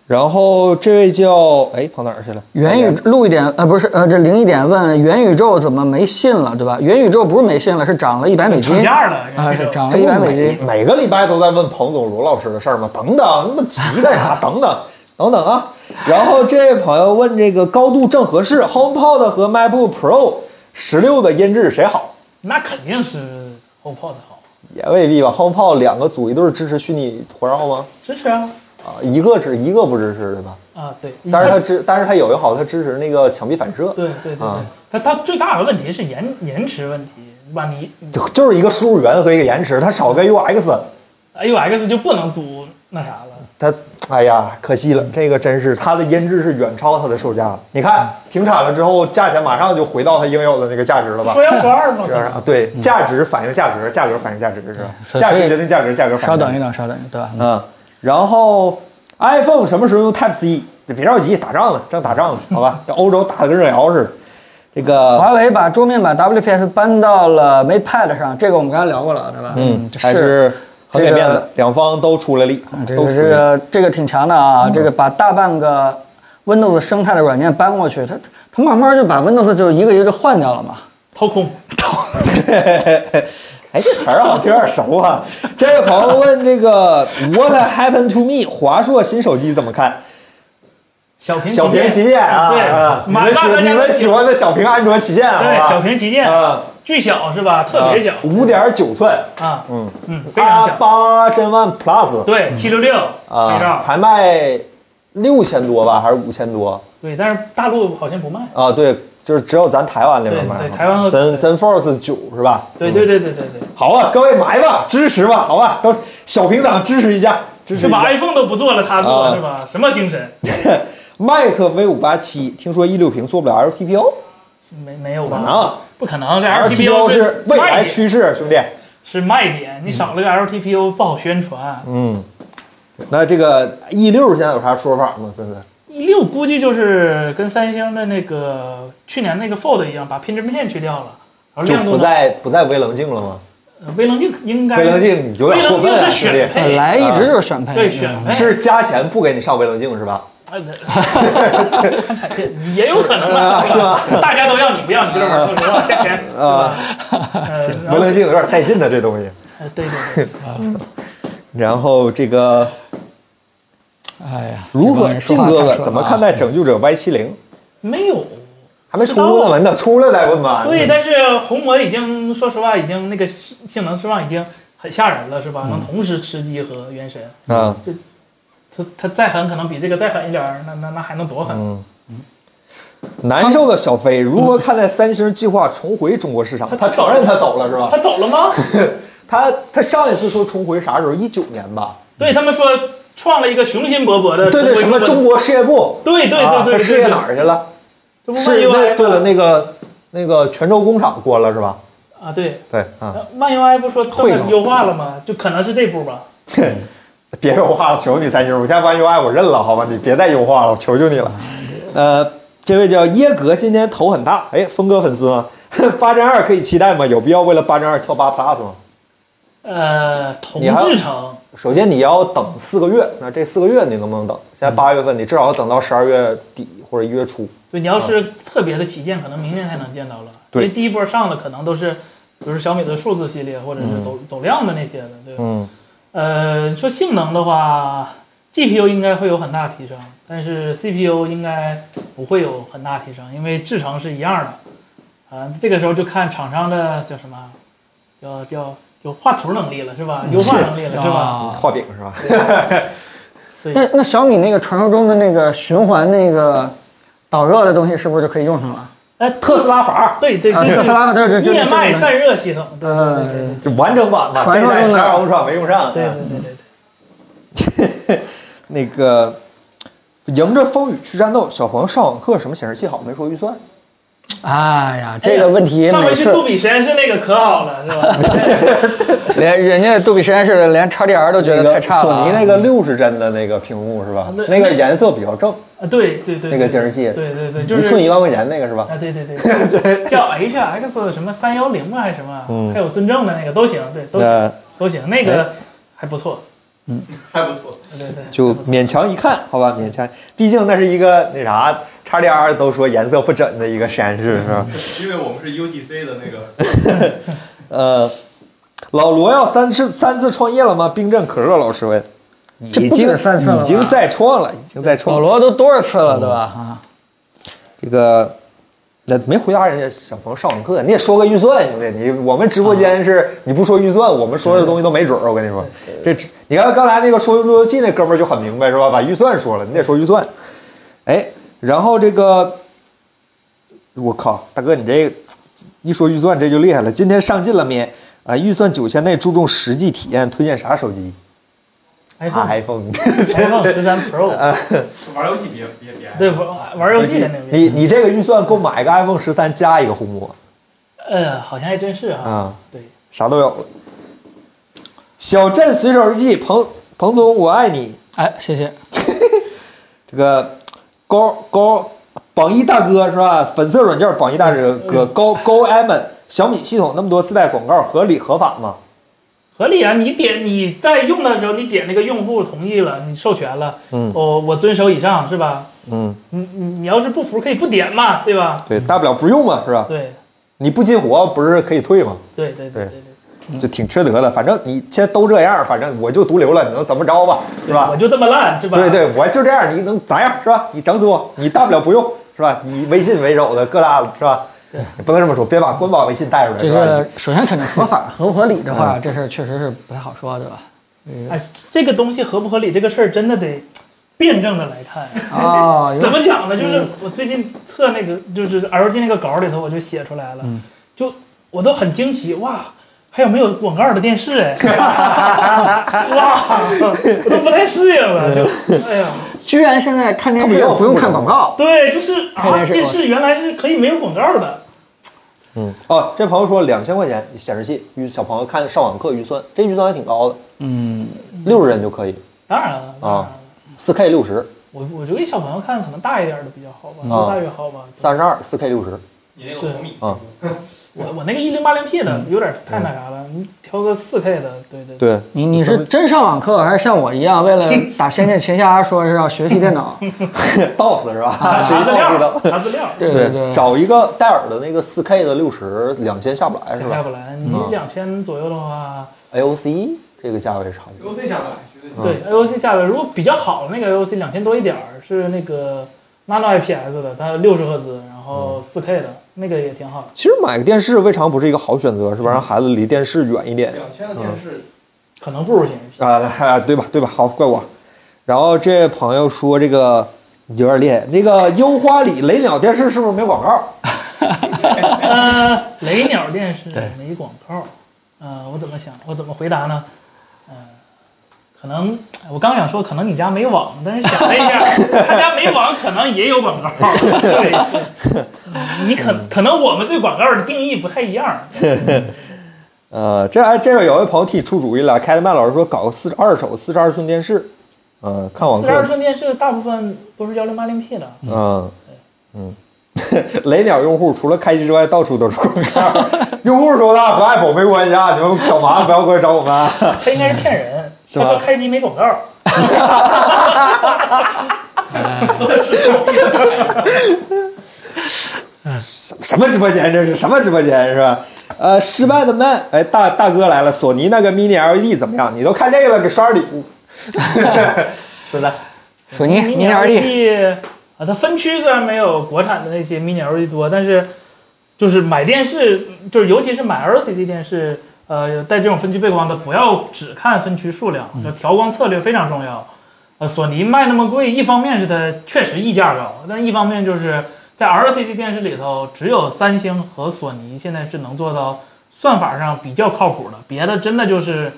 Speaker 2: 然后这位叫哎跑哪儿去了？
Speaker 1: 元宇路一点，呃，不是，呃，这零一点问元宇宙怎么没信了，对吧？元宇宙不是没信了，是涨了一百美金
Speaker 3: 涨价了
Speaker 1: 啊，
Speaker 3: 元宇宙
Speaker 1: 是涨了
Speaker 2: 这
Speaker 1: 一
Speaker 2: 不
Speaker 1: 百美
Speaker 2: 每
Speaker 1: 金。
Speaker 2: 哎每个礼拜都在问彭总、罗老师的事儿吗？等等，那么急干啥？等等，等等啊！然后这位朋友问这个高度正合适，HomePod 和 MacBook Pro 十六的音质谁好？
Speaker 3: 那肯定是 HomePod 好，
Speaker 2: 也未必吧。HomePod 两个组一对儿支持虚拟火烧吗？
Speaker 3: 支持啊
Speaker 2: 啊，一个只一个不支持对吧？
Speaker 3: 啊对，
Speaker 2: 但是它支，但是它有一个好，它支持那个墙壁反射，
Speaker 3: 对对对对
Speaker 2: 啊，
Speaker 3: 它它最大的问题是延延迟问题，对吧？你
Speaker 2: 就就是一个输入源和一个延迟，它少个 UX。
Speaker 3: AUX 就不能租那啥了。
Speaker 2: 它，哎呀，可惜了，这个真是它的音质是远超它的售价的。你看停产了之后，价钱马上就回到它应有的那个价值了吧
Speaker 3: 说？要说二嘛
Speaker 2: 是，不是啊？对，价值反映价格，价格反映价值，是吧？
Speaker 1: 嗯所以
Speaker 2: 价值决定价格，价格反
Speaker 1: 稍
Speaker 2: 映。
Speaker 1: 等一。等，稍等一等，对吧？
Speaker 2: 嗯，然后 iPhone 什么时候用 Type C？别着急，打仗呢，正打仗呢，好吧？这欧洲打得跟热窑似的。这个
Speaker 1: 华为把桌面版 WPS 搬到了 Mate Pad 上，这个我们刚才聊过了，对吧？
Speaker 2: 嗯，
Speaker 1: 这
Speaker 2: 还是很给
Speaker 1: 这个嗯
Speaker 2: 面子，两方都出了力，
Speaker 1: 这
Speaker 2: 都嗯
Speaker 1: 个
Speaker 2: 出
Speaker 1: 这
Speaker 2: 了力。
Speaker 1: 个这个挺强的啊，这个把大半个 Windows 生态的软件搬过去，它它它慢慢就把 Windows 就一个一个就换掉了嘛。
Speaker 3: 掏空，
Speaker 2: 哎，这词儿好像有点熟啊。这位朋友问这个 What happened to me？华硕新手机怎么看？
Speaker 3: 小屏
Speaker 2: 小屏旗舰啊，
Speaker 3: 对
Speaker 2: 啊，你
Speaker 3: 马
Speaker 2: 们
Speaker 3: 大
Speaker 2: 喜
Speaker 3: 大
Speaker 2: 你
Speaker 3: 家
Speaker 2: 们
Speaker 3: 都
Speaker 2: 喜欢的小屏安卓旗舰，好
Speaker 3: 对
Speaker 2: 吧
Speaker 3: 小屏旗舰
Speaker 2: 啊，
Speaker 3: 巨小是吧？特别小
Speaker 2: 五点九寸，
Speaker 3: 啊，
Speaker 2: 嗯
Speaker 3: 嗯，非常
Speaker 2: 八
Speaker 3: 小。
Speaker 2: 八真 One Plus
Speaker 3: 对，七六六拍
Speaker 2: 啊，
Speaker 3: 照，
Speaker 2: 才卖六千多吧，还是五千多
Speaker 3: 对，但是大陆好像不卖。
Speaker 2: 啊？对，就是只有咱台湾那边
Speaker 3: 对
Speaker 2: 卖
Speaker 3: 对
Speaker 2: 啊，
Speaker 3: 台湾
Speaker 2: 真
Speaker 3: 对
Speaker 2: 真 Force 九是吧？
Speaker 3: 对对对对对对，
Speaker 2: 好啊，各位买吧，支持吧，好吧，都小屏党支持一下，支持
Speaker 3: 是
Speaker 2: 一
Speaker 3: 吧
Speaker 2: 下。
Speaker 3: ？iPhone 都不做了，他
Speaker 2: 嗯啊
Speaker 3: 做是吧？什么精神？
Speaker 2: 麦克 V 五八七，听说一六屏做不了 LTPO，
Speaker 3: 没没有
Speaker 2: 不可
Speaker 3: 吧？
Speaker 2: 能
Speaker 3: 不可能，这
Speaker 2: ，LTPO 是
Speaker 3: 是
Speaker 2: 未
Speaker 3: 卖
Speaker 2: 来
Speaker 3: 点
Speaker 2: 趋势，兄弟。
Speaker 3: 是卖点，你少了个 LTPO 不好宣传。
Speaker 2: 嗯，那这个 E 六现在有啥说法吗？森森？
Speaker 3: 一六估计就是跟三星的那个去年那个 Fold 一样，把偏振片去掉了，然后
Speaker 2: 就
Speaker 3: 亮度
Speaker 2: 不
Speaker 3: 呢
Speaker 2: 再不再微棱镜了吗？
Speaker 3: 呃微棱镜应该
Speaker 2: 微棱镜你有点过分啊，
Speaker 3: 微棱镜
Speaker 2: 兄
Speaker 3: 是选
Speaker 2: 弟。
Speaker 3: 配，啊
Speaker 1: 本来一直就是选配，
Speaker 3: 对选配
Speaker 2: 是加钱不给你上微棱镜是吧？
Speaker 3: 哎对 也有可能吧，
Speaker 2: 是吧？
Speaker 3: 大家都要你不要，你就 这么说实话，价钱
Speaker 2: 啊，
Speaker 3: 呃，然
Speaker 2: 微
Speaker 3: 后
Speaker 2: 棱镜有点带劲的这东西。
Speaker 3: 呃对对对，
Speaker 2: 然后这个
Speaker 1: 哎呀，
Speaker 2: 如何
Speaker 1: 这
Speaker 2: 靖
Speaker 1: 帮人
Speaker 2: 哥
Speaker 1: 说话太损
Speaker 2: 哥
Speaker 1: 了啊
Speaker 2: 怎么看待拯救者 Y 七零？
Speaker 3: 没有。
Speaker 2: 还没出呢，完等出了再问吧。
Speaker 3: 啊对，但是红魔已经，说实话，已经那个性性能释放已经很吓人了，是
Speaker 2: 嗯
Speaker 3: 吧？能同时吃鸡和原神，
Speaker 2: 啊，
Speaker 3: 它它再狠可能比这个再狠一点儿，那那那还能多狠？
Speaker 2: 嗯。难受的小飞如何看待三星计划重回中国市场？他承认他走了是吧？
Speaker 3: 他走了吗？
Speaker 2: 他他上一次说重回啥时候？一九年吧？
Speaker 3: 对他们说创了一个雄心勃勃的
Speaker 2: 对对，
Speaker 3: 呃中
Speaker 2: 什么
Speaker 3: 国
Speaker 2: 中国事业部？
Speaker 3: 对对
Speaker 2: 啊他
Speaker 3: 对对，
Speaker 2: 事业哪儿去了？
Speaker 3: 这不
Speaker 2: 是
Speaker 3: u
Speaker 2: 那
Speaker 3: i
Speaker 2: 对了，那个那个泉州工厂关了是吧？
Speaker 3: 啊对，
Speaker 2: 对啊，
Speaker 3: 漫 UI 不说这
Speaker 1: 会了
Speaker 3: 么优化了吗？就可能是这步吧。
Speaker 2: 别优化了，求你三星，我现在玩 UI 我认了，好吧？你别再优化了，我求求你了。呃，这位叫耶格，今天头很大，哎，峰哥粉丝吗？ 八战二可以期待吗？有必要为了八战二跳八 plus 吗？
Speaker 3: 呃，同
Speaker 2: 你还
Speaker 3: 志城
Speaker 2: 首先你要等四个月，那这四个月你能不能等？现在八月份，你至少要等到十二月底或者一月初。
Speaker 3: 对，你要是特别的旗舰，可能明年才能见到了。
Speaker 2: 啊对
Speaker 3: 因为第一波上的可能都是，比如说小米的数字系列，或者是走、走量的那些的，对吧？
Speaker 2: 嗯，
Speaker 3: 呃，说性能的话，GPU 应该会有很大提升，但是 CPU 应该不会有很大提升，因为制程是一样的。啊、这个时候就看厂商的叫什么，叫叫就画图能力了，是吧？优化能力了，是吧？
Speaker 1: 嗯啊
Speaker 2: 画饼是吧？
Speaker 1: 那那小米那个传说中的那个循环那个导热的东西，是不是就可以用上了？
Speaker 3: 哎，
Speaker 2: 特斯拉法儿
Speaker 3: 对对
Speaker 1: 啊
Speaker 3: 对，
Speaker 1: 特斯拉的这这这
Speaker 3: 灭
Speaker 1: 这
Speaker 3: 麦
Speaker 1: 这
Speaker 3: 散热系统，对对对
Speaker 1: 嗯
Speaker 2: 就完整版嘛，
Speaker 1: 传
Speaker 2: 这
Speaker 1: 说
Speaker 2: 代
Speaker 1: 中
Speaker 2: 十
Speaker 1: 的
Speaker 2: 二 Ultra 没用上。
Speaker 3: 对对
Speaker 2: 嗯
Speaker 3: 对对对。
Speaker 2: 那个迎着风雨去战斗，小朋友上网课什么显示器好？没说预算。
Speaker 1: 哎呀，这个问题
Speaker 3: 上
Speaker 1: 每
Speaker 3: 回去杜
Speaker 1: 次
Speaker 3: 比实验室那个可好了，是吧？
Speaker 1: 连人家杜比实验室的连 XDR 都觉
Speaker 2: 那
Speaker 1: 得太
Speaker 2: 个
Speaker 1: 差了啊。
Speaker 2: 索尼那个六十帧的那个屏幕是吧？
Speaker 3: 那
Speaker 2: 那个颜色比较正，
Speaker 3: 啊，对对对，
Speaker 2: 那个监视器
Speaker 3: 对对对，就
Speaker 2: 一
Speaker 3: 是
Speaker 2: 寸一万块钱那个是吧？
Speaker 3: 啊，对 对对，叫 HX 什么三幺零啊吧，还是什么，还有尊正的那个都行，对，都行
Speaker 2: 嗯那哎
Speaker 3: 都行，那个还不错，
Speaker 5: 还不错。
Speaker 3: 对对，
Speaker 2: 就
Speaker 3: 还不错
Speaker 2: 勉强一看，好吧，勉强，毕竟那是一个那啥叉 D R 都说颜色不准的一个实验室是吧？
Speaker 5: 因为我们是 UGC 的那个，
Speaker 2: 呃，老罗要三次三次创业了吗？冰镇可乐老师问，
Speaker 1: 这
Speaker 2: 已
Speaker 1: 不
Speaker 2: 经
Speaker 1: 止三次了吧
Speaker 2: 已经在创了，已经在
Speaker 1: 老
Speaker 2: 创了。
Speaker 1: 罗都多少次
Speaker 2: 嗯
Speaker 1: 了，对吧？啊，
Speaker 2: 这个那没回答人家小朋友上网课，你也说个预算，兄弟，你我们直播间是你不说预算，我们说的东西都没准儿。我跟你说，这你看刚才那个说路由器那哥们儿就很明白是吧？把预算说了，你得说预算。哎，然后这个，我靠，大哥，你这一说预算这就厉害了。今天上进了咩？啊，预算九千内注重实际体验，推荐啥手机
Speaker 3: iPhone
Speaker 2: ？iPhone。
Speaker 3: iPhone 十三 Pro，
Speaker 5: 玩游戏别别别。
Speaker 3: 对，玩玩游戏的那个，
Speaker 2: 啊你你这个预算够买个 iPhone 十三加一个红魔
Speaker 3: 呃，好像还真是哈，
Speaker 2: 啊。
Speaker 3: 对，
Speaker 2: 啥都有了。小镇随手日记，彭彭总，我爱你。
Speaker 1: 哎，谢谢。
Speaker 2: 这个高高榜一大哥是吧？粉色软件榜一大哥高高 M 小米系统那么多自带广告，合理合法吗？
Speaker 3: 合理啊，你点你在用的时候，你点那个用户同意了，你授权了，
Speaker 2: 嗯
Speaker 3: 我我遵守以上是吧？
Speaker 2: 嗯，
Speaker 3: 你你你要是不服可以不点嘛，对吧？
Speaker 2: 对，大不了不用嘛，是吧？
Speaker 3: 对
Speaker 2: 你不进活不是可以退吗？
Speaker 3: 对对对
Speaker 2: 对
Speaker 3: 对。
Speaker 2: 就挺缺德的。反正你现在都这样，反正我就毒瘤了，你能怎么着吧？是吧
Speaker 3: 我？就这么烂是吧？
Speaker 2: 对对，我就这样，你能咋样是吧？你整死我，你大不了不用是吧？以微信为首的各大是吧？不能这么说，别把官网微信带出来
Speaker 1: 这
Speaker 2: 是吧？
Speaker 1: 个首先肯定合 法合不合理的
Speaker 2: 嗯
Speaker 1: 话，这事儿确实是不太好说， 对吧？
Speaker 3: 哎，这个东西合不合理这个事儿真的得辩证的来看。啊
Speaker 1: 哦，有
Speaker 3: 怎么讲呢？就是我最近测那个就是 LG 那个稿里头，我就写出来了，就我都很惊奇，哇，还有没有广告的电视哎？哇，我都不太适应了，就哎呀，
Speaker 1: 居然现在看电
Speaker 2: 他
Speaker 1: 视
Speaker 2: 不用
Speaker 1: 不用看广告，
Speaker 3: 对，就是
Speaker 1: 看
Speaker 3: 啊，
Speaker 1: 电视
Speaker 3: 电视原来是可以没有广告的。
Speaker 2: 嗯，哦，这朋友说两千块钱显示器，与小朋友看上网课预算，这预算还挺高的，
Speaker 1: 嗯，
Speaker 2: 六十人就可以，
Speaker 3: 当然了，当然了
Speaker 2: 啊四 K 六十，
Speaker 3: 我我觉得给小朋友看可能大一点的比较好吧，
Speaker 2: 啊
Speaker 3: 越大越好吧。
Speaker 2: 三十二四 K 六十，
Speaker 5: 你那个红米
Speaker 2: 啊
Speaker 3: 我我那个一零八零 P 的有点太那啥了，你调个四 K 的，对 对。
Speaker 2: 对，
Speaker 1: 你你是真上网课，还是像我一样为了打《仙剑奇侠》说是要学习电 脑？
Speaker 2: ，DOS 是吧？谁
Speaker 3: 查资
Speaker 2: DOS
Speaker 3: 料
Speaker 2: 的？，
Speaker 3: 查资料，
Speaker 1: 对对对，
Speaker 2: 找一个戴尔的那个四 K 的六十，两千下不来是
Speaker 3: 下
Speaker 2: 吧
Speaker 3: 不来。你
Speaker 2: 嗯
Speaker 3: 两千左右的话，
Speaker 2: ？AOC 这个价位差不多，
Speaker 5: UGC 下不来，绝对下
Speaker 2: 嗯
Speaker 5: 不来。
Speaker 3: 对 AOC 下来，如果比较好的那个 AOC 两千多一点儿是那个 Nano IPS 的，它六十赫兹，然
Speaker 2: 嗯
Speaker 3: 后四 K 的那个也挺好的。
Speaker 2: 其实买个电视未尝不是一个好选择，是
Speaker 3: 嗯
Speaker 2: 吧？让孩子离电视远一点。
Speaker 5: 两千的电视，
Speaker 3: 可能不如显示器。
Speaker 2: 啊、啊对吧？对吧？好，怪我。然后这位朋友说这个有点厉害，那个优花里雷鸟电视是不是没广告？
Speaker 3: 呃，雷鸟电视没广告，呃，我怎么想，我怎么回答呢？嗯、可能我刚想说，可能你家没网，但是想了 一下，他家没网，可能也有广告。对，你可
Speaker 2: 嗯
Speaker 3: 可能我们对广告的定义不太一样。嗯
Speaker 2: 呃，这哎，这个有位朋友替你出主意了，开德曼老师说搞个四二手四十二寸电视，嗯，看网
Speaker 3: 四十二
Speaker 2: 课，
Speaker 3: 寸电视大部分都是幺零八零 P 的，
Speaker 2: 嗯嗯。 雷鸟用户除了开机之外，到处都是广告。 用户说的和 Apple 没关系啊，你们找麻烦不要过来找我们啊。
Speaker 3: 他应该是骗人。
Speaker 2: 是
Speaker 3: 他
Speaker 2: 吧
Speaker 3: 说开机没广告，
Speaker 2: 什么直播间这是什么直播间是吧？呃，失败的 man，哎，大大哥来了，索尼那个 mini LED 怎么样？你都看这个了，给刷礼 物。是的，
Speaker 1: 索尼
Speaker 3: mini
Speaker 1: mini LED，
Speaker 3: LED 啊，它分区虽然没有国产的那些 mini LED 多，但是就是买电视，就是尤其是买 LCD 电视，呃，带这种分区背光的，不要只看分区数量，就调光策略非常重要。呃，索尼卖那么贵，一方面是它确实溢价高，但一方面就是在 LCD 电视里头，只有三星和索尼现在是能做到算法上比较靠谱的，别的真的就是。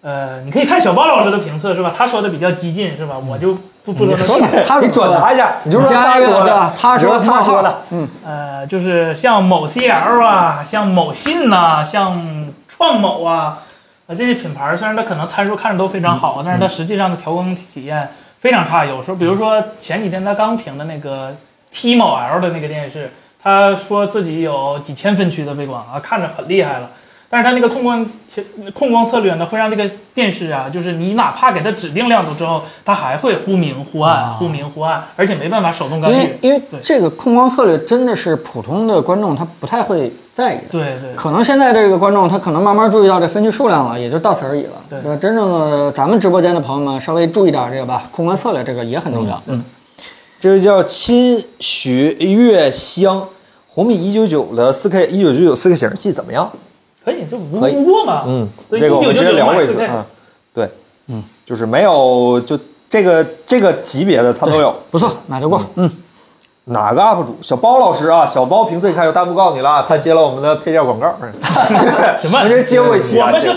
Speaker 3: 呃，你可以看小包老师的评测是吧？他说的比较激进是吧？我就不不说他
Speaker 1: 说吧 他
Speaker 2: 你转达一下，你就说
Speaker 1: 加
Speaker 2: 他
Speaker 1: 一
Speaker 2: 说
Speaker 1: 个对
Speaker 2: 的
Speaker 1: 吧，？他
Speaker 2: 你就
Speaker 1: 说
Speaker 2: 说他说的，，
Speaker 1: 嗯，
Speaker 3: 呃，就是像某 CL 啊，像某信呐、像创某啊，啊这些品牌，虽然它可能参数看着都非常
Speaker 1: 嗯
Speaker 3: 好，但是它实际上的调光体验非常差。有时候，比如说前几天它刚评的那个 T 某 L 的那个电视，他说自己有几千分区的背光啊，看着很厉害了。但是它那个控光切控光策略呢，会让这个电视啊，就是你哪怕给它指定亮度之后，它还会忽明忽暗、忽明忽暗，而且没办法手动干
Speaker 1: 啊因
Speaker 3: 预
Speaker 1: 为。因为
Speaker 3: 对
Speaker 1: 这个控光策略真的是普通的观众他不太会在意的。
Speaker 3: 对对，
Speaker 1: 可能现在这个观众他可能慢慢注意到这分区数量了，也就到此而已了。
Speaker 3: 对
Speaker 1: 那真正的咱们直播间的朋友们稍微注意点这个吧，控光策略这个也很重要。嗯，
Speaker 2: 这个叫亲许月香，红米一九九的四 K 一九九九四 K 显示器怎么样？
Speaker 3: 可以，这无
Speaker 2: 可以
Speaker 3: 无过嘛。
Speaker 2: 嗯，
Speaker 3: 对
Speaker 2: 这个我们之前
Speaker 3: 1999
Speaker 2: 聊过一
Speaker 3: 买
Speaker 2: 次
Speaker 3: 4K
Speaker 2: 啊，对，嗯，就是没有就这个这个级别的它都有。
Speaker 1: 不错，买就过。嗯，
Speaker 2: 哪个 UP 主？小包老师啊，小包评测一看有弹幕告诉你了啊，他接了我们的配件广告，
Speaker 3: 什么
Speaker 2: 我们这接过一期
Speaker 3: 我
Speaker 2: 啊，
Speaker 3: 们
Speaker 2: 这
Speaker 3: 是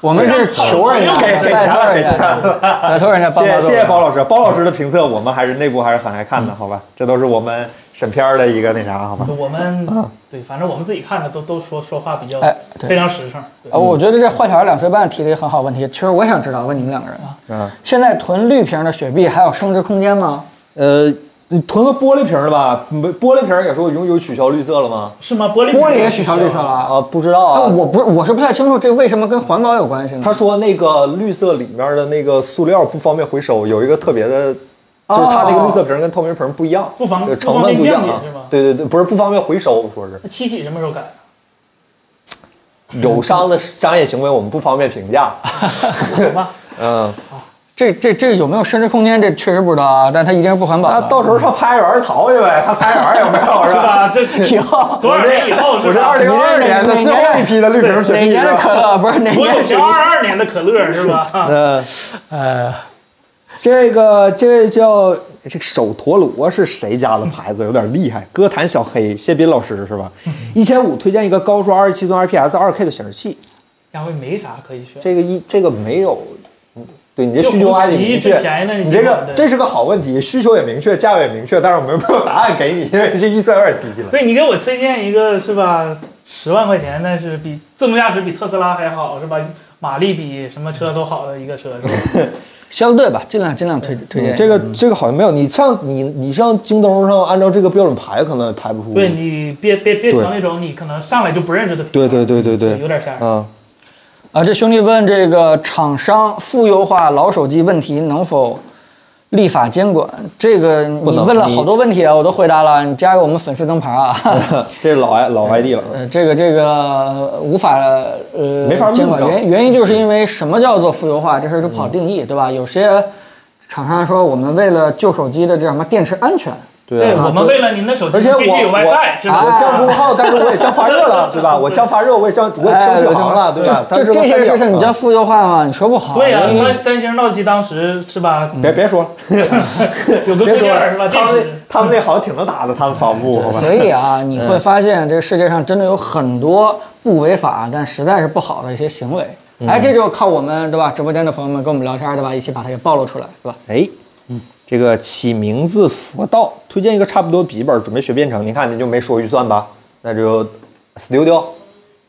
Speaker 1: 我们是求人家，
Speaker 2: 给给钱了，给钱
Speaker 1: 拜
Speaker 2: 了。
Speaker 1: 托人家帮
Speaker 2: 谢
Speaker 1: 帮助。
Speaker 2: 谢谢谢包老师，啊包老师的评测我们还是内部还是很爱看
Speaker 3: 嗯
Speaker 2: 的，好吧？这都是我们审片儿的一个那啥，好吧？
Speaker 3: 我们
Speaker 2: 啊
Speaker 3: 对，反正我们自己看的都都说说话比较
Speaker 1: 哎对
Speaker 3: 非常实诚。对
Speaker 1: 呃，我觉得这话小两岁半提了一个很好问题，其实我想知道，问你们两个人啊，
Speaker 2: 嗯，
Speaker 1: 现在囤绿瓶的雪碧还有升值空间吗？
Speaker 2: 呃，你囤个玻璃瓶儿的吧？没玻璃瓶儿也说永久取消绿色了吗？
Speaker 3: 是吗？
Speaker 2: 嗯
Speaker 3: 玻璃
Speaker 1: 玻璃也取消绿色了。啊。
Speaker 2: 啊，不知道
Speaker 1: 那
Speaker 2: 啊。
Speaker 1: 我不是，我是不太清楚这为什么跟环保有关系呢？
Speaker 2: 他说那个绿色里面的那个塑料不方便回收，有一个特别的，就是它那个绿色瓶跟透明瓶不一样，
Speaker 3: 哦不方
Speaker 2: 呃成分不一样啊
Speaker 3: 不方便降解是吗。
Speaker 2: 对对对，不是不方便回收，说是
Speaker 3: 那七喜什么时候改？
Speaker 2: 友商的商业行为，我们不方便评 价。
Speaker 3: 好吧，
Speaker 2: 嗯，
Speaker 1: 这这这有没有升值空间？这确实不知道啊，但它一定是不环保
Speaker 2: 那
Speaker 1: 的。
Speaker 2: 到时候上拍园儿淘去呗，看拍园儿有啊没有
Speaker 3: 是
Speaker 2: 是吧？
Speaker 3: 吧？这
Speaker 1: 以后
Speaker 3: 多少年以后
Speaker 2: 我
Speaker 3: 是
Speaker 2: 这
Speaker 3: 吧
Speaker 2: 二？零二二年的最后一批的绿瓶雪
Speaker 1: 哪
Speaker 2: 碧
Speaker 1: 年
Speaker 2: 是
Speaker 1: 的可
Speaker 2: 吧？
Speaker 1: 乐不是哪
Speaker 3: 我
Speaker 1: 年
Speaker 3: 有
Speaker 1: 的雪
Speaker 3: 瓶
Speaker 1: 碧？
Speaker 3: 二二年的可乐是吧？
Speaker 2: 呃，
Speaker 1: 呃，
Speaker 2: 这个这位叫这个手陀螺是谁家的牌子？有点厉害，歌坛小黑谢斌老师是吧？一千五推荐一个高刷二十七寸 IPS 二 K 的显示器，
Speaker 3: 下回没啥可以选。
Speaker 2: 这个一这个没有，嗯对你这需求
Speaker 3: 就红
Speaker 2: 还
Speaker 3: 旗
Speaker 2: 挺明
Speaker 3: 最
Speaker 2: 确
Speaker 3: 便宜的，那
Speaker 2: 你
Speaker 3: 几
Speaker 2: 这
Speaker 3: 款
Speaker 2: 个
Speaker 3: 对
Speaker 2: 这是个好问题，需求也明确，价位也明确，但是我们没有答案给你，因为这预算有点低了。
Speaker 3: 对你给我推荐一个是吧？十万块钱，但是比自动驾驶比特斯拉还好是吧？马力比什么车都好的一个车是吧？
Speaker 1: 相对吧，尽量尽量推推
Speaker 2: 嗯
Speaker 1: 荐
Speaker 2: 这个这个好像没有，你上你你上京东上按照这个标准排，可能也排不出。
Speaker 3: 对你别别别
Speaker 2: 对
Speaker 3: 成那种你可能上来就不认识的品牌，
Speaker 2: 对对对对对，
Speaker 3: 有点吓人。
Speaker 2: 嗯，
Speaker 1: 啊。这兄弟问这个厂商妇优化老手机问题能否立法监管？这个
Speaker 2: 不
Speaker 1: 你
Speaker 2: 能
Speaker 1: 问了
Speaker 2: 你
Speaker 1: 好多问题啊，我都回答了，你加个我们粉丝灯牌 啊。
Speaker 2: 这是老 I 老 ID 了。
Speaker 1: 呃，这个这个呃无法呃
Speaker 2: 没法
Speaker 1: 监管，
Speaker 2: 论证嗯
Speaker 1: 原原因就是因为什么叫做富优化，这事儿就不好定义，对吧？有些厂商说我们为了救手机的这叫什么电池安全，
Speaker 2: 对啊
Speaker 3: 我们为了您的手机
Speaker 2: 而且我
Speaker 3: 继续有
Speaker 2: 我
Speaker 3: WiFi 是吧？
Speaker 2: 我降功耗，但是我也降发热 了，对吧？我降发热，我也降，我也
Speaker 1: 哎
Speaker 2: 升续航了，对吧？
Speaker 1: 就这些事情，你
Speaker 2: 降
Speaker 1: 叫负优化嘛，你说不好。
Speaker 3: 对呀，
Speaker 1: 因为
Speaker 3: 三三星、诺基当时是吧？
Speaker 2: 别别 说了，
Speaker 3: 有个
Speaker 2: 别
Speaker 3: 配
Speaker 2: 说
Speaker 3: 件
Speaker 2: 了
Speaker 3: 儿是吧？，
Speaker 2: 他
Speaker 3: 电
Speaker 2: 们
Speaker 3: 池
Speaker 2: 那他们那好像挺能打的，他们防护，好吧？
Speaker 1: 所以 啊，
Speaker 2: 嗯
Speaker 1: 你会发现这个世界上真的有很多不违法，但实在是不好的一些行为。哎，
Speaker 2: 嗯
Speaker 1: 这就靠我们对吧？直播间的朋友们跟我们聊天对吧？一起把它给暴露出来对吧？
Speaker 2: 哎，嗯，这个起名字佛道，推荐一个差不多笔记本，准备学编程。你看，你就没说预算吧？那就 Studio，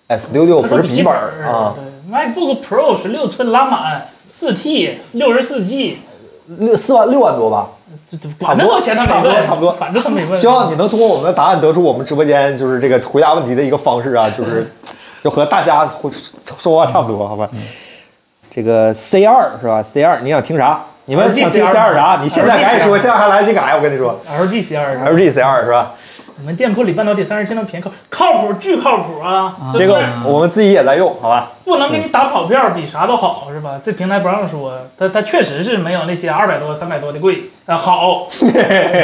Speaker 2: 哎，Studio
Speaker 3: 它
Speaker 2: 不
Speaker 3: 说
Speaker 2: 是笔
Speaker 3: 笔
Speaker 2: 记
Speaker 3: 记
Speaker 2: 本
Speaker 3: 本
Speaker 2: 儿啊，
Speaker 3: MacBook Pro 十六寸拉满，四 T 六十四 G，
Speaker 2: 六四万六万多吧。
Speaker 3: 这这管那么多钱他
Speaker 2: 差不
Speaker 3: 没
Speaker 2: 多
Speaker 3: 问，
Speaker 2: 差不多
Speaker 3: 反正他没问。
Speaker 2: 希望你能通过我们的答案得出我们直播间就是这个回答问题的一个方式啊， 就是就和大家说说话差不多，好
Speaker 3: 嗯
Speaker 2: 吧？这个 C 二是吧？C 二你想听啥？你们想听 C 二啥？你现在赶紧说，现在还来得及改，我跟你说
Speaker 3: LGC 二十，
Speaker 2: ，LG C 二是吧？
Speaker 3: 你们店铺里半导体三十千的便宜靠靠谱，巨靠谱啊！对
Speaker 2: 这
Speaker 3: 不
Speaker 2: 个
Speaker 3: 对？
Speaker 2: 我们自己也在用，好吧？
Speaker 3: 不能给你打跑票，比啥都好是吧？这平台不让说，它它确实是没有那些二百多、三百多的贵 啊、好。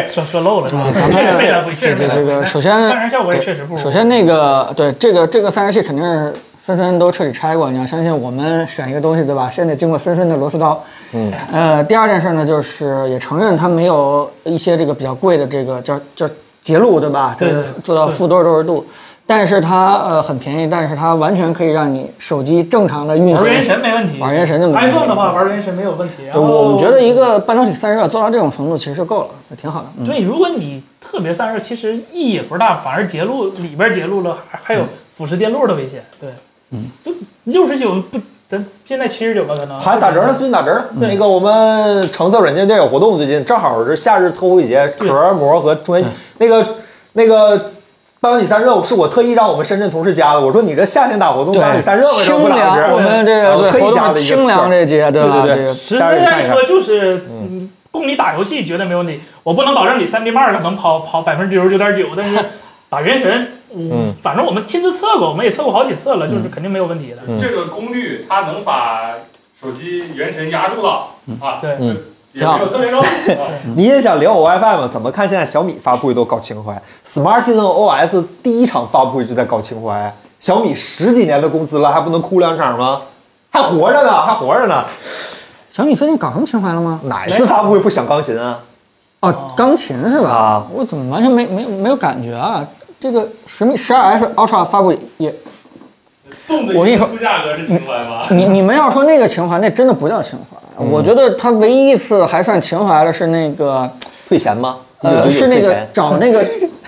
Speaker 3: 说说漏了是吧？确实没它贵，确
Speaker 1: 这这
Speaker 3: 实没它
Speaker 1: 这
Speaker 3: 贵。
Speaker 1: 个，首先
Speaker 3: 三十效果也确实不如。
Speaker 1: 首先那个对这个这个散热器肯定是森森都彻底拆过，你要相信我们选一个东西对吧？现在经过森森的螺丝刀，嗯，呃，第二件事呢就是也承认它没有一些这个比较贵的这个叫叫节录对吧？
Speaker 3: 对
Speaker 1: 这个
Speaker 3: 对
Speaker 1: 做到
Speaker 3: 对
Speaker 1: 负多少多少度。但是它呃很便宜，但是它完全可以让你手机正常的运
Speaker 3: 玩
Speaker 1: 行。
Speaker 3: 原神没问题，
Speaker 1: 玩原神就没问题
Speaker 3: iPhone 的话玩原神没有问题。然
Speaker 1: 对，
Speaker 3: 后
Speaker 1: 我们觉得一个半导体散热做到这种程度其实就够了，就挺好的。嗯。
Speaker 3: 对，如果你特别散热，其实意义也不是大，反而截录里边截录了，还还有腐蚀电路的危险。对，嗯，就六十九不，咱现在七十九了，可能
Speaker 2: 还打折呢，最近打折呢。
Speaker 1: 嗯
Speaker 2: 那个我们橙色软件店有活动，最近正好是夏日特惠节，
Speaker 3: 对
Speaker 2: 壳膜和中元节那个那个半导体散热是我特意让我们深圳同事加的。我说你这夏天打活动，
Speaker 1: 对
Speaker 2: 半导体散热为什么
Speaker 1: 清
Speaker 2: 不
Speaker 1: 凉，
Speaker 2: 打折？
Speaker 1: 我们这
Speaker 2: 啊
Speaker 1: 个
Speaker 2: 我特
Speaker 1: 对活
Speaker 2: 意加
Speaker 1: 动
Speaker 2: 的一个
Speaker 1: 清凉这节，
Speaker 2: 对
Speaker 1: 吧？
Speaker 2: 对
Speaker 1: 这个
Speaker 3: 实
Speaker 2: 大家
Speaker 3: 在
Speaker 2: 去看一看
Speaker 3: 说就是，嗯，供你打游戏绝对没问题。我不能保证你三 D 漫可能跑跑百分之九十九点九，但是打原神，
Speaker 2: 嗯
Speaker 3: 嗯，反正我们亲自测过，我们也测过好几次了，就是肯定没有问题的。
Speaker 2: 嗯
Speaker 4: 这个功率它能把手机原神压住了啊，
Speaker 3: 对
Speaker 1: 嗯
Speaker 4: 就也没有特别高。啊
Speaker 2: 你也想连我 WiFi 吗？怎么看现在小米发布会都搞情怀，Smartisan OS 第一场发布会就在搞情怀，小米十几年的公司了，还不能哭两场吗？还活着呢，还活着呢，
Speaker 1: 小米最近搞什么情怀了吗？
Speaker 2: 哪次发布会不想钢琴啊？
Speaker 1: 哦，钢琴是吧？
Speaker 2: 啊
Speaker 1: 我怎么完全没没没有感觉啊？这个十米十二 S Ultra 发布也，
Speaker 4: 动的
Speaker 1: 我跟你
Speaker 4: 一
Speaker 1: 说
Speaker 4: 个出价格是
Speaker 3: 嗯
Speaker 4: 情怀吗？
Speaker 1: 你你们要说那个情怀，那真的不叫情怀。啊我觉得它唯一一次还算情怀的是那个，
Speaker 2: 退钱吗？
Speaker 1: 呃，
Speaker 2: 有
Speaker 1: 是那
Speaker 2: 退
Speaker 1: 个
Speaker 2: 钱
Speaker 1: 找那 个，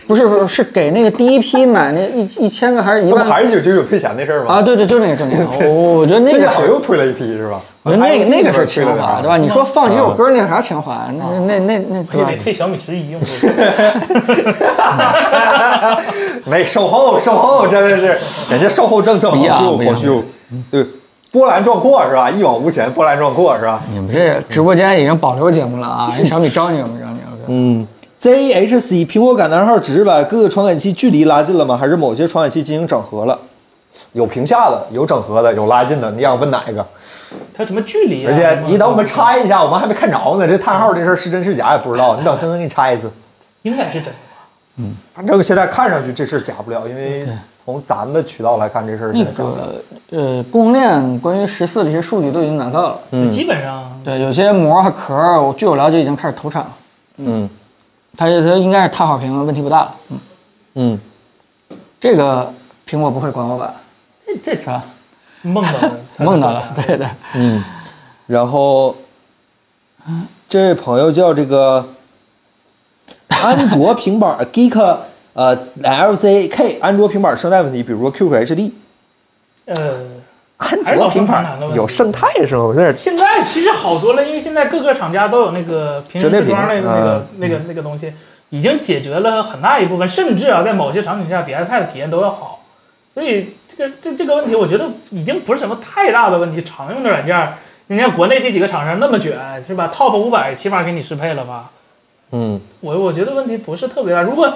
Speaker 1: 不是不是是给那个第一批买那一一千个还是一
Speaker 2: 那
Speaker 1: 万
Speaker 2: 不
Speaker 1: 个
Speaker 2: 还是九九九退钱的事儿吗？
Speaker 1: 啊？对对，就那个就那 个，哦我我觉得那
Speaker 2: 最近
Speaker 1: 个
Speaker 2: 好
Speaker 1: 是
Speaker 2: 像又推了一批是吧？
Speaker 1: 我觉得那个
Speaker 2: iPhone
Speaker 1: 那个是
Speaker 2: 推
Speaker 1: 情
Speaker 2: 了啊点
Speaker 1: 怀，
Speaker 2: 儿
Speaker 1: 对吧？？你说放几首歌那有啥情怀？
Speaker 2: 啊
Speaker 1: 那那那那
Speaker 3: 我
Speaker 1: 对
Speaker 3: 也
Speaker 1: 吧
Speaker 3: 得？退小米十一用户。
Speaker 2: 没售后，售后真的 是，人家售后政策好
Speaker 1: 不一样
Speaker 2: 秀
Speaker 1: 不一样嗯
Speaker 2: 好秀，对，波澜壮阔是吧？一往无前，波澜壮阔是吧？
Speaker 1: 你们这直播间已经保留节目了啊！人小米招你们招你了，
Speaker 2: 嗯，ZHC 苹果感叹号只是把各个传感器距离拉近了吗？还是某些传感器进行整合了？有屏下的，有整合的，有拉近的，你想问哪一个？
Speaker 3: 它有什么距离啊？
Speaker 2: 而且你等我们
Speaker 3: 差，
Speaker 2: 拆一下，我们还没看着呢。这叹号这事儿是真是假也不知道，你等森森给你拆一次。
Speaker 3: 应该是真的。
Speaker 2: 反正现在看上去这事儿假不了，因为从咱们的渠道来看，这事儿
Speaker 1: 那
Speaker 2: 现在假不了。
Speaker 1: 个呃，供应链关于十四的一些数据都已经拿到了，
Speaker 2: 嗯
Speaker 3: 基本上
Speaker 1: 对，有些膜和壳儿，我据我了解已经开始投产了。
Speaker 2: 嗯
Speaker 1: 它它应该是碳好评，问题不大了。嗯，
Speaker 2: 嗯，
Speaker 1: 这个苹果不会管我吧？
Speaker 3: 这这
Speaker 1: 是吧？
Speaker 3: 梦到了，
Speaker 1: 梦到了，对对。
Speaker 2: 然后这位朋友叫这个 安卓平板儿 Geek 呃 LCK 安卓平板儿生态问题，比如说 QQ HD。
Speaker 3: 呃。
Speaker 2: 安卓平板
Speaker 3: 还是老生常谈的
Speaker 2: 儿
Speaker 3: 问题
Speaker 2: 有生态是吗？我在这儿
Speaker 3: 现在其实好多了，因为现在各个厂家都有那个平时
Speaker 2: 折叠
Speaker 3: 置
Speaker 2: 屏
Speaker 3: 装类的那个
Speaker 2: 嗯、
Speaker 3: 那个那个东西，已经解决了很大一部分，甚至啊，在某些场景下比 iPad 体验都要好。所以这个这这个问题，我觉得已经不是什么太大的问题。常用的软件儿，你看国内这几个厂商那么卷，是吧？Top 五百起码给你适配了吧？
Speaker 2: 嗯
Speaker 3: 我我觉得问题不是特别大。如果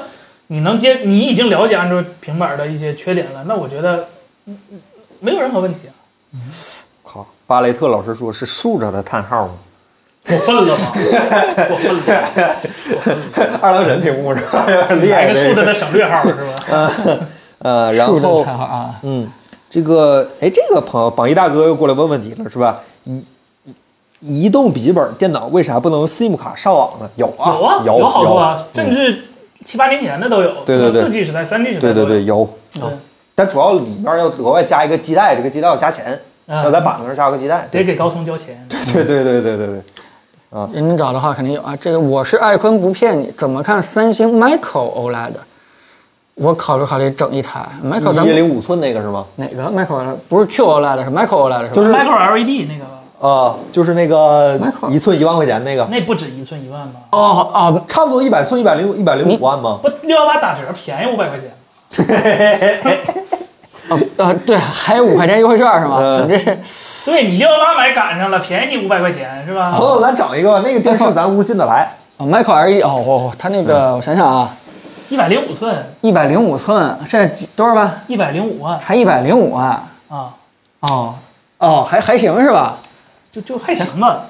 Speaker 3: 你能接，你已经了解安卓平板儿的一些缺点了，那我觉得嗯嗯没有任何问题啊。
Speaker 2: 靠，巴雷特老师说是竖着的叹号吗？
Speaker 3: 我混了吗？ 我混了，我混了。
Speaker 2: 二郎神屏幕是吧？有点厉害
Speaker 3: 来个竖
Speaker 2: 这
Speaker 3: 着
Speaker 2: 个。
Speaker 3: 的省略号是吧？
Speaker 2: 呃，然
Speaker 1: 竖着
Speaker 2: 后
Speaker 1: 看好啊，
Speaker 2: 嗯，这个哎，这个朋友榜一大哥又过来问问题了，是吧？移移移动笔记本电脑为啥不能用 SIM 卡上网呢？有 啊，
Speaker 3: 有啊，
Speaker 2: 有
Speaker 3: 好多啊，
Speaker 2: 有嗯
Speaker 3: 甚至七八年前的都有。
Speaker 2: 对对对
Speaker 3: 四 G 时代、三 G 时代。
Speaker 2: 对对对，。有。哦
Speaker 3: 对
Speaker 2: 但主要里面要额外加一个基带，这个基带要加钱，要在
Speaker 3: 啊，
Speaker 2: 板子上加个基带。
Speaker 3: 得
Speaker 2: 对
Speaker 3: 给高通交钱。
Speaker 2: 对 对对对对对，
Speaker 1: 人家找的话肯定有啊。这个我是爱坤不骗你，怎么看三星 Micro OLED？我考虑考虑整一台 Micro 咱
Speaker 2: 一
Speaker 1: 们
Speaker 2: 零五寸那个是吗？
Speaker 1: 哪个 Micro E 不是 Q OLED 是 Micro OLED E 是吧？
Speaker 2: 就是
Speaker 3: Micro LED 那个吧，
Speaker 2: 啊，就是那个
Speaker 1: Micro
Speaker 2: 一寸一万块钱那个，
Speaker 3: 那不止一寸一万吧？
Speaker 1: 哦哦，
Speaker 2: 差不多一百寸一百零一百零五万吗？
Speaker 3: 不，六幺八打折便宜五百块钱。
Speaker 1: 哦，啊，对，还有五块钱优惠券是吗？
Speaker 2: 嗯
Speaker 1: 你这是
Speaker 3: 对你六幺八买赶上了，便宜你五百块钱是吧
Speaker 2: 朋？友，咱整一个吧，那个电视咱屋进得来。
Speaker 1: 哦，micro LED 哦，哦哦它那个我想想啊，
Speaker 3: 一百零五寸，
Speaker 1: 一百零五寸，现在几多少万？
Speaker 3: 一百零五万
Speaker 1: 才一百零五万
Speaker 3: 啊，
Speaker 1: 哦哦，还还行是吧？
Speaker 3: 就就还行吧。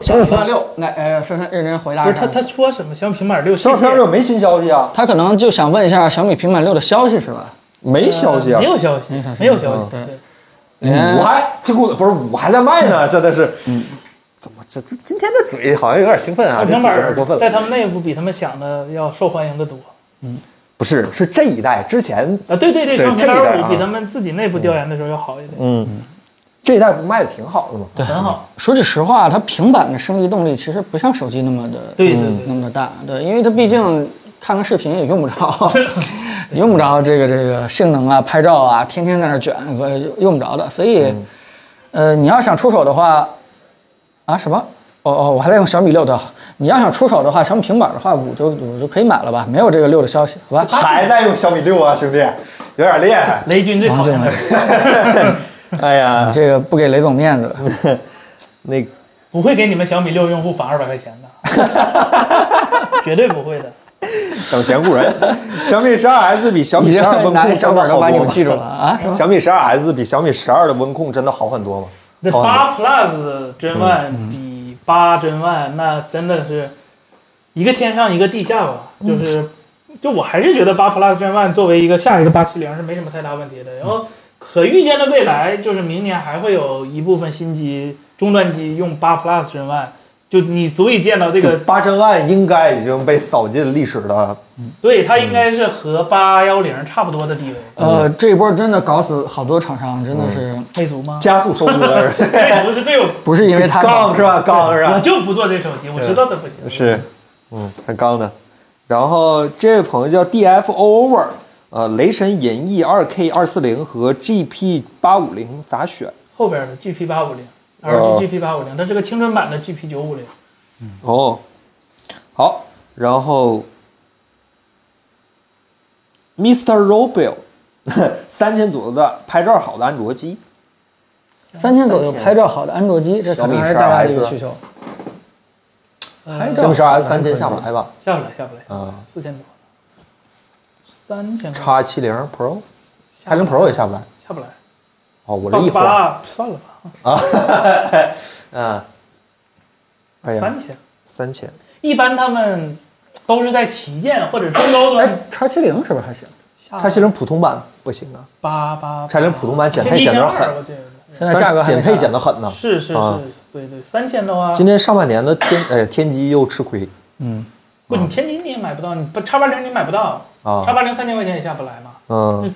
Speaker 1: 小米平板六，那呃，说他认真回答
Speaker 3: 不
Speaker 1: 一
Speaker 3: 是他
Speaker 1: 下，
Speaker 3: 他说什么小米平板六，
Speaker 2: 小
Speaker 3: 谢
Speaker 2: 米
Speaker 3: 谢
Speaker 2: 六没新消息啊，
Speaker 1: 他可能就想问一下小米平板六的消息是吧？
Speaker 2: 没消息啊
Speaker 3: 嗯没。有消息
Speaker 1: 没啥消，息
Speaker 3: 没有消
Speaker 1: 嗯
Speaker 3: 息。对，
Speaker 1: 连
Speaker 2: 五嗯还这股不是五还在卖呢，真的是，嗯，怎么这这今天这嘴好像有点兴奋啊，
Speaker 3: 小
Speaker 2: 这
Speaker 3: 平
Speaker 2: 嘴
Speaker 3: 板
Speaker 2: 有点过分
Speaker 3: 儿在
Speaker 2: 了。
Speaker 3: 他们内部比他们想的要受欢迎的多
Speaker 2: 不是，是这一代之前，
Speaker 3: 啊！对对对，
Speaker 2: 对
Speaker 3: 小米
Speaker 2: 这一
Speaker 3: 平
Speaker 2: 代
Speaker 3: 板
Speaker 2: 啊
Speaker 3: 五比他们自己内部调研的时候要好一点，
Speaker 2: 嗯，这一代不卖的挺好的吗？对，
Speaker 3: 很好。
Speaker 1: 说句实话，它平板的升级动力其实不像手机那么的
Speaker 3: 对
Speaker 2: 嗯
Speaker 3: 对对
Speaker 1: 那么的大，对，因为它毕竟看个视频也用不 着，用不着这个这个性能啊、拍照啊，天天在那儿卷，我用不着的。所以，
Speaker 2: 嗯
Speaker 1: 呃，你要想出手的话，啊什么？哦哦，我还在用小米六的。你要想出手的话，小米平板的话，五就五就可以买了吧？没有这个六的消息，好吧？
Speaker 2: 还在用小米六啊，兄弟，有点 厉害。
Speaker 3: 雷军最讨厌的
Speaker 1: 王
Speaker 2: 哎呀，
Speaker 1: 这个不给雷总面子，
Speaker 2: 那
Speaker 3: 不会给你们小米六用户返二百块钱的， 绝对不会的。
Speaker 2: 等闲故人，小米十二 S 比小米
Speaker 1: 你
Speaker 2: 十二
Speaker 1: 这
Speaker 2: 温
Speaker 1: 拿着
Speaker 2: 控
Speaker 1: 小
Speaker 2: 真的
Speaker 1: 本
Speaker 2: 好
Speaker 1: 都把你
Speaker 2: 多
Speaker 1: 们
Speaker 2: 吗
Speaker 1: 记住了 啊？什么？
Speaker 2: 小米十二 S 比小米十二的温控真的好很多吗？
Speaker 3: 那
Speaker 2: 好很多。嗯
Speaker 3: 八 Plus 真万比八真万，那真的是一个天上一个地下吧。就是，就我还是觉得八 Plus 真万作为一个下一个八七零是没什么太大问题的。然后可预见的未来就是明年还会有一部分新机终端机用八 Plus 真万，就你足以见到这
Speaker 2: 就
Speaker 3: 个，
Speaker 2: 八千万应该已经被扫进历史的，
Speaker 3: 对它应该是和八幺零差不多的地位。
Speaker 1: 呃，这一波真的搞死好多厂商，
Speaker 2: 嗯
Speaker 1: 真的是
Speaker 3: 魅族吗？
Speaker 2: 加速收割，
Speaker 3: 魅族是最有，
Speaker 1: 不 是因为它搞
Speaker 2: 杠
Speaker 1: 死
Speaker 2: 是 吧？杠是吧
Speaker 3: 我？就不做这手机，我知道它不行。
Speaker 2: 啊是，嗯，很刚的。然后这位朋友叫 D F O Over，呃，雷神银翼二 K 二四零和 G P 八五零咋选？
Speaker 3: 后边的 GP 八五零
Speaker 2: 哦
Speaker 3: ，LG GP 八五零，它是个青春版的 GP 九五零。
Speaker 2: 哦，好，然后 Mr. Robio 三千左右的拍照好的安卓机，
Speaker 1: 三千左右拍照好的安卓机，这可能还是大家的一
Speaker 2: 啊
Speaker 1: 个需求。
Speaker 3: 拍
Speaker 1: 照
Speaker 2: 这不是 S 三千下不来吧？
Speaker 3: 下不来，下不来，
Speaker 2: 嗯啊、
Speaker 3: 四千多，三千
Speaker 2: 叉七零 Pro、叉
Speaker 3: 下不
Speaker 2: 零
Speaker 3: 来
Speaker 2: Pro 也下不来。
Speaker 3: 下不来，
Speaker 2: 哦，我这一
Speaker 3: 八
Speaker 2: 晃，
Speaker 3: 八算了吧，
Speaker 2: 嗯，哎呀，
Speaker 3: 三千。
Speaker 2: 三千，
Speaker 3: 一般他们都是在旗舰或者中高端
Speaker 1: 哎，叉七零是不是还行？
Speaker 3: 下
Speaker 2: 叉七零普通版不行啊。
Speaker 3: 八八，
Speaker 2: 拆零普通版减配
Speaker 3: 一
Speaker 2: 减
Speaker 3: 千
Speaker 2: 得
Speaker 3: 二，
Speaker 2: 狠
Speaker 3: 我觉得
Speaker 1: 现在价格还
Speaker 2: 哎减
Speaker 1: 没
Speaker 2: 配
Speaker 1: 下来
Speaker 2: 减得很呢。
Speaker 3: 是是
Speaker 2: 啊
Speaker 3: 是，对对，三千的话，
Speaker 2: 今年上半年的天呃天玑又吃亏
Speaker 3: 不，你天津你也买不到，你不叉八零你买不到，
Speaker 2: 啊
Speaker 3: 叉，八零三千块钱也下不来嘛。
Speaker 2: 嗯，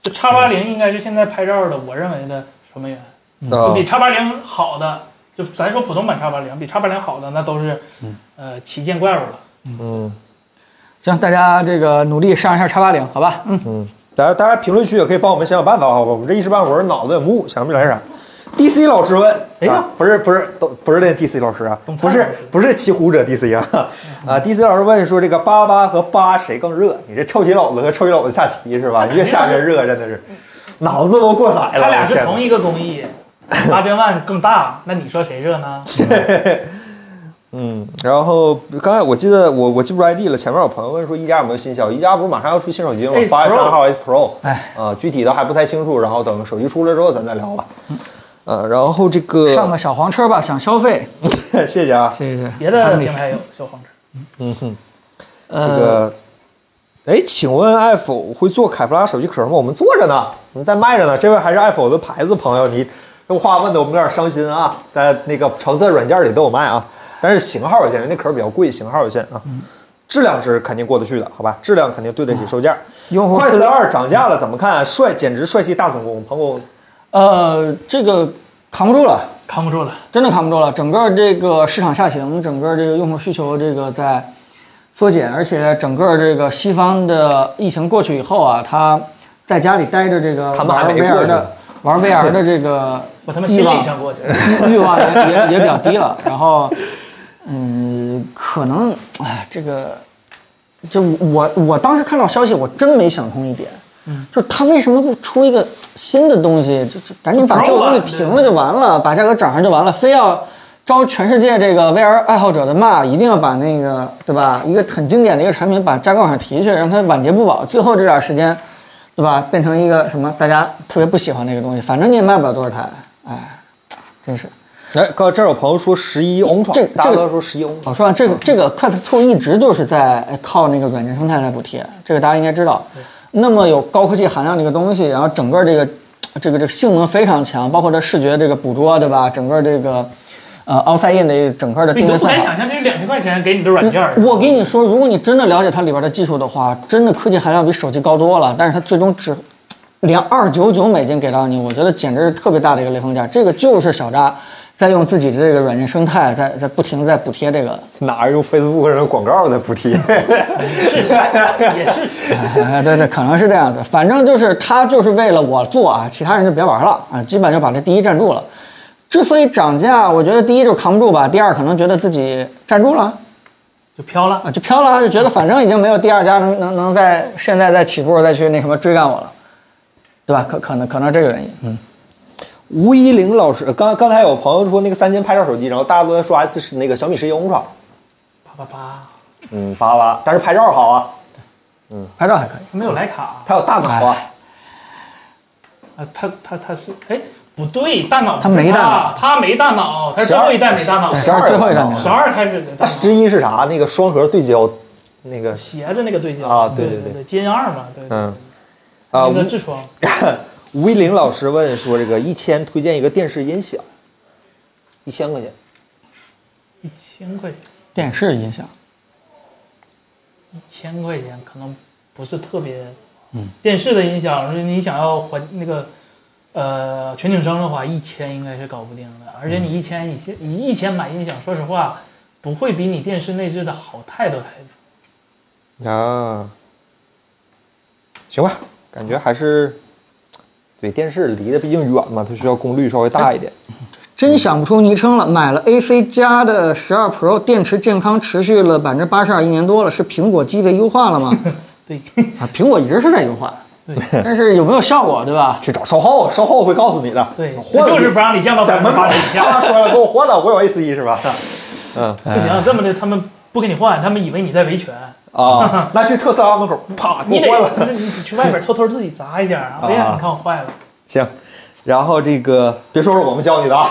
Speaker 3: 这叉八零应该是现在拍照的，我认为的守门员。就
Speaker 2: 那嗯
Speaker 3: 比叉八零好的，就咱说普通版叉八零，比叉八零好的那都是，呃，旗舰怪物了。
Speaker 2: 嗯
Speaker 1: 行，大家这个努力上一下叉八零，好吧？嗯，
Speaker 2: 嗯，大家大家评论区也可以帮我们想想办法，好吧？我们这一时半会儿脑子也木，想不起来啥。D C 老师问，
Speaker 3: 哎呀
Speaker 2: 啊，不是不是都不是那 D C 老师啊，
Speaker 3: 董灿
Speaker 2: 不是
Speaker 3: 老师
Speaker 2: 不是骑虎者 D C 啊，啊 D C 老师问说这个八八和八谁更热？你这臭棋篓子和臭棋篓子下棋是吧？越下越热，真的是脑子都过载了。
Speaker 3: 它俩
Speaker 2: 哎我
Speaker 3: 是
Speaker 2: 天哪
Speaker 3: 同一个工艺，八千万更大，那你说谁热呢？
Speaker 2: 嗯，然后刚才我记得我我记不住 ID 了。前面有朋友问说一加有没有新消息，一加不是马上要出新手机了吗？
Speaker 3: Ace
Speaker 2: 八月三
Speaker 3: Pro
Speaker 2: 号 S Pro，
Speaker 1: 哎
Speaker 2: 啊、具体的还不太清楚，然后等手机出了之后咱再聊吧。呃，然后这个
Speaker 1: 嗯上个小黄车吧，想消费，
Speaker 2: 谢谢啊，
Speaker 1: 谢谢。
Speaker 3: 别的品牌有小黄车，
Speaker 2: 这
Speaker 1: 呃，
Speaker 2: 个，哎，请问爱否会做凯夫拉手机壳吗？我们做着呢，我们在卖着呢。这位还是爱否的牌子朋友，你这话问的我们有点伤心啊。在那个橙色软件里都有卖啊，但是型号有限，因为那壳比较贵，型号有限啊。
Speaker 1: 嗯
Speaker 2: 质量是肯定过得去的，好吧？质量肯定对得起售价。
Speaker 1: 用户
Speaker 2: 快
Speaker 1: 资
Speaker 2: 四
Speaker 1: 料
Speaker 2: 二涨价了，怎么看啊？帅，简直帅气大总攻，彭总
Speaker 1: 呃，这个扛不住了。
Speaker 3: 扛不住了。
Speaker 1: 真的扛不住了。整个这个市场下行，整个这个用户需求这个在缩减，而且整个这个西方的疫情过去以后啊，他在家里待着这个
Speaker 2: 他们还
Speaker 1: 玩
Speaker 2: 没过
Speaker 1: VR
Speaker 2: 去呢
Speaker 1: 的玩 VR 的这个
Speaker 3: 我他妈
Speaker 1: 欲
Speaker 3: 心
Speaker 1: 望
Speaker 3: 理上过去，
Speaker 1: 欲望也也也比较低了。然后，嗯，可能哎，这个就我我当时看到消息，我真没想通一点。嗯，就是他为什么不出一个新的东西？就就赶紧把
Speaker 3: Pro
Speaker 1: 旧东西
Speaker 3: 啊
Speaker 1: 平了就完了，把价格涨上就完了，非要招全世界这个 VR 爱好者的骂，一定要把那个对吧，一个很经典的一个产品把价格往上提去，让它晚节不保。最后这点时间，对吧，变成一个什么大家特别不喜欢的一个东西，反正你也卖不了多少台，哎，真是。
Speaker 2: 哎，哥，这儿有朋友说十一 on
Speaker 1: 这
Speaker 2: 闯，
Speaker 1: 这
Speaker 2: 大
Speaker 1: 个
Speaker 2: 哥说十一 on
Speaker 1: 我
Speaker 2: 闯，
Speaker 1: 说啊，这个这个 Quest Two 一直就是在哎靠那个软件生态来补贴，这个大家应该知道。那么有高科技含量的一个东西，然后整个这个这个这个性能非常强，包括它视觉这个捕捉，对吧？整个这个呃 outside in 的整个的
Speaker 3: 你
Speaker 1: 定
Speaker 3: 都
Speaker 1: 位
Speaker 3: 不
Speaker 1: 算
Speaker 3: 敢
Speaker 1: 法
Speaker 3: 想。象这是两千块钱给你的软件儿。
Speaker 1: 我跟你说，如果你真的了解它里边的技术的话，真的科技含量比手机高多了。但是它最终只连二九九美金给到你，我觉得简直是特别大的一个雷锋价。这个就是小扎在用自己的这个软件生态，在在不停地在补贴这个
Speaker 2: 哪儿用 Facebook 上的广告的补贴？
Speaker 3: 也是，
Speaker 1: 哎， 对对，可能是这样子。反正就是他就是为了我做啊，其他人就别玩了啊，基本就把这第一占住了。之所以涨价，我觉得第一就是扛不住吧，第二可能觉得自己站住了
Speaker 3: 就飘了。
Speaker 1: 啊，就飘了，就觉得反正已经没有第二家能能能在现在再起步再去那什么追赶我了，对吧？可可能可能这个原因，嗯，
Speaker 2: 吴一玲老师，呃刚刚才有朋友说那个三星拍照手机，然后大家都在说 S 是那个小米十一 Ultra，
Speaker 3: 啪啪啪，
Speaker 2: 嗯，巴拉，但是拍照好啊，
Speaker 1: 拍照还可以。
Speaker 3: 它没有徕卡，
Speaker 2: 它有大脑
Speaker 3: 哎
Speaker 2: 啊，
Speaker 3: 啊，它它它是，哎，不对，大脑
Speaker 1: 它没大脑
Speaker 3: 脑，它没大脑，它是最
Speaker 2: 12
Speaker 3: 后一代没大脑，
Speaker 1: 十二最后一张，
Speaker 3: 十二开始的大
Speaker 2: 那
Speaker 3: 脑，
Speaker 2: 十一是啥？那个双核对焦，那个
Speaker 3: 斜着那个对焦
Speaker 2: 啊对
Speaker 3: 对
Speaker 2: 对
Speaker 3: 对
Speaker 2: 对
Speaker 3: 金二嘛，对，对
Speaker 2: 嗯，啊，
Speaker 3: 那
Speaker 2: 吴
Speaker 3: 个痔疮，
Speaker 2: 吴一玲老师问说这个一千推荐一个电视音响，一千块钱，
Speaker 3: 一千块钱，
Speaker 1: 电视音响，
Speaker 3: 一千块钱可能不是特别，
Speaker 2: 嗯
Speaker 3: 电视的音响，如果你想要环那个。呃，全景声的话，一千应该是搞不定的，而且
Speaker 2: 嗯
Speaker 3: 你一千一千一一千买音响，说实话，不会比你电视内置的好太多太多。
Speaker 2: 啊，行吧，感觉还是对电视离得毕竟远嘛，它需要功率稍微大一点。
Speaker 3: 哎
Speaker 1: 真想不出昵称了。买了 AC 加的十二 Pro，电池健康持续了百分之八十二，一年多了，是苹果机的优化了吗？
Speaker 3: 对，
Speaker 1: 啊，苹果一直是在优化，
Speaker 3: 对，
Speaker 1: 但是有没有效果，对吧？
Speaker 2: 去找售后，售后会告诉你的。
Speaker 3: 对
Speaker 2: 换了
Speaker 3: 就是不让 你降到
Speaker 2: 在门口
Speaker 3: 80%以下
Speaker 2: 他说了，给我换了，我有 S 一是吧？嗯
Speaker 3: 不行，这么的他们不给你换，他们以为你在维权，
Speaker 2: 啊，那去特斯拉门口啪
Speaker 3: 啊你
Speaker 2: 给
Speaker 3: 得
Speaker 2: 我换了。啊
Speaker 3: 你去外边偷偷自己砸一下， 然后别让你看我坏了。
Speaker 2: 行，然后这个别说是我们教你的啊，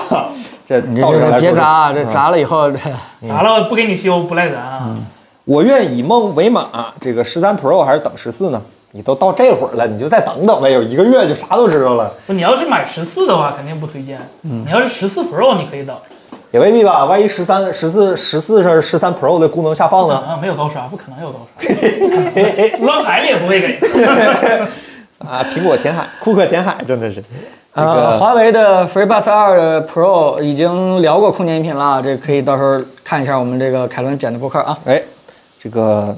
Speaker 2: 这
Speaker 1: 你
Speaker 2: 道
Speaker 1: 这
Speaker 2: 理
Speaker 1: 这
Speaker 2: 来
Speaker 1: 别
Speaker 2: 说是
Speaker 1: 砸啊，这。砸了以后，这
Speaker 3: 砸了不给你修不赖咱啊，
Speaker 1: 嗯
Speaker 2: 我愿以梦为马，这个十三 Pro 还是等十四呢？你都到这会儿了，你就再等等呗，有一个月就啥都知道了，
Speaker 3: 不你要是买十四的话肯定不推荐，
Speaker 1: 嗯
Speaker 3: 你要是十四 Pro 你可以等
Speaker 2: 也未必吧？万一十三、十四、十四是十三 Pro 的功能下放呢？
Speaker 3: 啊，没有高刷不可能有高 刷，扔海里也不会给。
Speaker 2: 啊，苹果填海，库克填海真的是，这
Speaker 1: 呃，
Speaker 2: 个
Speaker 1: 华为的 FreeBuds 2 Pro 已经聊过空间音频了，啊这可以到时候看一下我们这个凯伦剪的播客啊。
Speaker 2: 哎，这个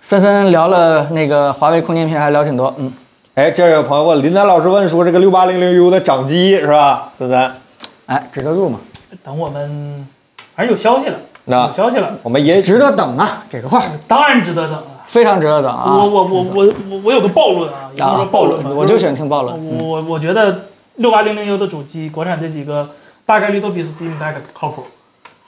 Speaker 1: 森森聊了那个华为空间音频，还聊挺多，嗯，
Speaker 2: 哎，这儿有朋友问，林丹老师问说这个六八零零 U 的掌机是吧？森森，
Speaker 1: 哎，值得入嘛？
Speaker 3: 等我们反正有消息了，
Speaker 1: 啊
Speaker 2: 那
Speaker 3: 有消息了，
Speaker 2: 我们也
Speaker 1: 值得等啊，给个话，
Speaker 3: 当然值得等了。
Speaker 1: 非常值得等
Speaker 3: 我
Speaker 1: 啊。
Speaker 3: 我我我我我有个暴论啊，也不是说
Speaker 1: 啊，
Speaker 3: 暴论吧，
Speaker 1: 我就喜欢听暴论。
Speaker 3: 我我我觉得六八零零 U 的主机，国产这几个大概率都比 Steam Deck 靠谱。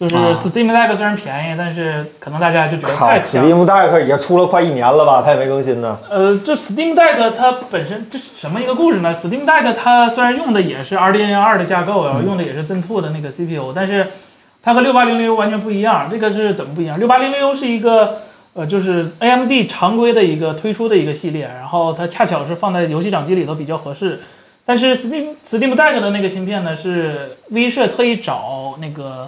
Speaker 3: 就是
Speaker 1: 啊
Speaker 3: Steam Deck 虽然便宜，但是可能大家就觉得
Speaker 2: 靠
Speaker 3: 太强。
Speaker 2: ，Steam Deck 也出了快一年了吧，它也没更新呢。
Speaker 3: 呃，这 Steam Deck 它本身这是什么一个故事呢？Steam Deck 它虽然用的也是 RDNA 二的架构，然啊后用的也是 Zen 2的那个 CPU，但是它和六八零零 U 完全不一样。这个是怎么不一样？六八零零 U 是一个呃，就是 AMD 常规的一个推出的一个系列，然后它恰巧是放在游戏掌机里头比较合适。但是 Steam Steam Deck 的那个芯片呢，是 V 社特意找那个、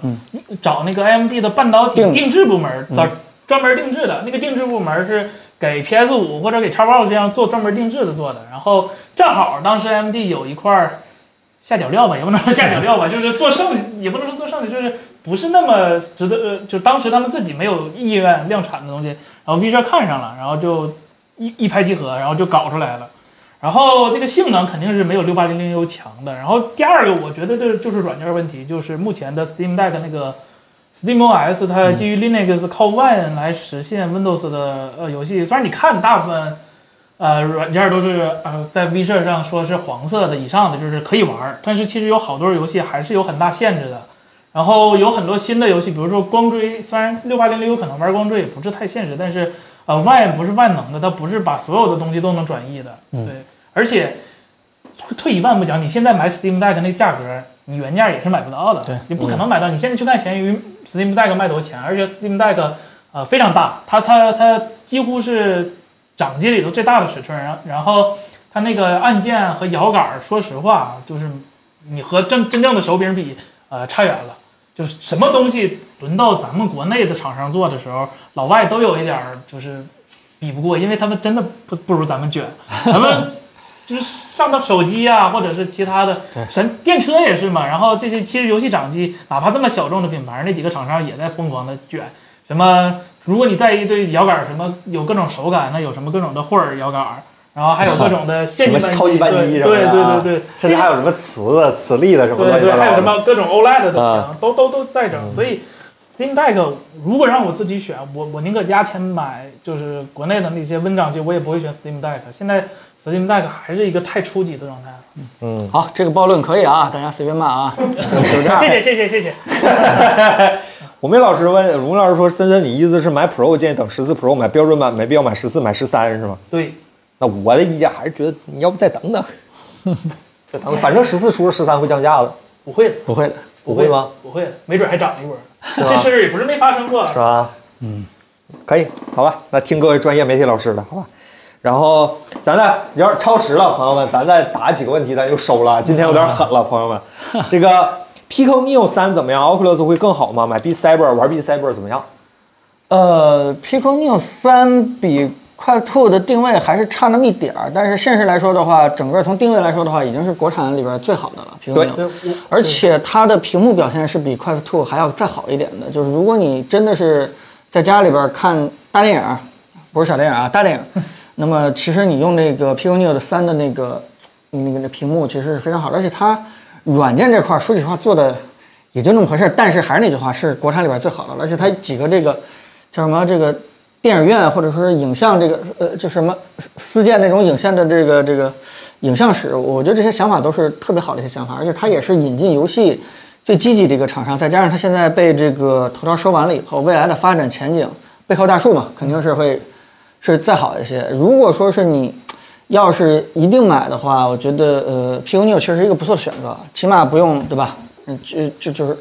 Speaker 3: 找那个 AMD 的半导体
Speaker 1: 定
Speaker 3: 定制部门儿找专门定制的那个定制部门是给 PS 五或者给 Xbox 这样做专门定制的做的。然后正好当时 AMD 有一块儿下脚料吧，也不能说下脚料吧，就是做剩，也不能说做剩的，就是不是那么值得，呃，就当时他们自己没有意愿量产的东西，然后 V 社看上了，然后就一一拍即合，然后就搞出来了。然后这个性能肯定是没有六八零零 U 强的。然后第二个，我觉得这就是软件问题，就是目前的 Steam Deck 那个 SteamOS 它基于 Linux 靠 Wine 来实现 Windows 的呃游戏，虽然你看大部分呃软件都是呃在 V 社上说是黄色的以上的就是可以玩儿，但是其实有好多游戏还是有很大限制的。然后有很多新的游戏，比如说光追，虽然六八零零有可能玩光追也不是太现实，但是呃万不是万能的，它不是把所有的东西都能转移的，对，而且退一万步讲，你现在买 Steam Deck 那价格，你原价也是买不到的，
Speaker 1: 对
Speaker 3: 你不可能买到。你现在去看闲鱼 Steam Deck 卖多少钱，而且 Steam Deck 呃非常大，它它它几乎是掌机里头最大的尺寸，然然后它那个按键和摇杆儿，说实话就是你和真真正的手柄比，呃差远了。就是什么东西轮到咱们国内的厂商做的时候，老外都有一点儿就是比不过，因为他们真的不不如咱们卷，咱们 就是上到手机啊，或者是其他的，神电车也是嘛。然后这些其实游戏掌机，哪怕这么小众的品牌，那几个厂商也在疯狂的卷。什么，如果你在意对摇杆儿什么有各种手感，那有什么各种的霍尔摇杆儿，然后还有各 种的
Speaker 2: 什
Speaker 3: 陷
Speaker 2: 么
Speaker 3: 阱
Speaker 2: 超级扳机
Speaker 3: 对
Speaker 2: 什么
Speaker 3: 对
Speaker 2: 的啊，
Speaker 3: 对对对，
Speaker 2: 甚至还有什么磁的、磁力的什么
Speaker 3: 对
Speaker 2: 乱七
Speaker 3: 对，
Speaker 2: 八
Speaker 3: 还有
Speaker 2: 糟
Speaker 3: 什
Speaker 2: 的。
Speaker 3: 么各种 OLED 的屏，
Speaker 2: 啊
Speaker 3: 都都都在整。所以 Steam Deck 如果让我自己选，我我宁可压钱买就是国内的那些 Win 掌机，我也不会选 Steam Deck。现在 Steam Deck 还是一个太初级的状态了。
Speaker 2: 嗯，
Speaker 1: 好，这个暴论可以啊，大家随便骂啊。
Speaker 2: 就这样
Speaker 3: 谢。谢谢谢谢谢。
Speaker 2: 我们老师问，吴老师说，森森，你意思是买 Pro 建议等十四 Pro 买标准版，没必要买十四，买十三是吗？
Speaker 3: 对，
Speaker 2: 那我的意见还是觉得你要不再等等， 再等等，反正十四出了十三会降价的，
Speaker 3: 不会的，
Speaker 1: 不会的，
Speaker 2: 不会吗？
Speaker 3: 不会的，没准还涨一波。
Speaker 2: 吧
Speaker 3: 这事儿也不是没发生过。
Speaker 2: 是吧？嗯，可以，好吧，那听各位专业媒体老师的，好吧。然后咱再要是超时了，朋友们，咱再答几个问题，咱就收了。今天有点狠了，朋友们。这个 Pico Neo 三怎么样？Oculus 会更好吗？买 B Cyber 玩 B Cyber 怎么样？
Speaker 1: 呃，Pico Neo 三比快兔的定位还是差那么一点儿，但是现实来说的话，整个从定位来说的话，已经是国产里边最好的了。Pico
Speaker 2: 对
Speaker 1: Neo，
Speaker 3: 对，我
Speaker 1: 而且它的屏幕表现是比 Quest 2还要再好一点的。就是如果你真的是在家里边看大电影，不是小电影啊，大电影，那么其实你用那个 Pico Neo 的三的那个那个那个屏幕其实是非常好的，而且它软件这块儿说句实话做的也就那么回事儿，但是还是那句话，是国产里边最好的了，而且它几个这个叫什么这个电影院或者说是影像这个呃，就什么私私建那种影像的这个这个影像史，我觉得这些想法都是特别好的一些想法，而且它也是引进游戏最积极的一个厂商，再加上它现在被这个头条收完了以后，未来的发展前景背靠大树嘛，肯定是会是再好一些。如果说是你要是一定买的话，我觉得呃 p u Neo 其实是一个不错的选择，起码不用对吧？嗯，就就就是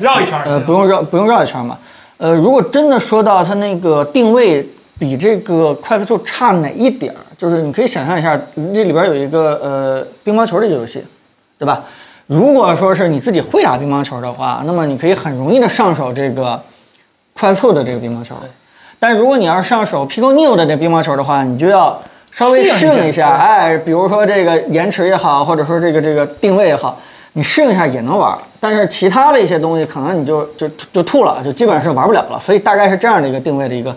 Speaker 3: 绕一圈儿。
Speaker 1: 呃，不用绕，不用绕一圈嘛。呃，如果真的说到它那个定位比这个快速 t 差哪一点儿，就是你可以想象一下，这里边有一个呃乒乓球这个游戏，对吧？如果说是你自己会打乒乓球的话，那么你可以很容易的上手这个快速的这个乒乓球。但如果你要是上手 Pico Neo 的这乒乓球的话，你就要稍微
Speaker 3: 适
Speaker 1: 适
Speaker 3: 应一下
Speaker 1: 应一下，
Speaker 3: 对
Speaker 1: 哎，比如说这个延迟也好，或者说这个这个定位也好，你适应一下也能玩儿。但是其他的一些东西，可能你就就就吐了，就基本上是玩不了了。所以大概是这样的一个定位的一个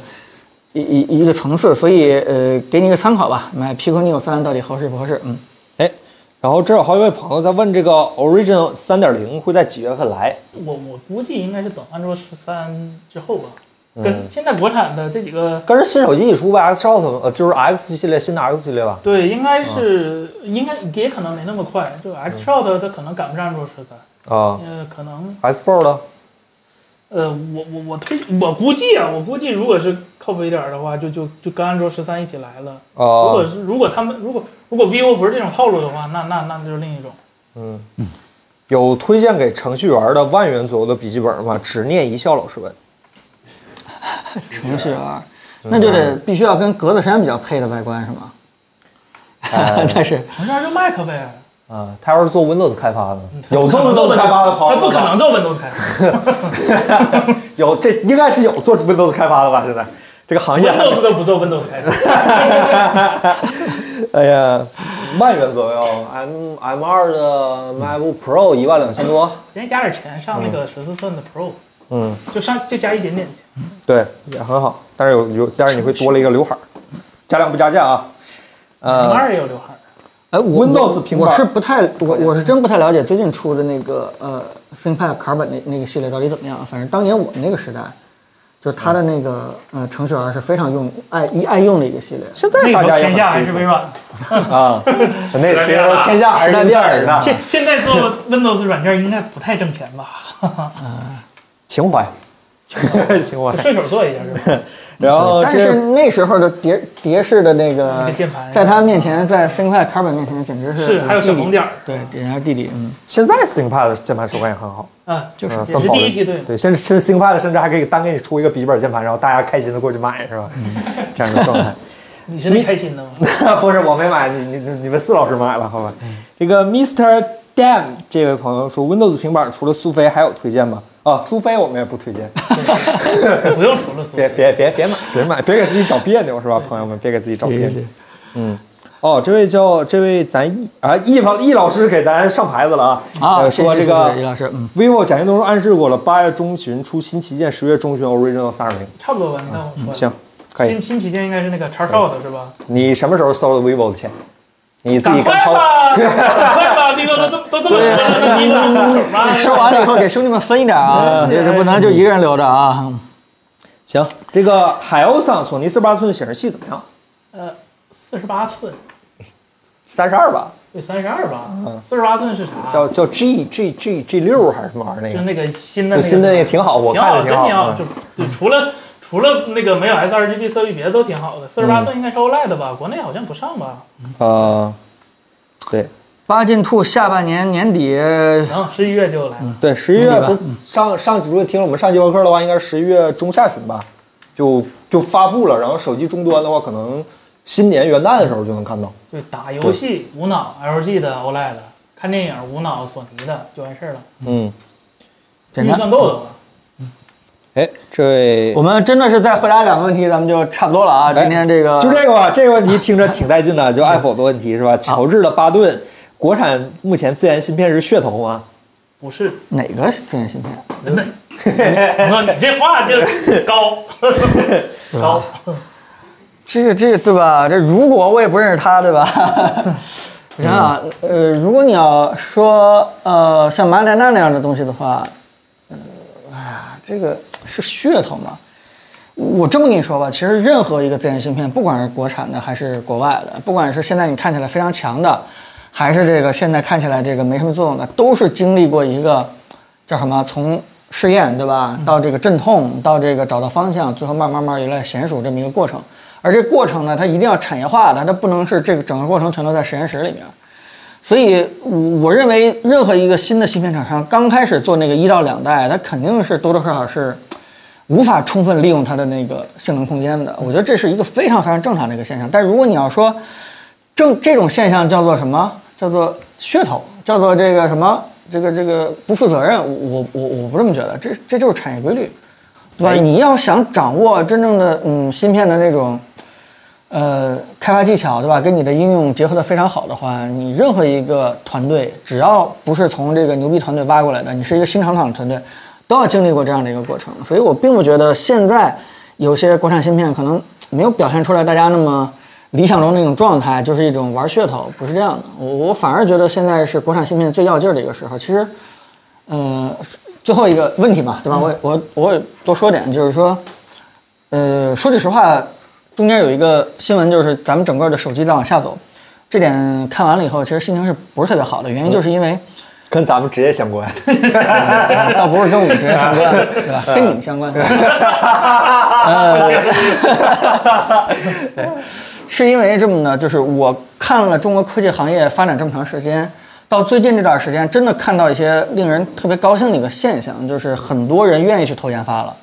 Speaker 1: 一一一个层次。所以呃，给你一个参考吧，买 Pico Neo 三到底合适不合适？嗯，
Speaker 2: 哎，然后这有好几位朋友在问这个 Origin 三点零会在几月份来？
Speaker 3: 我我估计应该是等安卓十三之后吧。
Speaker 2: 嗯
Speaker 3: 跟现在国产的这几个
Speaker 2: 跟着新手机一出吧，Xbox 呃就是 X 系列新的 X 系列吧。
Speaker 3: 对，应该是、
Speaker 2: 嗯
Speaker 3: 应该也可能没那么快，就 X Shot 它可能赶不上安卓十三，
Speaker 2: 啊、
Speaker 3: 呃，可能
Speaker 2: x Four 呢？
Speaker 3: 呃，我我我推我估计啊，我估计如果是靠谱一点儿的话，就就就跟安卓十三一起来了。如果
Speaker 2: 哦，
Speaker 3: 是如果他们如果如果 vivo 不是这种套路的话，那那那就是另一种。
Speaker 2: 有推荐给程序员的万元左右的笔记本吗？只念一笑老师问。
Speaker 1: 程序员，啊那就
Speaker 3: 嗯
Speaker 1: 得必须要跟格子衫比较配的外观是吗？
Speaker 3: 呃
Speaker 1: 但是
Speaker 3: 长沙就 Mac 呗，
Speaker 2: 啊，他要是做 Windows 开发的，
Speaker 3: 嗯
Speaker 2: 有做 Windows 开发的朋友吗，
Speaker 3: 他哎不可能做 Windows 开 发
Speaker 2: 有这应该是有做 Windows 开发的吧？现在这个行业还没
Speaker 3: ，Windows 都不做 Windows 开发。
Speaker 2: 哎呀，万元左右，M M 二的 MacBook Pro 一万两千多，
Speaker 3: 今天加点钱上那个十四寸的 Pro，
Speaker 2: 嗯，
Speaker 3: 就上就加一点点钱。
Speaker 2: 对，也很好，但是有有，但是你会多了一个刘海儿，加量不加价啊。
Speaker 3: 零
Speaker 2: 呃，
Speaker 3: 二也有刘海儿，
Speaker 1: 哎，我
Speaker 2: Windows 平板
Speaker 1: 我是不太，我我是真不太了解最近出的那个呃 ThinkPad 卡本那那个系列到底怎么样。反正当年我们那个时代，就是它的那个呃程序员是非常用爱一爱用的一个系列。
Speaker 2: 现在
Speaker 3: 那
Speaker 2: 大
Speaker 3: 时
Speaker 2: 家
Speaker 3: 候
Speaker 2: 也
Speaker 3: 天下还
Speaker 2: 很
Speaker 3: 是
Speaker 2: 推
Speaker 3: 微
Speaker 2: 崇
Speaker 3: 软的。
Speaker 2: 啊，那
Speaker 4: 时代
Speaker 2: 天
Speaker 4: 变了
Speaker 2: 天下还是英特尔的
Speaker 3: 现 现在做 Windows 软件应该不太挣钱 吧？
Speaker 2: 情怀， 情怀
Speaker 3: 就。顺手做一下是
Speaker 2: 嗯
Speaker 3: 吧？
Speaker 2: 然后
Speaker 1: 但是
Speaker 2: 这
Speaker 1: 那时候的碟碟式的那
Speaker 3: 那
Speaker 1: 个
Speaker 3: 个键盘
Speaker 1: 在他面前，在 ThinkPad 卡本面前简直是
Speaker 3: 是还有小红点儿
Speaker 1: 对，点下弟弟，嗯，
Speaker 2: 现在 ThinkPad 键盘手感也很好，
Speaker 3: 啊，
Speaker 1: 就是
Speaker 2: 嗯，
Speaker 3: 也
Speaker 2: 算
Speaker 3: 是
Speaker 2: 保
Speaker 3: 第一
Speaker 2: 人
Speaker 3: 梯队。
Speaker 2: 对，甚至甚至 ThinkPad 甚至还可以单给你出一个笔记本键盘，然后大家开心的过去买，是吧？这样的状态。
Speaker 3: 你是那开心的吗？
Speaker 2: 不是我没买，你你你你们四老师买了，好吧？这个 Mr. Dan 这位朋友说，Windows 平板除了苏菲还有推荐吗？啊，苏菲我们也不推荐，
Speaker 3: 不用除了苏
Speaker 2: 别
Speaker 3: 菲，
Speaker 2: 别别别买，别买，别给自己找别扭是吧，朋友们？别给自己找别扭。嗯，哦，这位叫这位咱易啊易朋易老师给咱上牌子了啊，
Speaker 1: 啊，
Speaker 2: 呃说
Speaker 1: 谢谢
Speaker 2: 这个
Speaker 1: 谢谢李老师，嗯，
Speaker 2: vivo 蒋劲东暗示过了，八月中旬出新旗舰，十月中旬 Original 三二零，
Speaker 3: 差不多吧。你看我说的，
Speaker 2: 嗯行，哎嗯可以
Speaker 3: 新。新旗舰应该是那个叉 shot 是吧？
Speaker 2: 你什么时候收的 vivo 的钱？你自己
Speaker 3: 赶
Speaker 2: 刚
Speaker 3: 快
Speaker 2: 掏。
Speaker 3: 吧，赶快吧，你都都都这么说了，你
Speaker 2: 啊
Speaker 3: 咋手吗？
Speaker 1: 收完了以后给兄弟们分一点啊，
Speaker 2: 嗯
Speaker 3: 对
Speaker 1: 这这不能就一个人留着啊。
Speaker 2: 行，这个海鸥桑索尼四八寸显示器怎么样？
Speaker 3: 呃，四十八寸，
Speaker 2: 三十二吧，
Speaker 3: 对，三十二吧，四十八寸是啥？
Speaker 2: 嗯叫叫 G G G G 六还是什么玩意儿那
Speaker 3: 就
Speaker 2: 个？
Speaker 3: 那个新
Speaker 2: 对，
Speaker 3: 的那个
Speaker 2: 新的也挺好，我
Speaker 3: 挺
Speaker 2: 看
Speaker 3: 好，
Speaker 2: 着
Speaker 3: 真
Speaker 2: 挺
Speaker 3: 挺
Speaker 2: 好嗯
Speaker 3: 好，
Speaker 2: 的
Speaker 3: 就。就除了除了那个没有 sRGB 色域，别的都挺好的。四十
Speaker 2: 嗯
Speaker 3: 八寸应该是 OLED 吧，国内好像不上吧？
Speaker 2: 呃，对
Speaker 1: 八进兔下半年年底
Speaker 3: 能嗯十一月就来了。
Speaker 2: 对，十一月
Speaker 1: 吧嗯
Speaker 2: 不上上如果听了我们上期播客的话，应该是十一月中下旬吧，就就发布了。然后手机终端的话，可能新年元旦的时候就能看到。
Speaker 3: 就打游戏无脑 LG 的 OLED，看电影无脑索尼的就完事儿了，
Speaker 2: 嗯，
Speaker 1: 简
Speaker 3: 预
Speaker 1: 单。
Speaker 3: 算够的话。
Speaker 2: 哎，这位
Speaker 1: 我们真的是再回答两个问题，咱们就差不多了啊。今天这个
Speaker 2: 哎
Speaker 1: 啊
Speaker 2: 就这个吧，这个问题听着挺带劲的，就爱否的 问题是吧？乔治的巴顿，国产目前自研芯片是噱头吗？
Speaker 3: 不是，
Speaker 1: 哪个是自研芯片？
Speaker 3: 真的， 我说你这话就 高高，
Speaker 1: 这个这个对吧？这如果我也不认识他，对吧？ 我想想，呃，如果你要说呃像马里娜那样的东西的话，呃，啊，这个是噱头吗？我这么跟你说吧，其实任何一个自研芯片，不管是国产的还是国外的，不管是现在你看起来非常强的，还是这个现在看起来这个没什么作用的，都是经历过一个叫什么从试验对吧，到这个阵痛，到这个找到方向，最后慢慢慢慢有了娴熟这么一个过程。而这过程呢，它一定要产业化的，它不能是这个整个过程全都在实验室里面。所以，我我认为任何一个新的芯片厂商刚开始做那个一到两代，它肯定是多多少少是无法充分利用它的那个性能空间的。我觉得这是一个非常非常正常的一个现象。但如果你要说正这种现象叫做什么？叫做噱头，叫做这个什么？这个这个不负责任，我我我不这么觉得，这这就是产业规律，对吧？你要想掌握真正的嗯芯片的那种呃开发技巧，对吧？跟你的应用结合的非常好的话，你任何一个团队，只要不是从这个牛逼团队挖过来的，你是一个新厂厂的团队，都要经历过这样的一个过程。所以我并不觉得现在有些国产芯片可能没有表现出来大家那么理想中那种状态，就是一种玩噱头，不是这样的。我我反而觉得现在是国产芯片最要劲儿的一个时候。其实，呃，最后一个问题嘛，对吧？我也我我也多说点，就是说。呃，说句实话，中间有一个新闻，就是咱们整个的手机在往下走，这点看完了以后，其实心情是不是特别好的？原因就是因为呃
Speaker 2: 跟咱们职业相关。
Speaker 1: 倒不是跟我们直接相关，对吧？跟你们相关。呃， 对，是因为这么呢，就是我看了中国科技行业发展这么长时间，到最近这段时间，真的看到一些令人特别高兴的一个现象，就是很多人愿意去投研发了。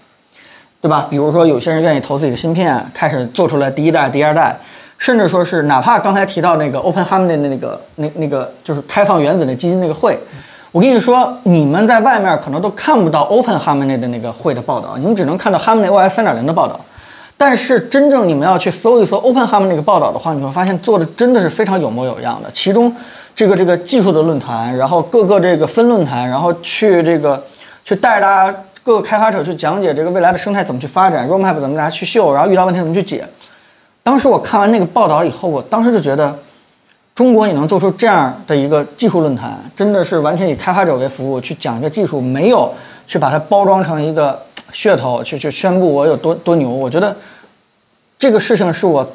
Speaker 1: 对吧？比如说，有些人愿意投自己的芯片，开始做出来第一代、第二代，甚至说是哪怕刚才提到那个 OpenHam 的那个、那、那个就是开放原子的基金那个会，我跟你说，你们在外面可能都看不到 OpenHam 的那个会的报道，你们只能看到 Ham 的 OS 3.0的报道。但是真正你们要去搜一搜 OpenHam 那个报道的话，你会发现做的真的是非常有模有样的。其中这个这个技术的论坛，然后各个这个分论坛，然后去这个去带着大家各个开发者去讲解这个未来的生态怎么去发展，roadmap 怎么大家去秀，然后遇到问题怎么去解。当时我看完那个报道以后，我当时就觉得，中国也能做出这样的一个技术论坛，真的是完全以开发者为服务去讲一个技术，没有去把它包装成一个噱头，去去宣布我有多多牛。我觉得这个事情是我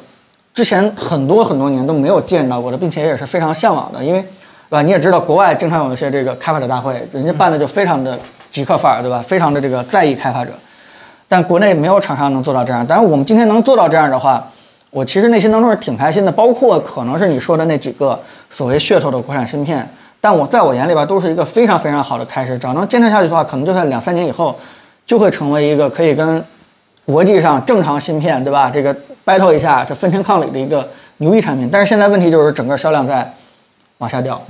Speaker 1: 之前很多很多年都没有见到过的，并且也是非常向往的，因为对吧？你也知道，国外经常有一些这个开发者大会，人家办的就非常的极客范儿，对吧？非常的这个在意开发者，但国内没有厂商能做到这样。但是我们今天能做到这样的话，我其实内心当中是挺开心的。包括可能是你说的那几个所谓噱头的国产芯片，但我在我眼里边都是一个非常非常好的开始。只要能坚持下去的话，可能就在两三年以后，就会成为一个可以跟国际上正常芯片，对吧？这个 battle 一下，这分庭抗礼的一个牛逼产品。但是现在问题就是整个销量在往下掉，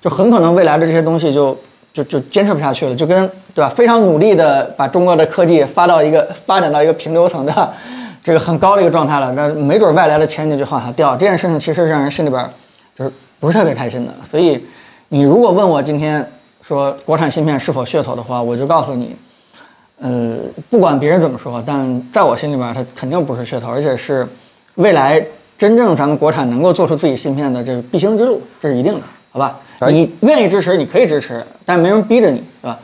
Speaker 1: 就很可能未来的这些东西就就就坚持不下去了，就跟对吧？非常努力的把中国的科技发到一个发展到一个平流层的这个很高的一个状态了，那没准未来的前景就往下掉。这件事情其实让人心里边就是不是特别开心的。所以你如果问我今天说国产芯片是否噱头的话，我就告诉你，呃，不管别人怎么说，但在我心里边它肯定不是噱头，而且是未来真正咱们国产能够做出自己芯片的这个必经之路，这是一定的，好吧？
Speaker 2: 哎
Speaker 1: 你愿意支持，你可以支持，但没人逼着你，对吧？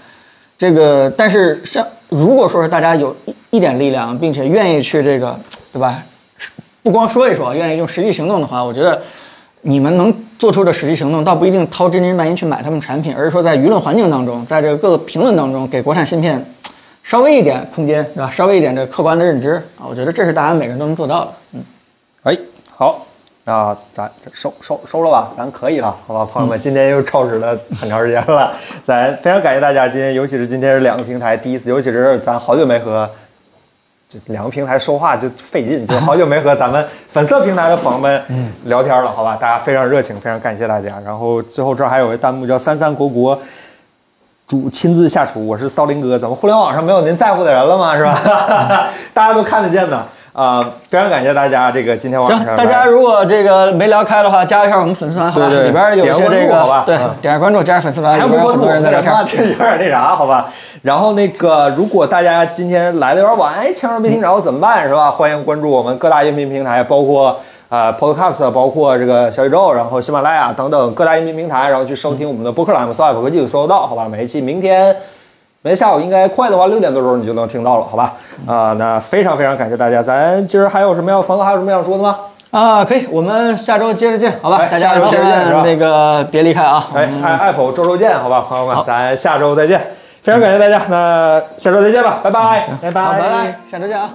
Speaker 1: 这个，但是像如果说是大家有一一点力量，并且愿意去这个，对吧？不光说一说，愿意用实际行动的话，我觉得你们能做出的实际行动，倒不一定掏真金白银去买他们产品，而是说在舆论环境当中，在这个各个评论当中，给国产芯片稍微一点空间，对吧？稍微一点这客观的认知啊，我觉得这是大家每个人都能做到的。嗯，
Speaker 2: 哎，好，那咱收收收了吧，咱可以了，好吧，朋友们，今天又超时了很长时间了，咱非常感谢大家今天，尤其是今天是两个平台第一次，尤其是咱好久没和。就两个平台说话就费劲，就好久没和咱们粉色平台的朋友们
Speaker 1: 嗯
Speaker 2: 聊天了，好吧？大家非常热情，非常感谢大家。然后最后这儿还有个弹幕叫“三三国国”，主亲自下厨，我是骚林哥。咱们互联网上没有您在乎的人了吗？是吧？ 大家都看得见的啊、非常感谢大家，这个今天晚
Speaker 1: 行
Speaker 2: 上，
Speaker 1: 大家
Speaker 2: 来
Speaker 1: 如果这个没聊开的话，加一下我们粉丝团，好吧？
Speaker 2: 对对
Speaker 1: 里边有一些
Speaker 2: 点
Speaker 1: 这
Speaker 2: 个关注好
Speaker 1: 个
Speaker 2: 吧，
Speaker 1: 对
Speaker 2: 嗯，
Speaker 1: 点下关注，加上粉丝团，
Speaker 2: 还
Speaker 1: 里
Speaker 2: 不
Speaker 1: 边有
Speaker 2: 关
Speaker 1: 很
Speaker 2: 注
Speaker 1: 多
Speaker 2: 我
Speaker 1: 人在聊
Speaker 2: 干
Speaker 1: 天
Speaker 2: 嘛？。这有点那啥，好吧。然后那个，如果大家今天来的有点晚，哎，前面
Speaker 1: 嗯
Speaker 2: 没听着怎么办，是吧？欢迎关注我们各大音频平台，包括呃 Podcast，包括这个小宇宙，然后喜马拉雅等等各大音频平台，然后去收听我们的播客栏目《搜海科技》，搜得到，好吧？每一期明天。明天下午应该快的话，六点多钟你就能听到了，好吧？啊、那非常非常感谢大家。咱今儿还有什么要朋友还有什么要说的吗？
Speaker 1: 啊，可以，我们下周接着见，好吧？
Speaker 2: 哎
Speaker 1: 大
Speaker 2: 下
Speaker 1: 家
Speaker 2: 周接
Speaker 1: 千
Speaker 2: 着见是吧
Speaker 1: 万那个别离开啊！
Speaker 2: 哎，爱爱否周周见，好吧，朋友们，咱下周再见。非常感谢大家，那下周再见吧，拜拜。
Speaker 1: 好，拜拜，下周见啊！